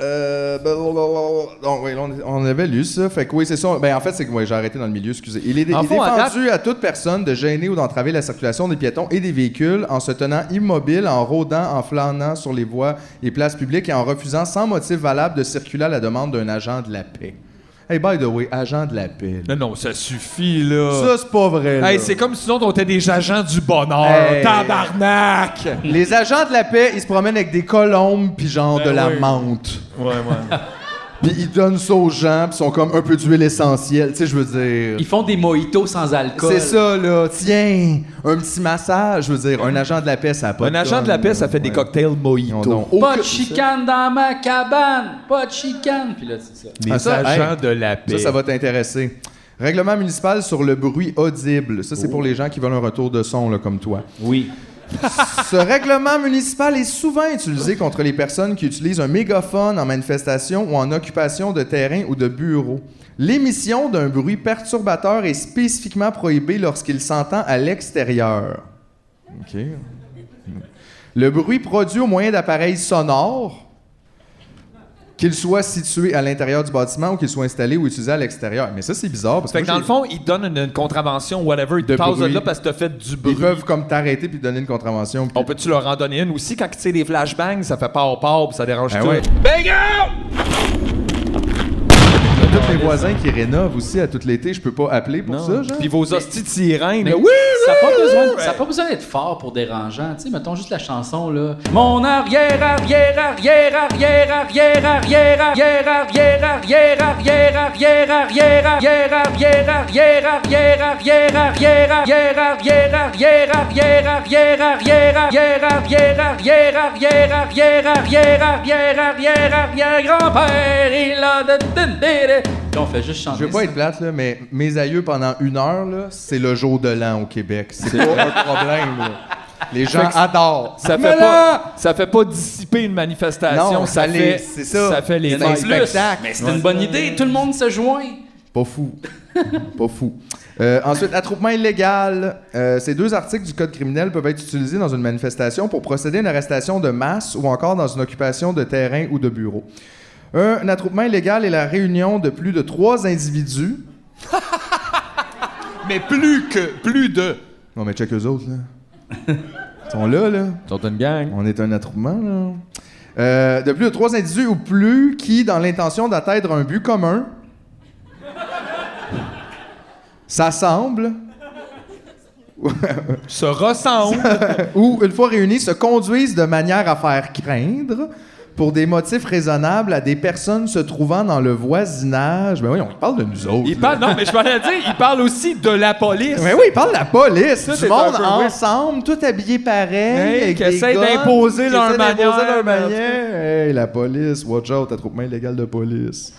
Euh, blablabla. donc, oui, là, on on avait lu ça. Fait que oui, c'est ça. Ben, en fait, c'est que ouais, j'ai arrêté dans le milieu, excusez. Il est, il En est fond, à défendu à toute personne de gêner ou d'entraver la circulation des piétons et des véhicules en se tenant immobile, en rôdant, en flânant sur les voies et places publiques et en refusant sans motif valable de circuler à la demande d'un agent de la paix. Hey, by the way, agent de la paix. Non, non, ça suffit, là. Ça, c'est pas vrai, là. Hey, c'est comme si on était des agents du bonheur. Hey. Tabarnak! Les agents de la paix, ils se promènent avec des colombes puis genre Ben de la oui. menthe. Ouais, ouais. Puis ils donnent ça aux gens, puis sont comme un peu d'huile essentielle, tu sais, je veux dire. Ils font des mojitos sans alcool. C'est ça, là. Tiens, un petit massage, je veux dire, un agent de la paix, ça a pas Un agent de la paix, ça fait des cocktails mojito. Oh, Pas de chicane dans ma cabane! Pas de chicane! Puis là, c'est ça. Les agents de la paix. Ah, Ça, ça va t'intéresser. Règlement municipal sur le bruit audible. Ça, c'est Oh. pour les gens qui veulent un retour de son, là, comme toi. Oui. Ce règlement municipal est souvent utilisé contre les personnes qui utilisent un mégaphone en manifestation ou en occupation de terrain ou de bureau. L'émission d'un bruit perturbateur est spécifiquement prohibée lorsqu'il s'entend à l'extérieur. OK. Le bruit produit au moyen d'appareils sonores, qu'il soit situé à l'intérieur du bâtiment ou qu'il soit installé ou utilisé à l'extérieur. Mais ça, c'est bizarre. Parce que Fait que moi, dans le j'ai- fond, ils donnent une, une contravention, whatever, ils te De passent de bruit. là parce que t'as fait du bruit. ils peuvent comme t'arrêter puis te donner une contravention. puis- On peut-tu leur en donner une aussi? Quand tu sais des flashbangs, ça fait peur, peur, puis ça dérange Ben tout. ouais. Big out! tous les voisins qui rénovent aussi à tout l'été, je peux pas appeler pour ça, genre. Puis vos hosties de sirènes, Mais là, oui, ça n'a oui, pas, besoin- oui. ça a pas besoin d'être fort pour dérangeant. Tu sais, mettons juste la chanson, là. Mon arrière, arrière, arrière, arrière, arrière, arrière, arrière, arrière, arrière, arrière, arrière, arrière, arrière, arrière, arrière, arrière, arrière, arrière, arrière, arrière, arrière, arrière, arrière, arrière, arrière, arrière, arrière, arrière, arrière, arrière, arrière, arrière, arrière, grand-père, il a de- de- de- de- Puis on fait juste chanter Je veux ça. pas être plate, là, mais mes aïeux, pendant une heure, là, c'est le jour de l'an au Québec. C'est pas un problème. là. Les gens Fait que- adorent. Ça Mais fait, là, pas, ça fait pas dissiper une manifestation, Non, ça ça, fait, les- c'est ça. fait les C'est un vibes. spectacle. Mais c'est une bonne idée, tout le monde se joint. Pas fou. pas fou. Euh, ensuite, attroupement illégal. Euh, ces deux articles du Code criminel peuvent être utilisés dans une manifestation pour procéder à une arrestation de masse ou encore dans une occupation de terrain ou de bureau. Un attroupement illégal est la réunion de plus de trois individus. Mais plus que, plus de. Non, mais check eux autres, là. Ils sont là, là. T'es une gang. On est un attroupement, là. Euh, de plus de trois individus ou plus qui, dans l'intention d'atteindre un but commun, s'assemblent Se ressemblent. ou, une fois réunis, se conduisent de manière à faire craindre pour des motifs raisonnables à des personnes se trouvant dans le voisinage. Ben oui, on parle de nous autres. là. Ils parlent, non, mais je parlais dire, ils parlent aussi de la police. Ben oui, ils parlent de la police, Ça, tout c'est le monde un peu weird. ensemble, tout habillé pareil, Hey, avec qui des essaient guns, d'imposer qui leur essaient d'imposer manière, leur mais en tout cas- manière. Hey, la police, watch out, attroupement illégal de police.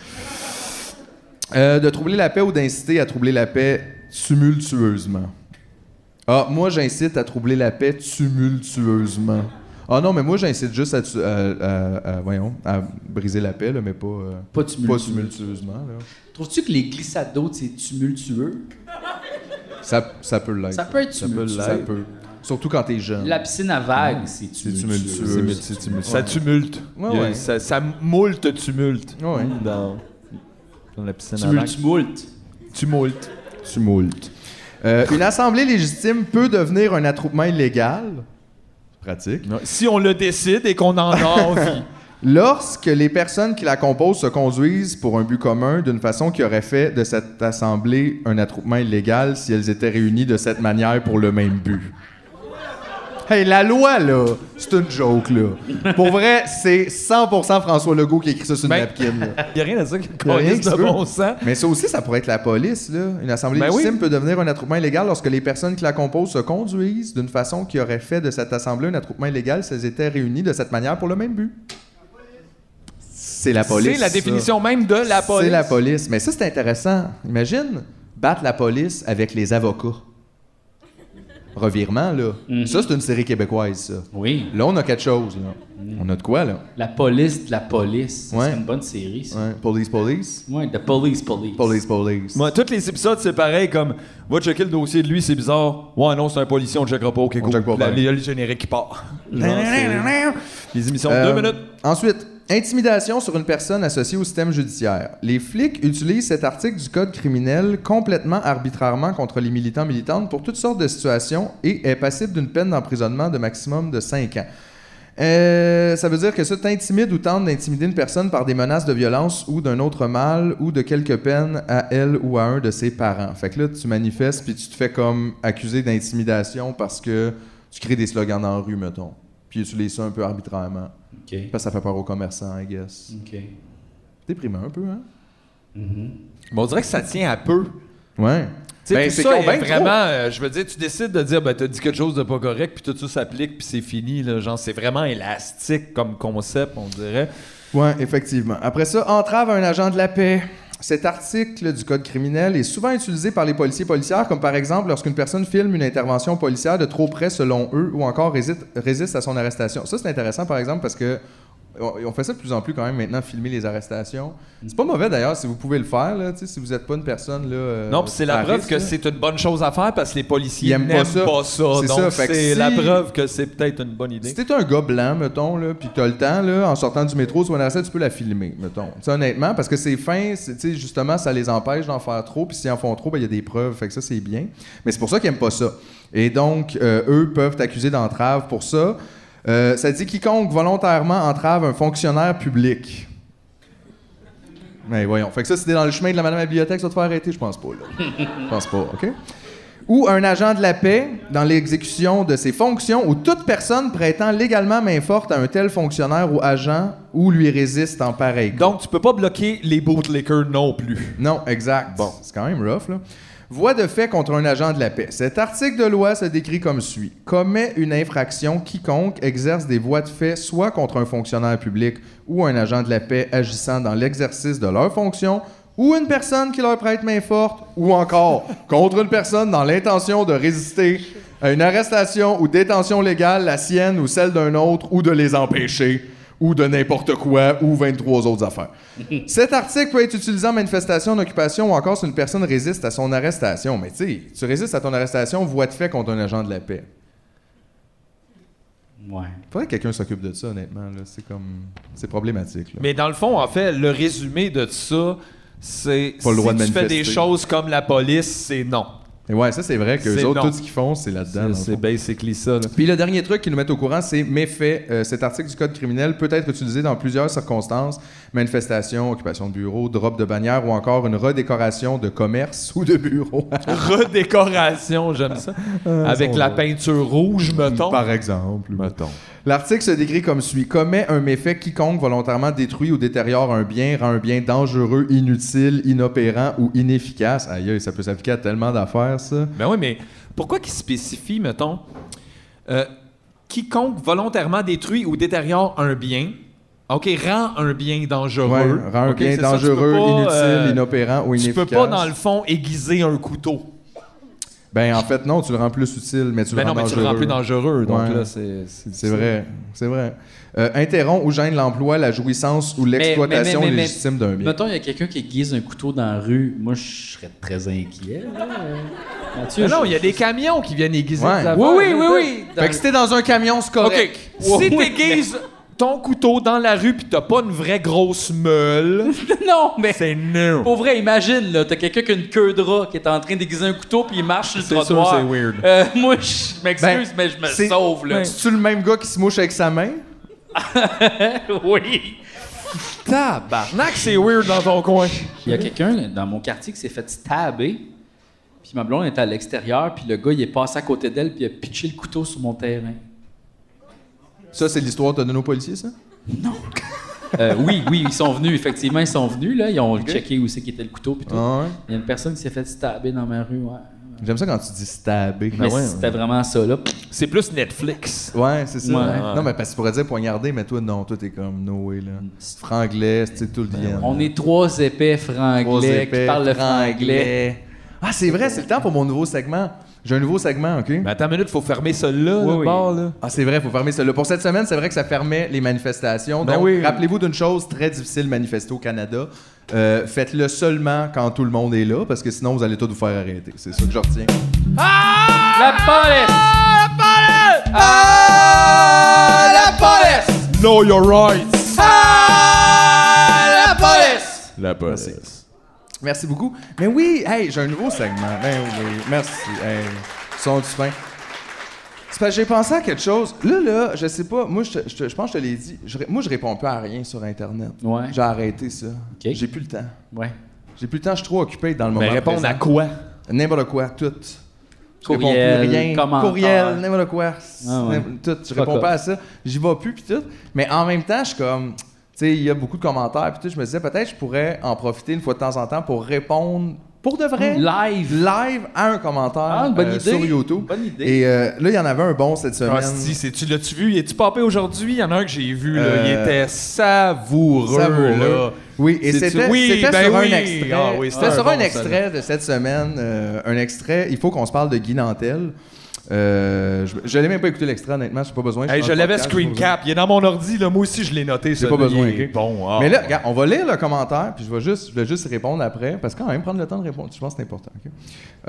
Euh, de troubler la paix ou d'inciter à troubler la paix tumultueusement. Ah, moi j'incite à troubler la paix tumultueusement. Ah non, mais moi j'incite juste à, tu- à- à- à- voyons, à briser la paix, là, mais pas, euh, Pas tumultueux. tumultueusement. là. Trouves-tu que les glissades d'eau, c'est tumultueux? Ça, ça peut l'être. Ça peut être Ça peut tumultueux. l'être. Ça peut. Surtout quand t'es jeune. La piscine à vagues, c'est C'est tumultueux. tumultueux. C'est tumultueux. Ça tumulte. Ouais, Il y a- ouais. Ça, ça moulte tumulte. Ouais. Dans, dans la piscine à lac. Tumultumoult. Tumulte. Tumulte. Euh, une assemblée légitime peut devenir un attroupement illégal. Pratique. Non, Si on le décide et qu'on en a envie. Lorsque les personnes qui la composent se conduisent pour un but commun d'une façon qui aurait fait de cette assemblée un attroupement illégal si elles étaient réunies de cette manière pour le même but. Hey, la loi, là, c'est une joke, là. Pour vrai, c'est 100% François Legault qui écrit ça sur une Ben, napkin, là. Il n'y a rien à dire que Y a rien câlisse qui de se peut. bon sens. Mais ça aussi, ça pourrait être la police, là. Une assemblée Ben oui. légitime peut devenir un attroupement illégal lorsque les personnes qui la composent se conduisent d'une façon qui aurait fait de cette assemblée un attroupement illégal si elles étaient réunies de cette manière pour le même but. C'est la police. C'est la ça. définition même de la police. C'est la police. Mais ça, c'est intéressant. Imagine battre la police avec les avocats. Revirement, là. Ça, c'est une série québécoise, ça. Oui, Là, on a quelque chose, là. On a de quoi, là? la police de la police. Ça, Ouais. C'est une bonne série, ça. Ouais. Police, police. Ouais, The Police Police. Police, police. Moi, tous les épisodes, c'est pareil, comme va checker le dossier de lui, c'est bizarre. Ouais, non, c'est un policier, on checkera pas. Ok, cool. check pas, La- pareil. Il y a le générique qui part. les émissions de Euh, deux minutes. Ensuite, intimidation sur une personne associée au système judiciaire. Les flics utilisent cet article du Code criminel complètement arbitrairement contre les militants militantes pour toutes sortes de situations et est passible d'une peine d'emprisonnement de maximum de 5 ans. Euh, ça veut dire que ça t'intimide ou tente d'intimider une personne par des menaces de violence ou d'un autre mal ou de quelque peine à elle ou à un de ses parents. Fait que là, tu manifestes puis tu te fais comme accuser d'intimidation parce que tu crées des slogans dans la rue, mettons. Puis tu les ça un peu arbitrairement. OK. Parce que ça fait peur aux commerçants, I Mm. guess. OK. Déprimant un peu, hein? Mais on dirait que ça tient à peu. Ouais. Tu sais, Ben, tout c'est ça qu'on est ben trop. vraiment, euh, je veux dire, tu décides de dire, ben, t'as dit quelque chose de pas correct, puis tout ça s'applique, puis c'est fini, là. Genre, c'est vraiment élastique comme concept, on dirait. Ouais, effectivement. Après ça, entrave à un agent de la paix. Cet article du Code criminel est souvent utilisé par les policiers et policières, comme par exemple lorsqu'une personne filme une intervention policière de trop près selon eux ou encore résiste, résiste à son arrestation. Ça, c'est intéressant par exemple parce que on on fait ça de plus en plus quand même maintenant, filmer les arrestations. Mm. C'est pas mauvais d'ailleurs si vous pouvez le faire, là, tu sais, si vous n'êtes pas une personne. Là, euh, non, puis c'est la à preuve risque, que là. c'est une bonne chose à faire parce que les policiers Ils aiment n'aiment pas pas ça. ça. C'est ça, donc, fait que c'est si- la preuve que c'est peut-être une bonne idée. Si t'es un gars blanc, mettons, là, pis t'as le temps, là, en sortant du métro, sur une recette, tu peux la filmer, mettons. Tu sais, honnêtement, parce que c'est fin, c'est- tu sais, justement, ça les empêche d'en faire trop, puis s'ils en font trop, ben, il y a des preuves, fait que ça, c'est bien. Mais c'est pour ça qu'ils aiment pas ça. Et donc, euh, eux peuvent t'accuser d'entrave pour ça. Euh, ça dit quiconque volontairement entrave un fonctionnaire public. Mais voyons. Fait que ça, si t'es dans le chemin de la madame à la bibliothèque, ça va te faire arrêter, je pense pas, là. Je pense pas, OK? Ou un agent de la paix dans l'exécution de ses fonctions ou toute personne prêtant légalement main forte à un tel fonctionnaire ou agent ou lui résiste en pareil cas. Donc, tu peux pas bloquer les bootlickers non plus. Non, exact. Bon, c'est quand même rough, là. Voie de fait contre un agent de la paix. Cet article de loi se décrit comme suit. Commet une infraction quiconque exerce des voies de fait soit contre un fonctionnaire public ou un agent de la paix agissant dans l'exercice de leur fonction ou une personne qui leur prête main forte ou encore contre une personne dans l'intention de résister à une arrestation ou détention légale, la sienne ou celle d'un autre, ou de les empêcher, ou de n'importe quoi, ou 23 autres affaires. Cet article peut être utilisé en manifestation, en occupation ou encore si une personne résiste à son arrestation. Mais tu sais, tu résistes à ton arrestation, voie de fait contre un agent de la paix. Ouais. Faudrait que quelqu'un s'occupe de ça, honnêtement. là. C'est comme. C'est problématique. là. Mais dans le fond, en fait, le résumé de ça, c'est Pas le droit si de tu fais des manifester. choses comme la police, c'est non. Et ouais, ça, c'est vrai que C'est eux autres, non. tout ce qu'ils font, c'est là-dedans. dans le C'est c'est fond. basically ça. là. Puis le dernier truc qu'ils nous mettent au courant, c'est méfait. Euh, cet article du Code criminel peut être utilisé dans plusieurs circonstances manifestation, occupation de bureau, drop de bannière ou encore une redécoration de commerce ou de bureau. Redécoration, j'aime ça. Euh, Avec sont la drôles. peinture rouge, mettons. Par exemple. L'article se décrit comme suit commet un méfait quiconque volontairement détruit ou détériore un bien, rend un bien dangereux, inutile, inopérant ou inefficace. Aïe, aïe, ça peut s'appliquer à tellement d'affaires, ça. Ben oui, mais pourquoi qu'il spécifie, mettons, euh, quiconque volontairement détruit ou détériore un bien, OK, rend un bien dangereux. Ouais, rend un OK, bien c'est ça, tu peux dangereux, pas, inutile, euh, inopérant ou Tu inefficace. peux pas, dans le fond, aiguiser un couteau. Ben, en fait, non, tu le rends plus utile, mais tu Ben le non, rends mais tu dangereux. le rends plus dangereux. Donc Ouais. là, c'est. C'est vrai, c'est vrai. Euh, interrompt ou gêne l'emploi, la jouissance ou l'exploitation Mais- mais- mais- mais- légitime d'un bien. Mettons, il y a quelqu'un qui aiguise un couteau dans la rue. Moi, je serais très inquiet. là. Mathieu, Mais non, je- il y a des camions qui viennent aiguiser Ouais. des affaires, Oui, oui, là. oui, oui. Fait que si t'es dans un camion, c'est correct. OK. Si t'aiguises ton couteau dans la rue pis t'as pas une vraie grosse meule, non, mais c'est non. Pour vrai, imagine, là, t'as quelqu'un qui a une queue de rat qui est en train d'aiguiser un couteau puis il marche sur le C'est sûr, trottoir. c'est weird. Euh, moi, je m'excuse, Ben, mais je me c'est- ben, sauve, là. C'est-tu le même gars qui se mouche avec sa main? oui. Tabarnak, c'est weird dans ton coin. Il y a quelqu'un dans mon quartier qui s'est fait stabber. Puis ma blonde était à l'extérieur, puis le gars, il est passé à côté d'elle, puis il a pitché le couteau sur mon terrain. Ça, c'est l'histoire de nos policiers, ça? Euh, oui, oui, ils sont venus, effectivement, ils sont venus, là. Ils ont checké où c'est qu'était le couteau, puis tout. Ah ouais. Il y a une personne qui s'est fait stabber dans ma rue, ouais. J'aime ça quand tu dis stabé. Mais c'était vraiment ça, là. C'est plus Netflix. Ouais, c'est ça. Ouais. Mm. Non, mais parce que tu pourrais dire poignarder, mais toi, non, toi, t'es comme Noé, là. C'est franglais, c'est tout le lien. Ben On est trois épais franglais Trois épais, qui parlent le franglais. franglais. Ah, c'est vrai, c'est le temps pour mon nouveau segment. J'ai un nouveau segment, OK? Ben. Mais attends une minute, faut fermer ça là, Oui, le oui. bar, là. Ah, c'est vrai, il faut fermer cela. Pour cette semaine, c'est vrai que ça fermait les manifestations. Ben Donc, oui. rappelez-vous d'une chose très difficile manifester au Canada. Euh, Faites-le seulement quand tout le monde est là, parce que sinon, vous allez tout vous faire arrêter. C'est ça que je retiens. La police! Ah, Ah, Know your rights! la Ah, police! La police. Ah, Merci beaucoup. Mais ben oui, hey, j'ai un nouveau segment. Ben oui, merci. Hey, sont du fin. C'est parce que j'ai pensé à quelque chose. Là, là, je sais pas. Moi, je, te- je te- je pense que je te l'ai dit. Je ré- moi, je réponds plus à rien sur Internet. Ouais. J'ai arrêté ça. J'ai plus le temps. Ouais. J'ai plus le temps. Je suis trop occupé dans le moment. répondre présent. à quoi? N'importe quoi. Tout. Je réponds Courriel, plus rien. commentaire. Courriel, n'importe quoi. Ah ouais. N'im- Tout. Je Fuck réponds off. pas à ça. J'y vais plus, puis tout. Mais en même temps, je suis comme. Tu sais, il y a beaucoup de commentaires, puis tout. Je me disais, peut-être je pourrais en profiter une fois de temps en temps pour répondre. Pour de vrai. Live. Live à un commentaire euh, Ah, une bonne idée. sur YouTube. Bonne idée. Et euh, là, il y en avait un bon cette semaine. Ah, si, c'est- tu l'as-tu vu? Il est-tu popé aujourd'hui? Il y en a un que j'ai vu, là. Il Euh, était savoureux, Savoureux. là. Oui, et C'est-tu- c'était Oui, c'était ben sur oui. un extrait. Ah oui, c'était c'était sur un un bon, extrait de cette semaine. euh, un extrait, il faut qu'on se parle de Guy Nantel. Euh, je je l'ai même pas écouté l'extrait, honnêtement, j'ai pas besoin. suis Hey, je dans le l'avais podcast, j'ai screen pas besoin. cap. Il est dans mon ordi, là. Moi aussi, je l'ai noté. J'ai ça, pas là. besoin, Il est ok. Bon, ah. Mais là, regarde, on va lire le commentaire, puis je vais juste, je vais juste répondre après, parce que quand même, prendre le temps de répondre, je pense que c'est important. ok?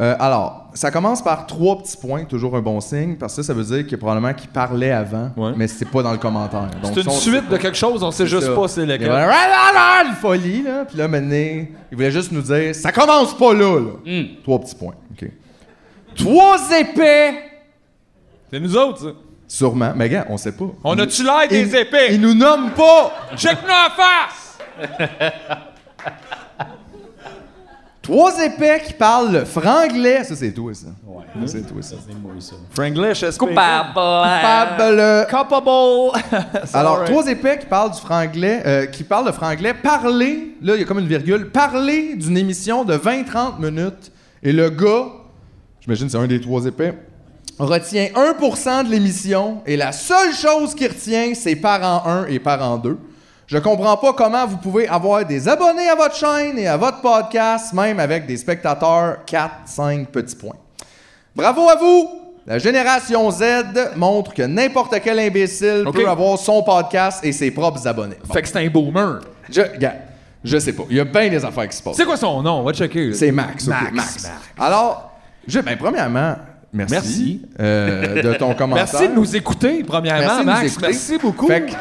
Euh, alors, ça commence par trois petits points, toujours un bon signe, parce que ça, ça veut dire qu'il y a probablement qu'il parlait avant, mais c'est pas dans le commentaire. Donc, C'est une ça, on- suite de quelque chose, on sait juste ça. pas c'est Il y lequel. avait un rah, rah, rah, une folie, là. Puis là, maintenant, il voulait juste nous dire ça commence pas là, là. Hmm. Trois petits points. OK. Trois épais. C'est nous autres, ça. Sûrement. Mais gars, on sait pas. On a-tu l'air des Il- épées? Il nous nomme pas. Check-nous en face! Trois épais qui parlent le franglais. Ça, c'est toi, ça. Ouais. c'est toi, Euh, ça. Franglish, est-ce Coupable. Coupable. Alors, trois épais qui parlent du franglais, euh, qui parlent le franglais, parler, là, il y a comme une virgule, parler d'une émission de 20-30 minutes. Et le gars, j'imagine que c'est un des trois épais, retient 1% de l'émission et la seule chose qu'il retient, c'est parent 1 et parent 2. Je comprends pas comment vous pouvez avoir des abonnés à votre chaîne et à votre podcast, même avec des spectateurs 4-5 petits points. Bravo à vous! La génération Z montre que n'importe quel imbécile Ok. peut avoir son podcast et ses propres abonnés. Bon. Fait que c'est un boomer. Je, gars, je sais pas. Il y a bien des affaires qui se passent. C'est quoi son nom? On va checker. là. C'est Max. ok, Max, Max. Max. Alors, je, ben, premièrement, merci, Merci. euh, de ton commentaire. Merci de nous écouter, premièrement, Merci de nous Max. écouter. Merci beaucoup. Fait que-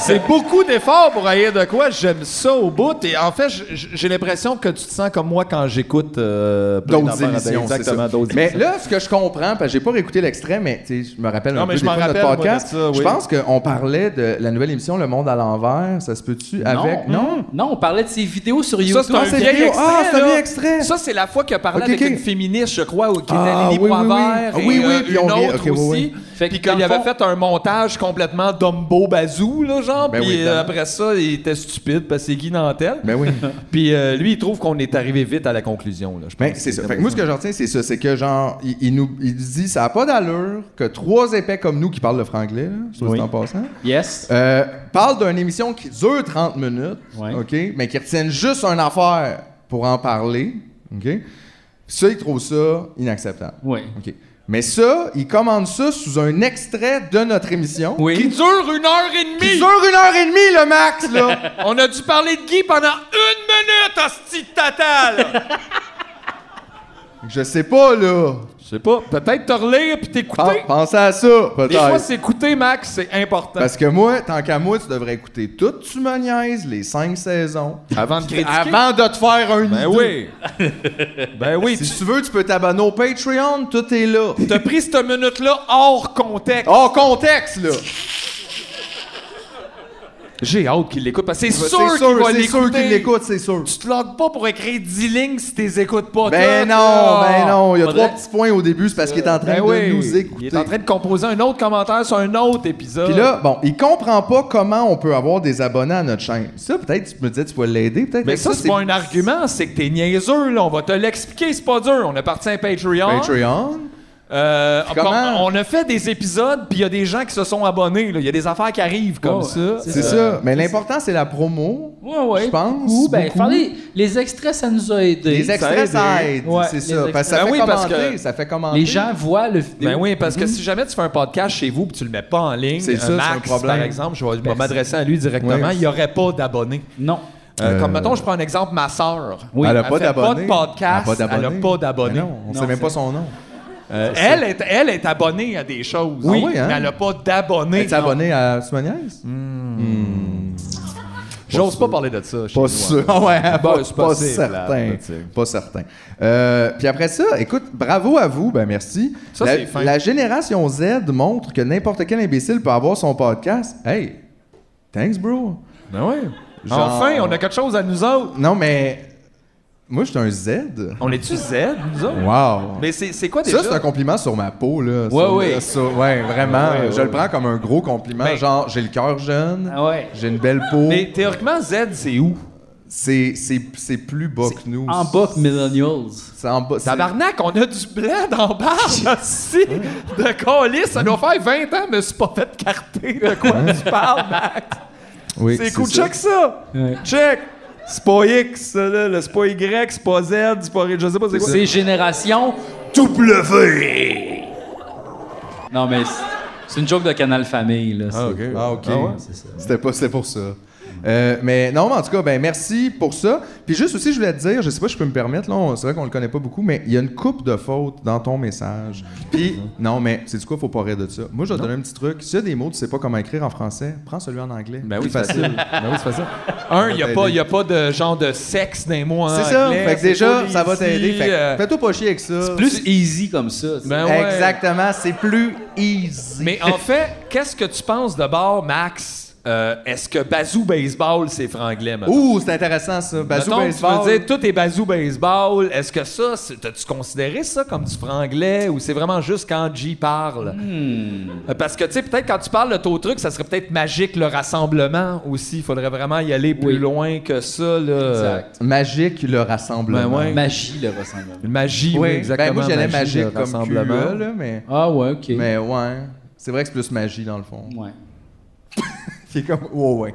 C'est beaucoup d'efforts pour haïr de quoi. J'aime ça au bout. Et en fait, j- j- j'ai l'impression que tu te sens comme moi quand j'écoute euh, plein d'autres d'affaires. émissions, c'est Exactement, ça. d'autres Mais émissions. là, ce que je comprends, parce que j'ai pas réécouté l'extrait, mais tu sais, je me rappelle Non, un mais peu je des m'en fois de rappelle, notre moi, podcast. de ça, oui. Je pense qu'on parlait de la nouvelle émission Le Monde à l'envers. Ça se peut-tu avec Non, non, on parlait de ses vidéos sur YouTube. Ça, c'est un c'est vieil vidéo. extrait. Ah, c'est un là. vieil extrait. Ça, c'est la fois qu'il a parlé Ok, avec ok. une féministe, je crois, ou qui était Ah, Lily oui, oui, oui. Poivert Ah, et oui, oui, euh, puis une on rit. autre Ok, oui, aussi. oui. Fait que Puis dans qu'il le avait fond- fait un montage complètement Dumbo Bazoo, là, genre. Ben oui, puis euh, évidemment. après ça, il était stupide parce que c'est Guy Nantel. Ben oui. Puis euh, lui, il trouve qu'on est arrivé vite à la conclusion. Là, je Ben, pense c'est ça. Fait que moi, ce que j'en retiens, c'est ça. C'est que, genre, il, il nous il dit ça n'a pas d'allure que trois épais comme nous qui parlent le franglais, là, soit dit Oui. en passant, Yes. euh, parlent d'une émission qui dure 30 minutes, Ouais. OK, mais qui retiennent juste une affaire pour en parler, OK? Ça, ils trouvent ça inacceptable. Oui. OK. Mais ça, ils commandent ça sous un extrait de notre émission. Oui. Qui dure une heure et Qui demie! dure une heure et demie, le max, là! On a dû parler de Guy pendant une minute, hostie de tata, là. Je sais pas, là. Je sais pas, peut-être te relire puis t'écouter. Pen- Pensez à ça, Des fois, Ah, peut-être. s'écouter, Max, c'est important. Parce que moi, tant qu'à moi, tu devrais écouter toute Tu me niaises, les cinq saisons. Avant de critiquer. Avant de te faire un Ben idée. oui. ben oui. Si tu veux, tu peux t'abonner au Patreon, tout est là. Tu as pris cette minute-là hors contexte. Oh, contexte, là! J'ai hâte qu'il l'écoute parce que c'est C'est sûr qu'il va c'est sûr l'écouter. qu'il l'écoute, c'est sûr. Tu te logs pas pour écrire 10 lignes si t'es écoutes pas. Ben non, toi, là. ben non. Il y a Faudrait- trois petits points au début, c'est parce qu'il est en train Ben de oui. nous écouter. Il est en train de composer un autre commentaire sur un autre épisode. Puis là, bon, il comprend pas comment on peut avoir des abonnés à notre chaîne. Ça, peut-être, tu me disais, tu peux l'aider, peut-être. Mais ça, c'est pas un argument, c'est que t'es niaiseux, là. On va te l'expliquer, c'est pas dur. On est parti à un Patreon. Patreon. Euh, Comment? on on a fait des épisodes, puis il y a des gens qui se sont abonnés. là. Il y a des affaires qui arrivent comme Ouais, ça. C'est ça. Mais l'important, c'est la promo. Ouais, ouais. Je pense, Beaucoup, ben, beaucoup. faire les, les extraits, ça nous a aidés. Les extraits, ça aide. Ouais, c'est les ça. Parce que ça fait extraits. Ben oui, parce commenter. que Ça fait commenter. Les gens voient le vidéo. Ben oui, parce que si jamais tu fais un podcast chez vous et tu le mets pas en ligne, Mhm. C'est euh, ça, c'est Max, un problème. par exemple, je vais- je vais Merci. m'adresser à lui directement, Ouais. il n'y aurait pas d'abonnés. Non. Euh, Euh, Comme mettons, je prends un exemple, ma sœur. Oui. Elle a pas fait d'abonnés. de podcast, Elle a pas elle a d'abonnés. pas d'abonnés. Mais non, on Non, sait même c'est- pas son nom. Euh, elle, est, elle est abonnée à des choses, Oui. Ah oui, hein? mais Mm. elle n'a pas Elle d'abonnés. est abonnée à Soignez? J'ose pas parler de ça. Chez pas nous, sûr. hein. Ouais, pas, Ouais, c'est pas possible, certain. là, tu sais. Pas certain. Euh, puis après ça, écoute, bravo à vous, ben merci. Ça, la, c'est fin. la génération Z montre que n'importe quel imbécile peut avoir son podcast. Hey, thanks, bro. Ben ouais. Enfin, on a quelque chose à nous autres. Non, mais moi, je suis un Z. On est-tu Z, nous autres? Wow. Mais c'est c'est quoi déjà? Ça, c'est un compliment sur ma peau, là. Ouais, Ça, ouais. là, ça, ouais, vraiment. Ouais, ouais, je le ouais. prends comme un gros compliment. Ben- ah genre, j'ai le cœur jeune. J'ai une belle peau. Mais théoriquement, Z, c'est où? C'est c'est- c'est plus bas que nous. En bas que Millennials. C'est en bas. c'est- Tabarnak, on a du blanc dans la barbe aussi, de colis. Ça doit faire 20 ans, mais je me suis pas fait carter. De quoi tu parles, Max? Oui, C'est cool. ça. Check ça. Check. C'est pas X, ça, là. là. C'est pas Y, c'est pas Z, c'est pas R. Je sais pas c'est quoi. C'est Génération double V. Non, mais c'est- c'est une joke de Canal Famille. Là. Ah, C'est- ok. Ah, ok. ouais? C'est ça. C'était pas, c'était pour ça. Euh, mais non, mais en tout cas, ben merci pour ça. Puis juste aussi, je voulais te dire, je sais pas si je peux me permettre, là, on- c'est vrai qu'on le connaît pas beaucoup, mais il y a une coupe de fautes dans ton message. Puis, non, mais c'est du quoi, faut pas rire de ça. Moi, je vais te donner un petit truc. S'il y a des mots, tu sais pas comment écrire en français, prends celui en anglais. Ben oui, Plus c'est facile. ben oui, c'est facile. Un, il n'y Ça va a, pas- t'aider. y a pas de genre de sexe dans les mots en C'est ça. anglais, Fait que c'est déjà, pas ça va easy, t'aider. Fait que euh, fais-toi pas chier avec ça. Plus easy comme ça. tu sais. ben ouais. Exactement, c'est plus easy. Mais en fait, qu'est-ce que tu penses de bord, Max? Euh, Est-ce que Bazou Baseball, c'est franglais, maintenant? Ouh, c'est intéressant ça. Bazou Mettons, baseball. Tu veux dire, tout est Bazou Baseball. Est-ce que ça, c'est- t'as-tu considéré ça comme du franglais ou c'est vraiment juste quand J parle? Hmm. Euh, Parce que, tu sais, peut-être quand tu parles de ton truc, ça serait peut-être magique le rassemblement aussi. Il faudrait vraiment y aller plus Oui. loin que ça, là. Exact. Magique le rassemblement. Ben ouais. Magie, le rassemblement. Une magie, oui, Oui, exactement. Ben moi, j'allais magie, magique le comme QE, rassemblement. là, mais, Ah, ouais, OK. mais ouais. C'est vrai que c'est plus magie, dans le fond. Ouais. Qui est comme, oh, ouais.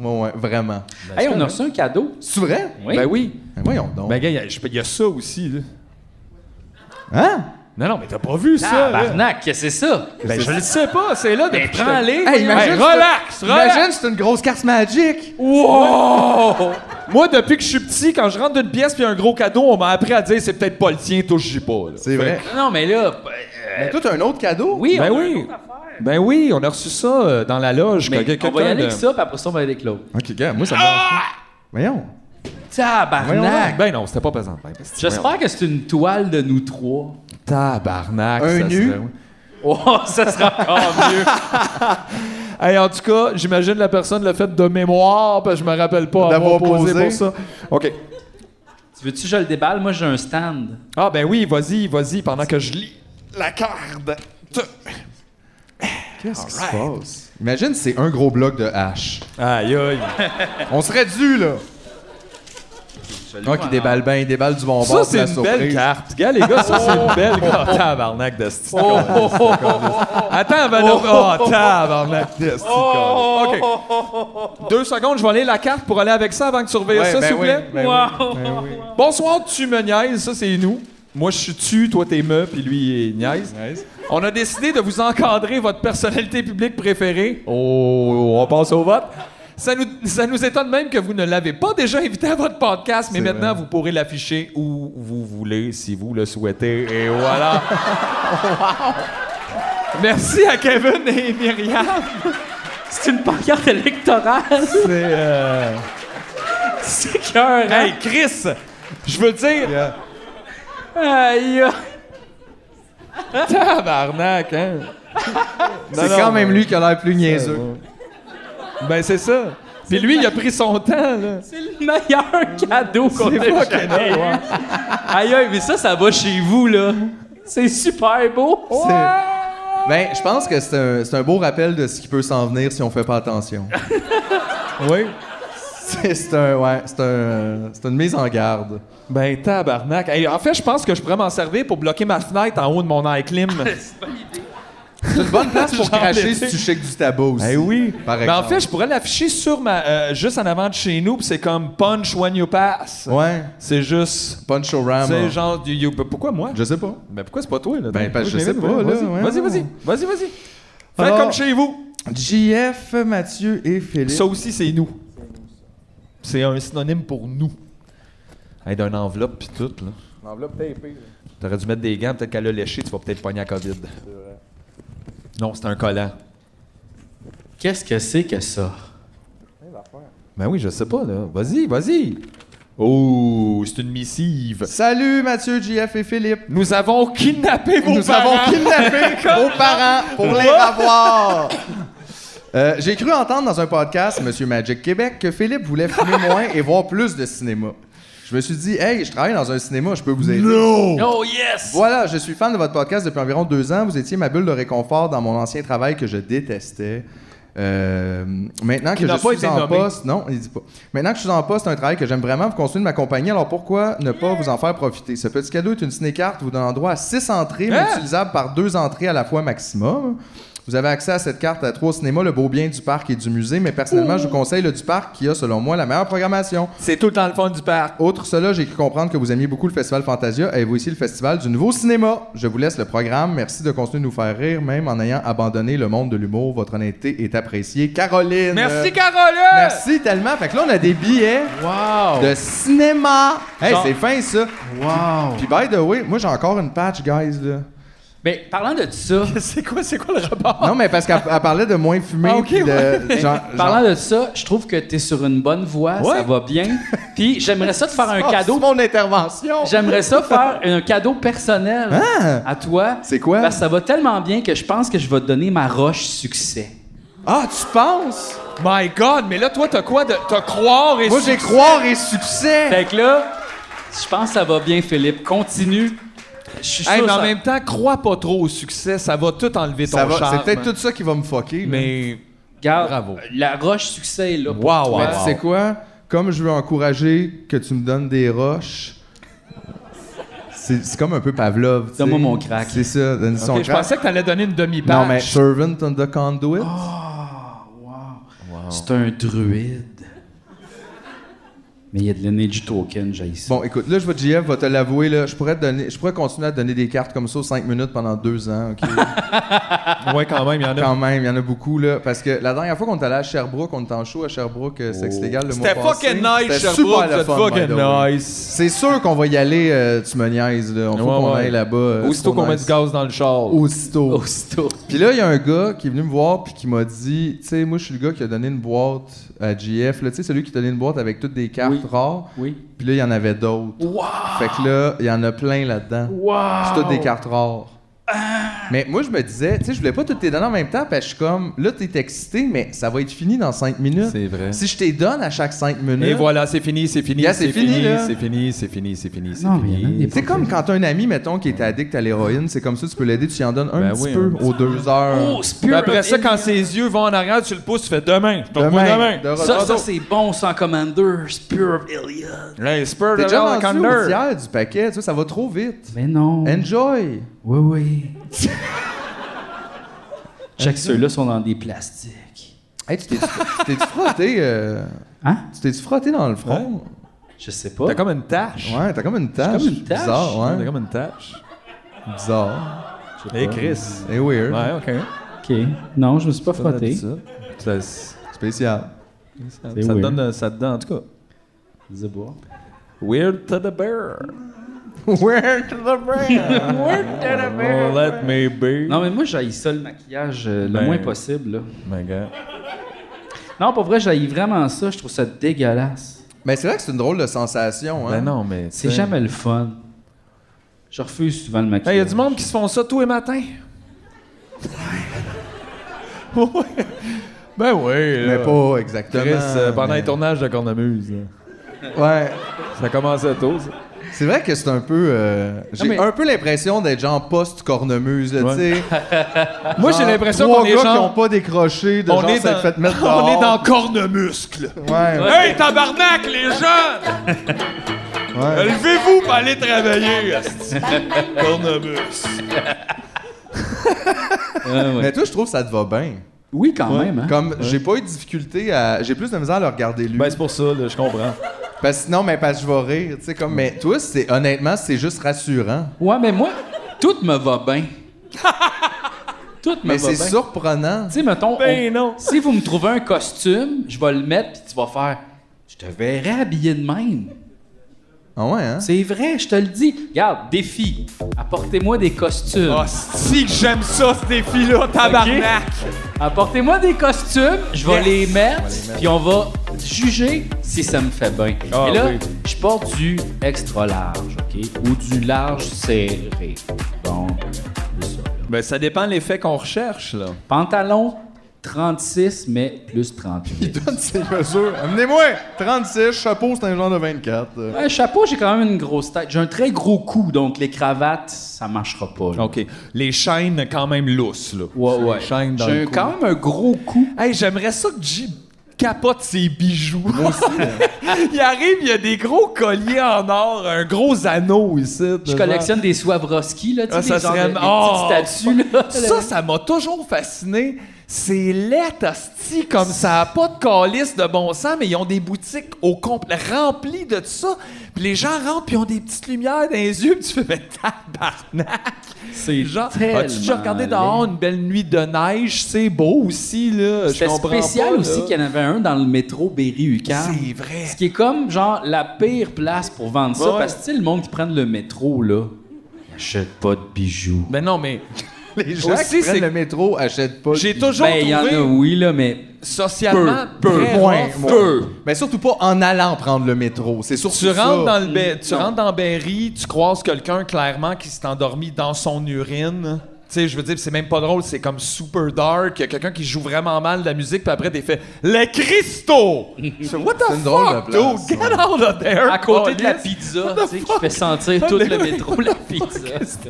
Ouais, ouais, vraiment. Hey, on a reçu un cadeau. C'est vrai? Oui. Ben oui. Ben voyons donc. Ben, gars, il y a- je- il y, a ça aussi, là. Hein? Non, non, mais t'as pas vu ça, là. Barnac, qu'est-ce que c'est ça? Ben, je le sais pas, c'est là, Ben, de prends-les. Hey, imagine Hey, si- relax, relax. Imagine, c'est une grosse carte magique! Wow! Moi, depuis que je suis petit, quand je rentre d'une pièce puis un gros cadeau, on m'a appris à dire c'est peut-être pas le tien, touche-y pas. là. C'est vrai. Non, mais là. Mais toi, t'as un autre cadeau? Oui, Ben on, oui. Ben oui, on a reçu ça euh, dans la loge. mais que- que- on va y quelqu'un aller de- avec ça, puis après ça, on va y aller avec l'autre. Ok, gars, moi, ça me dérange pas. Voyons. Tabarnak! Ben non, c'était pas pesant. Ben, parce que- J'espère que c'est une toile de nous trois. Tabarnak. Un ça nu. serait- Oh, ça sera encore mieux. Hey, en tout cas, j'imagine la personne l'a fait de mémoire, parce que je me rappelle pas D'avoir avoir posé, posé. pour ça. OK. Tu veux-tu que je le déballe? Moi, j'ai un stand. Ah ben oui, vas-y, vas-y, pendant que je lis la carte. Qu'est-ce qui se passe? Imagine, c'est un gros bloc de hache. Aïe aïe. On serait dû, là! Ah, qui déballe bien, il déballe du bon Ça, bord, c'est la une surprise. belle carte. Gars, les gars, ça, c'est une belle carte. Tabarnak de style. Attends, ben là. Oh, tabarnak de style. oh, OK. Deux secondes, je vais aller la carte pour aller avec ça avant que tu reveilles Ouais, ça, ben s'il vous oui, plaît. ben oui, ben oui. Bonsoir, tu me niaises. Ça, c'est nous. Moi, je suis tu, toi, t'es me, puis lui, il niaise. On a décidé de vous encadrer votre personnalité publique préférée. Oh, on passe au vote. Ça nous, ça nous étonne même que vous ne l'avez pas déjà invité à votre podcast, mais C'est maintenant vrai. vous pourrez l'afficher où vous voulez, si vous le souhaitez. Et voilà. Merci à Kevin et Myriam. C'est une pancarte électorale. C'est. euh, C'est cœur, hein? Hey, Chris, je veux dire. Aïe! Tabarnak, hein? C'est Non, quand non, même mais- lui qui a l'air plus niaiseux. Ben, c'est ça. Puis lui, il a pris son temps, là. C'est le meilleur cadeau qu'on C'est ait pas jamais cadeau, eu. ouais. Aïe, aïe, mais ça, ça va chez vous, là. C'est super beau. C'est- Ben, je pense que c'est un, c'est un beau rappel de ce qui peut s'en venir si on fait pas attention. Oui. c'est c'est un, ouais, c'est un, c'est une mise en garde. Ben, tabarnak. Hey, en fait, je pense que je pourrais m'en servir pour bloquer ma fenêtre en haut de mon iClim. C'est une bonne place pour Genre cracher Ben si l'été. tu chiques du tabac aussi. Eh oui. Par Mais en exemple. fait, je pourrais l'afficher sur ma, euh, juste en avant de chez nous, puis c'est comme punch when you pass. Ouais. C'est juste. Punch Tu Rama. sais, genre, you- you- pourquoi moi? Je sais pas. Ben, pourquoi c'est pas toi, là? Ben, parce que Moi, je l'ai sais vu, pas, vas-y. là, ouais, Vas-y, ouais. vas-y, vas-y, vas-y. Fais Alors- comme chez vous. JF, Mathieu et Philippe. Ça aussi, c'est nous. C'est un synonyme pour nous. Hey, D'un enveloppe pis tout, là. L'enveloppe tapée, là. T'aurais dû mettre des gants, peut-être qu'elle a léché, tu vas peut-être pogner la COVID. Non, c'est un collant. Qu'est-ce que c'est que ça? Ben oui, je sais pas, là. Vas-y, vas-y. Oh, c'est une missive. Salut Mathieu, JF et Philippe. Nous avons kidnappé vos Nous parents. avons kidnappé vos parents pour les avoir. Euh, J'ai cru entendre dans un podcast, Monsieur Magic Québec, que Philippe voulait fumer moins et voir plus de cinéma. Je me suis dit, hey, je travaille dans un cinéma, je peux vous aider. Non! Oh yes! Voilà, je suis fan de votre podcast depuis environ deux ans. Vous étiez ma bulle de réconfort dans mon ancien travail que je détestais. Euh, maintenant que Qui n'a je pas suis été en nommé. poste, non, il dit pas. Maintenant que je suis en poste, c'est un travail que j'aime vraiment. Vous continuez de m'accompagner, alors pourquoi ne pas vous en faire profiter Ce petit cadeau est une cinécarte vous donnant droit à six entrées, mais Hein? utilisables par deux entrées à la fois maximum. Vous avez accès à cette carte à trois cinémas, le beau bien du parc et du musée, mais personnellement, je vous conseille le du parc qui a, selon moi, la meilleure programmation. C'est tout dans le fond du parc. Outre cela, j'ai cru comprendre que vous aimiez beaucoup le Festival Fantasia. Avez-vous ici le Festival du Nouveau Cinéma? Je vous laisse le programme. Merci de continuer de nous faire rire, même en ayant abandonné le monde de l'humour. Votre honnêteté est appréciée. Caroline! Merci, Euh, Caroline! Merci tellement. Fait que là, on a des billets Wow! de cinéma. Hey, Genre- c'est fin, ça. Wow! Puis, by the way, moi, j'ai encore une patch, guys, là. Ben, parlant de ça. c'est quoi, c'est quoi le rapport? Non, mais parce qu'elle elle parlait de moins fumer. Ah, ok, puis de- ouais. genre- genre- Parlant de ça, je trouve que t'es sur une bonne voie, Ouais. ça va bien. Puis j'aimerais ça te faire un Oh, cadeau. c'est mon intervention. J'aimerais ça faire un cadeau personnel Ah! à toi. C'est quoi? Parce que ça va tellement bien que je pense que je vais te donner ma roche succès. Ah, tu penses? My God, mais là, toi, t'as quoi de. T'as croire et Moi, j'ai succès. croire et succès. Fait que là, je pense que ça va bien, Philippe. Continue. Je suis sûr Hey, mais en ça- même temps, crois pas trop au succès, ça va tout enlever ton Ça va- charme. hein. C'est peut-être tout ça qui va me fucker. là. Mais Regarde, bravo. la roche succès est là. pour Wow, toi. Mais tu sais quoi? Comme je veux encourager que tu me donnes des roches, c'est c'est comme un peu Pavlov. tu sais. Donne-moi mon crack. C'est ça, donne son Ok, je crack. pensais que t'allais donner une demi-page. Non, mais Servant on the Conduit. Oh. C'est un druide. Mais il y a de l'année du token, j'ai ici. Bon, écoute, là, je vais, JF, va te l'avouer, là, je pourrais, te donner, je pourrais continuer à te donner des cartes comme ça 5 minutes pendant 2 ans, OK? Ouais, quand même, il y en a. Quand même, il y en a beaucoup, là. Parce que la dernière fois qu'on est allé à Sherbrooke, on était en show à Sherbrooke, euh, Oh. sexe légal, le mois C'était passé. fucking nice, C'était Sherbrooke, super le c'était fun, by the fucking way. nice. C'est sûr qu'on va y aller, euh, tu me niaises, là. On faut Ouais, qu'on ouais. aille là-bas. euh, Aussitôt c'est qu'on met nice. du gaz dans le char. Aussitôt. Aussitôt. Puis là, il y a un gars qui est venu me voir puis qui m'a dit, tu sais, moi, je suis le gars qui a donné une boîte à JF, là, tu sais, celui qui a donné une boîte avec toutes des cartes Oui. rares. Oui. Puis là, il y en avait d'autres. Fait que là, il y en a plein là-dedans. C'est toutes des cartes rares. Ah! Mais moi, je me disais, tu sais, je voulais pas toutes les donner en même temps parce que je suis comme, là, t'es excité, mais ça va être fini dans 5 minutes. C'est vrai. Si je t'ai donne à chaque 5 minutes. Et voilà, c'est fini, c'est fini, Gars, c'est fini, là. c'est fini, c'est fini, c'est fini, c'est Non, mais il y en a fini. des- C'est comme quand un ami, mettons, qui est addict à l'héroïne, c'est comme ça, tu peux l'aider, tu lui en donnes un Ben petit oui, peu un aux deux heures. Oh, Puis Spirit après of ça, quand ses yeux vont en arrière, tu le pousses, tu fais demain. Je te revois Demain, demain. de Ça, retour. ça c'est bon sans Commander, Spear of Iliad. Là, il se perd T'es de déjà l'heure de rendu Condor. au tiers du paquet, tu vois, ça va trop vite. Mais non. Enjoy! Oui, oui. Check ceux-là sont dans des plastiques. Hey, tu t'es- tu t'es-tu frotté... euh, Hein? Tu t'es-tu frotté dans le front? Je sais pas. T'as comme une tache. Ouais, t'as comme une tache. comme une tache. Bizarre, T'as ouais. comme une tache. Bizarre. Et Chris. Et weird. Ouais, ok. OK. Non, je me suis pas frotté. Ça, ça, Spécial. ça te C'est weird. donne, ça te donne, en tout cas. Vas-y, bois. Weird to the bear. Weird to the brain! Oh, let me be. Non, mais moi, j'haïs ça, le maquillage, euh, le Ben- moins possible. là. My God. Non, pour vrai, j'haïs vraiment ça. Je trouve ça dégueulasse. Mais c'est vrai que c'est une drôle de sensation, hein? Ben non, mais. C'est t'sais. jamais le fun. Je refuse souvent le Il maquillage. Ben, y a du monde qui se font ça tous les matins. Ouais. ben oui. Mais là. pas Chris, exactement. euh, pendant mais- les tournages de Cornemuse. là. Ouais. Ça commençait tôt, ça. C'est vrai que c'est un peu... euh, J'ai mais- un peu l'impression d'être genre post-cornemuse, là, Ouais. tu sais. Moi, j'ai Genre, l'impression trois qu'on est gars genre... qui ont pas décroché de on, genre est s'être dans... fait mettre on est dans dehors. cornemuscle. Ouais, ouais. Hey, tabarnak, les gens! ouais. Levez-vous pour aller travailler, asti. Cornemuscle. Ah, ouais. Mais toi, je trouve que ça te va bien. Oui, quand même. Hein? Comme j'ai pas eu de difficulté à. J'ai plus de misère à le regarder lui. Ben, c'est pour ça, là, je comprends. Parce que non, mais parce que je vais rire. Tu sais, comme. Mais toi, c'est honnêtement, c'est juste rassurant. Ouais, mais moi, tout me va bien. tout me Mais va c'est bien. surprenant. Tu sais, mettons, Ben on- non. si vous me trouvez un costume, je vais le mettre, puis tu vas faire, je te verrai habillé de même. Ah ouais, hein? C'est vrai, je te le dis. Regarde, défi. Apportez-moi des costumes. Ah, si que j'aime ça, ce défi-là, tabarnak! Apportez-moi des costumes, je vais Yes. les mettre, puis on va juger si ça me fait bien. Ah, Et là, oui. je porte du extra large, OK? Ou du large serré. Bon, c'est ça. Ben, ça dépend l'effet qu'on recherche, là. Pantalon 36, mais plus 38. Il donne ses mesures. Amenez-moi! 36, chapeau, c'est un genre de 24. Euh, Un chapeau, j'ai quand même une grosse tête. J'ai un très gros cou, donc les cravates, ça marchera pas. là. OK. Les chaînes, quand même lousses, là. Ouais, ouais. Les chaînes dans J'ai le un- cou. quand même un gros cou. Hey, j'aimerais ça que J capote ses bijoux. il arrive, il y a des gros colliers en or, un gros anneau ici. Je collectionne des Swarovski, là, tu sais, Ah, ça les genres de- serait- les Oh! petites statues, là. Ça, ça m'a toujours fasciné. C'est laid, hostie, comme ça a pas de calice de bon sens, mais ils ont des boutiques au complet remplies de ça. Puis les gens rentrent, puis ils ont des petites lumières dans les yeux, puis tu fais, mais tabarnak! C'est Genre, Ah, tellement as-tu déjà regardé dehors une belle nuit de neige? C'est beau aussi, là. Je C'était comprends spécial pas, aussi là. qu'il y en avait un dans le métro Berry-UQAM. C'est vrai. Ce qui est comme, genre, la pire place pour vendre ça. Ouais. Parce que, tu sais, le monde qui prend le métro, là, il achète pas de bijoux. Ben non, mais Les gens Aussi, qui prennent c'est- le métro achètent pas. j'ai de- toujours Ben, il y en a, trouvé oui, là, mais. socialement Peu, peu, très Moins, rough. moins. Peu. Mais surtout pas en allant prendre le métro. C'est surtout Tu rentres, ça. dans le ba- tu Non. rentres dans Berry, tu croises quelqu'un clairement qui s'est endormi dans son urine. Tu sais, je veux dire, c'est même pas drôle, c'est comme super dark. Il y a quelqu'un qui joue vraiment mal de la musique, puis après, t'es fait Les cristaux! Tu fais, What the C'est une drôle de fuck, dude? place, Get ouais. out of there! À côté de la police. pizza, What tu the sais, qui fuck? fait sentir tout le métro, la pizza.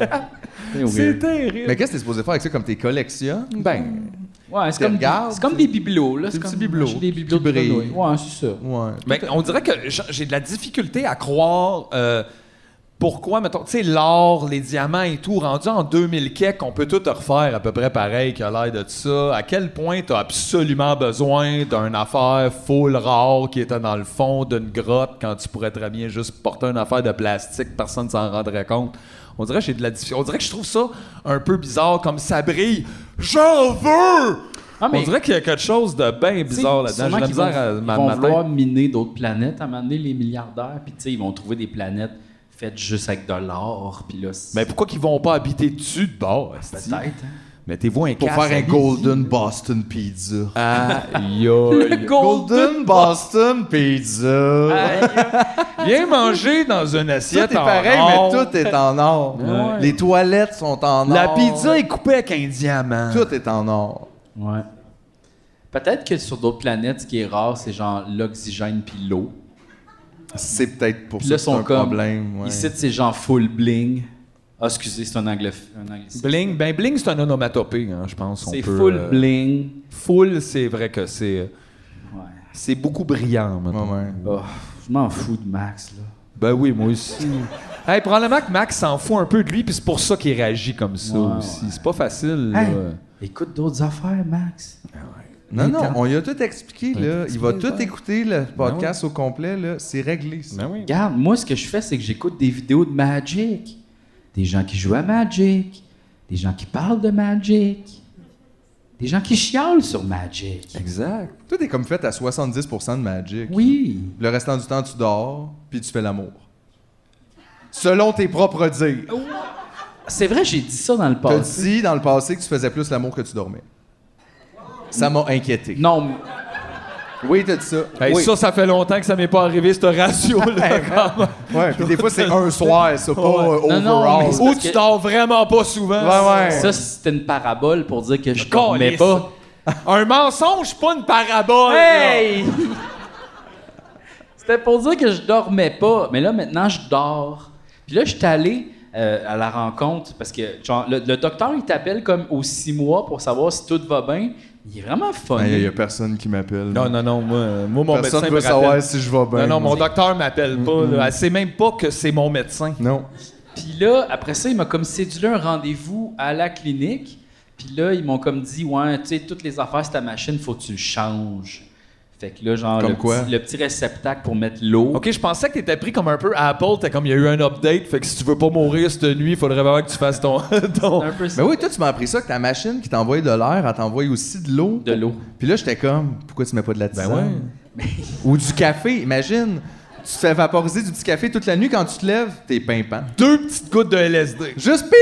C'est C'est weird. terrible! Mais qu'est-ce que t'es supposé faire avec ça comme tes collections? Ben. Ouais, c'est comme, des- regardes, c'est comme des bibelots, là. des C'est petits comme bibelots j'ai des bibelots qui de Noël. brillent. Ouais, c'est ça. Ouais. Ben, on dirait que j- j'ai de la difficulté à croire euh, pourquoi, mettons, tu sais, l'or, les diamants et tout, rendu en 2000 kek, on peut tout refaire à peu près pareil qu'il a l'air de ça. À quel point tu as absolument besoin d'une affaire full rare qui était dans le fond d'une grotte quand tu pourrais très bien juste porter une affaire de plastique, personne ne s'en rendrait compte. On dirait, que j'ai de la diffi- on dirait que je trouve ça un peu bizarre, comme ça brille. J'en veux! Ah, mais- on dirait qu'il y a quelque chose de bien bizarre T'sais, là-dedans. J'ai de la sûrement misère qu'ils à vont, ma- ils vont matin. vouloir miner d'autres planètes. À un moment donné, les milliardaires, puis tu sais, ils vont trouver des planètes faites juste avec de l'or, puis là... c'est- Mais pourquoi qu'ils vont pas habiter dessus de bord? peut-être. Ah, hein. Mettez-vous un Pour casque. faire un Golden Boston Pizza. Aïe, Le golden... aïe. Golden Boston Pizza. Viens manger dans une Tout est assiette en pareil, or. mais tout est en or. Ouais. Les toilettes sont en or. La pizza est coupée avec un diamant. Tout est en or. Ouais. Peut-être que sur d'autres planètes, ce qui est rare, c'est genre l'oxygène puis l'eau. C'est peut-être pour Puis ça là, que c'est sont un comme... problème. ouais. Ici, c'est genre full bling. Ah, excusez, c'est un anglais... Un anglicisme. Bling, ben bling, c'est un onomatopée, hein, je pense. on C'est peut, full euh, bling. Full, c'est vrai que c'est. euh, Ouais. C'est beaucoup brillant, Ouais, maintenant. ouais. Oh, je m'en fous de Max, là. Ben oui, moi aussi. hey, probablement que Max s'en fout un peu de lui, puis c'est pour ça qu'il réagit comme ça Ouais, aussi. C'est pas facile. Hey, là. écoute d'autres affaires, Max. Non, non, on lui a tout expliqué. Ben, Là. Il va tout écouter, le podcast au complet. là. C'est réglé. ça. Ben oui. Regarde, moi, ce que je fais, c'est que j'écoute des vidéos de Magic. Des gens qui jouent à Magic. Des gens qui parlent de Magic. Des gens qui chialent sur Magic. Exact. Tout est comme fait à 70% de Magic. Oui. Le restant du temps, tu dors, puis tu fais l'amour. Selon tes propres dires. Oh, C'est vrai, j'ai dit ça dans le T'as passé. dit dans le passé que tu faisais plus l'amour que tu dormais. Ça m'a inquiété. Non, mais- Oui, t'as dit ça. Hey, oui. Ça, ça fait longtemps que ça m'est pas arrivé, ce ratio-là. quand même. Ouais, puis des fois, c'est un soir, ça, pas euh, Non, non, overall. mais c'est Ou parce tu que- dors vraiment pas souvent. Ouais, ouais. ça, c'était une parabole pour dire que je Calisse. dormais pas. Un mensonge, pas une parabole. Hey! C'était pour dire que je dormais pas, mais là maintenant je dors. Puis là, je suis allé euh, à la rencontre parce que genre, le, le docteur il t'appelle comme aux six mois pour savoir si tout va bien. Il est vraiment fun. Il y a personne qui m'appelle. Non, non, non, moi, euh, moi mon Personne médecin ne me veut savoir rappelle. si je vais bien. non, non, mon docteur m'appelle pas. là. Elle sait même pas que c'est mon médecin. Non. Puis là, après ça, il m'a comme cédulé un rendez-vous à la clinique. Puis là, ils m'ont comme dit Ouais, tu sais, toutes les affaires sur ta machine, faut que tu le changes. Fait que là, genre, Comme le, quoi? Petit, le petit réceptacle pour mettre l'eau. OK, je pensais que t'étais pris comme un peu à Apple. T'es comme, il y a eu un update. Fait que si tu veux pas mourir cette nuit, il faudrait vraiment que tu fasses ton... ton- Un peu ça. Mais oui, toi, tu m'as appris ça que ta machine qui t'envoie de l'air, elle t'envoie aussi de l'eau. De l'eau. Ben Puis là, j'étais comme, pourquoi tu mets pas de la tisane? ouais. Ou du café, imagine. tu te fais vaporiser du petit café toute la nuit. Quand tu te lèves, t'es pimpant. Deux petites gouttes de LSD. Juste pip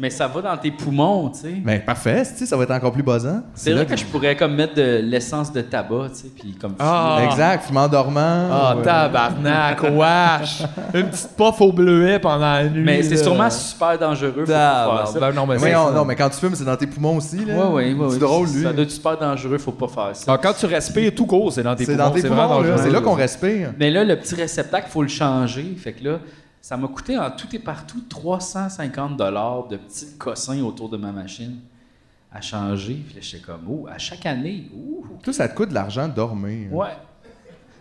Mais ça va dans tes poumons, tu sais. Ben parfait, tu sais, ça va être encore plus buzzant. C'est vrai que, je pourrais comme mettre de l'essence de tabac, tu sais, puis comme Ah, exact, fume en dormant. Ah, ouais. tabarnak, wesh! Une petite puff au bleuet pendant la nuit. Mais c'est là. sûrement super dangereux pour Tabarnak. faire ça. Ben non, mais Mais c'est non, ça. non, mais quand tu fumes, c'est dans tes poumons aussi. Là. Ah, bah, Ouais, ouais, ouais, bah, C'est ouais. drôle, lui. Ça doit être super dangereux, faut pas faire ça. Ah, quand tu respires tout court, c'est dans tes C'est poumons. dans tes vraiment poumons, là. dangereux. C'est là qu'on respire. Mais là, le petit réceptacle, faut le changer. Fait que là, ça m'a coûté en tout et partout 350 de petits cossins autour de ma machine à changer. Puis là, j'étais comme, oh, à chaque année, ouh. Tout ça te coûte de l'argent de dormir. Ouais.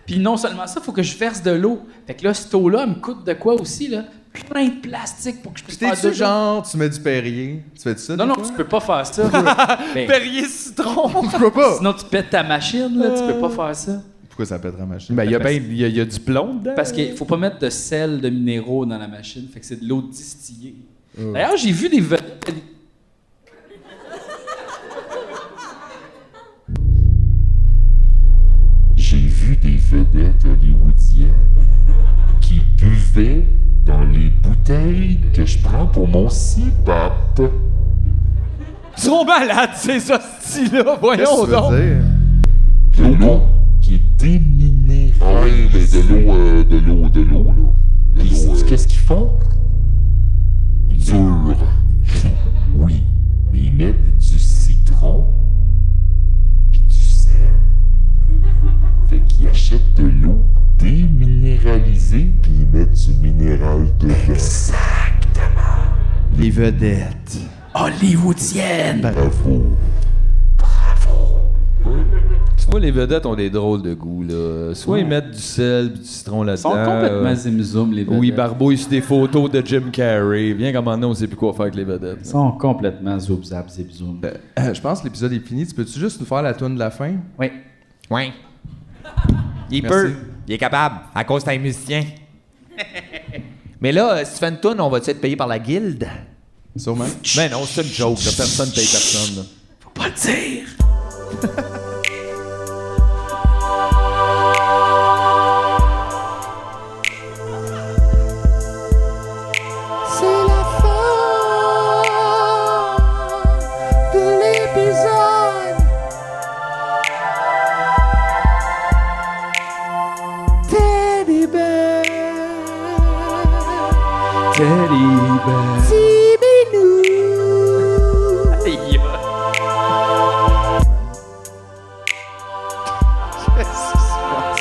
Puis non seulement ça, faut que je verse de l'eau. Fait que là, cette eau-là, elle me coûte de quoi aussi, là? Plein de plastique pour que je puisse T'es faire tu deux gens. genre, tu mets du Perrier, tu fais ça? Ah, Non, des non, fois? tu peux pas faire ça. là. Ben, Perrier citron! Euh. tu peux pas. sinon, tu pètes ta machine, là, tu peux pas faire ça. Pourquoi ça pètera ma machine? Ben, il y, a ben- il y a- il y a du plomb dedans. Parce qu'il faut pas mettre de sel, de minéraux dans la machine. Fait que c'est de l'eau distillée. D'ailleurs, j'ai vu des vedettes. J'ai vu des vedettes hollywoodiennes qui buvaient dans les bouteilles que je prends pour mon CPAP. Ils sont malades, ces hosties-là, Qu'est-ce que voyons tu veux donc! dire? De l'eau qui est déminéralisée. Ouais, Ah mais de l'eau, euh, de l'eau, de l'eau, là. Et sais-tu qu'est-ce qu'ils font? Dur. oui, mais ils mettent du citron et du sel. Fait qu'ils achètent de l'eau déminéralisée puis ils mettent du minéral dedans. Les vedettes. Hollywoodienne! Bravo. Tu vois, les vedettes ont des drôles de goût, là. Soit ils mettent du sel pis du citron là-dedans. sont complètement euh, zimzoum, les vedettes. Oui, barbouille sur des photos de Jim Carrey. Viens, comme on on sait plus quoi faire avec les Ils vedettes. sont complètement zoubzab, zibzoum. Euh, Je pense que l'épisode est fini. Tu peux-tu juste nous faire la toune de la fin? Oui. Ouais. Il Merci. peut. Il est capable. À cause d'un musicien. Mais là, euh, si tu fais une toune, on va-tu être payé par la guilde? Sûrement. Mais Ben non, c'est une joke. là. Personne paye personne. là. Faut pas le dire! C'est la fin de l'épisode. Teddy Bear. Teddy bear. Tibinou.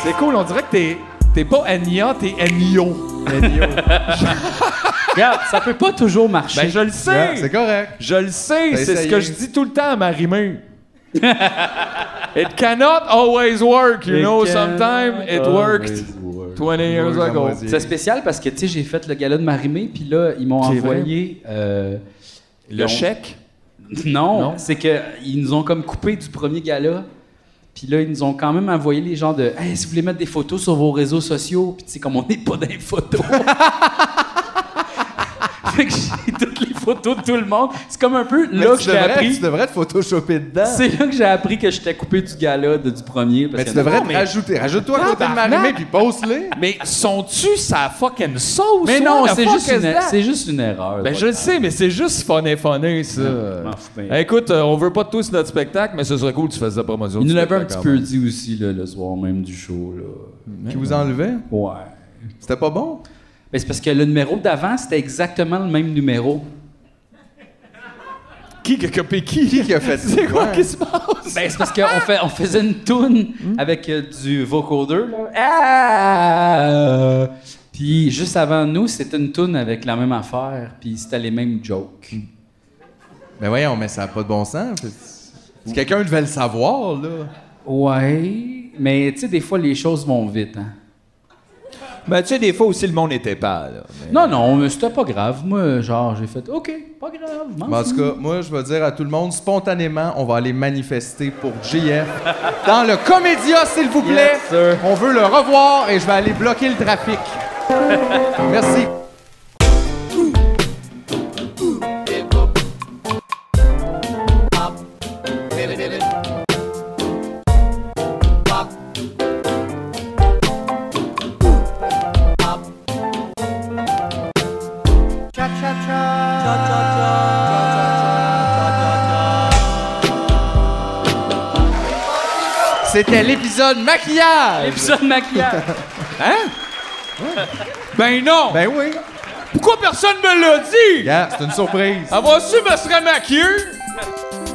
C'est cool, on dirait que t'es, t'es pas Anya, t'es Anio. Regarde, ça peut pas toujours marcher. Ben, je le sais! Yeah, Ah, c'est Ben, correct. Je le sais, T'as c'est ce essayé. que je dis tout le temps à Marimé. it cannot always work, Ben, you It know. can Sometimes it Ah, worked 20 years Work à ago. moitié. C'est spécial parce que, tu sais, j'ai fait le gala de Marimé, puis là, ils m'ont C'est vrai. envoyé... euh, ils Le ont- chèque? Non, Non? c'est que ils nous ont comme coupé du premier gala. Puis là, ils nous ont quand même envoyé les gens de Hey, si vous voulez mettre des photos sur vos réseaux sociaux, puis tu sais, comme on n'est pas dans les photos. fait que j'ai toutes les photos de tout le monde. C'est comme un peu Mais là que tu, j'ai devrais, appris. tu devrais te photoshopper dedans. C'est là que j'ai appris que j'étais coupé du gala de- du premier. Parce Mais tu que- devrais Non, te mais- rajouter. Rajoute-toi à côté de Marimé puis poste-les. Mais sont-tu sa fucking sauce? Mais What non, the c'est fuck juste, is une- er-, that? c'est juste une erreur. Ben, Pas je le grave. sais, mais c'est juste funny funny, ça. m'en fous bien. Eh, écoute, euh, on veut pas de toi sur notre spectacle, mais ce serait cool que tu fasses la promotion. Ils du nous l'avaient un spectacle petit quand peu même. dit aussi là, le soir même du show. Là. Qui vous enlevait? Ouais. C'était pas bon? Ben, c'est parce que le numéro d'avant, c'était exactement le même numéro. Qui qui a copié qui? Qui a fait ça? C'est quoi Ouais. qui se passe? Ben, c'est parce qu'on fait, on faisait une toune avec euh, du vocoder. Là. Ah! Euh, Puis juste avant nous, c'était une toune avec la même affaire. Puis c'était les mêmes jokes. Ben voyons, mais ça n'a pas de bon sens. Si quelqu'un devait le savoir, là. Ouais. Mais tu sais, des fois, les choses vont vite. Hein? Ben, tu sais, des fois aussi, le monde n'était pas, là. Mais- Non, non, mais c'était pas grave. Moi, genre, j'ai fait OK, pas grave. m'en Mais Ben, en tout fous. cas, moi, je vais dire à tout le monde, spontanément, on va aller manifester pour JF dans le Comédia, s'il vous plaît. Yes, sir. on veut le revoir et je vais aller bloquer le trafic. Merci. C'était l'épisode maquillage. L'épisode maquillage. Hein? Ben non. Ben oui. Pourquoi personne me l'a dit? Yeah, c'est une surprise. Avoir su me serait maquillé.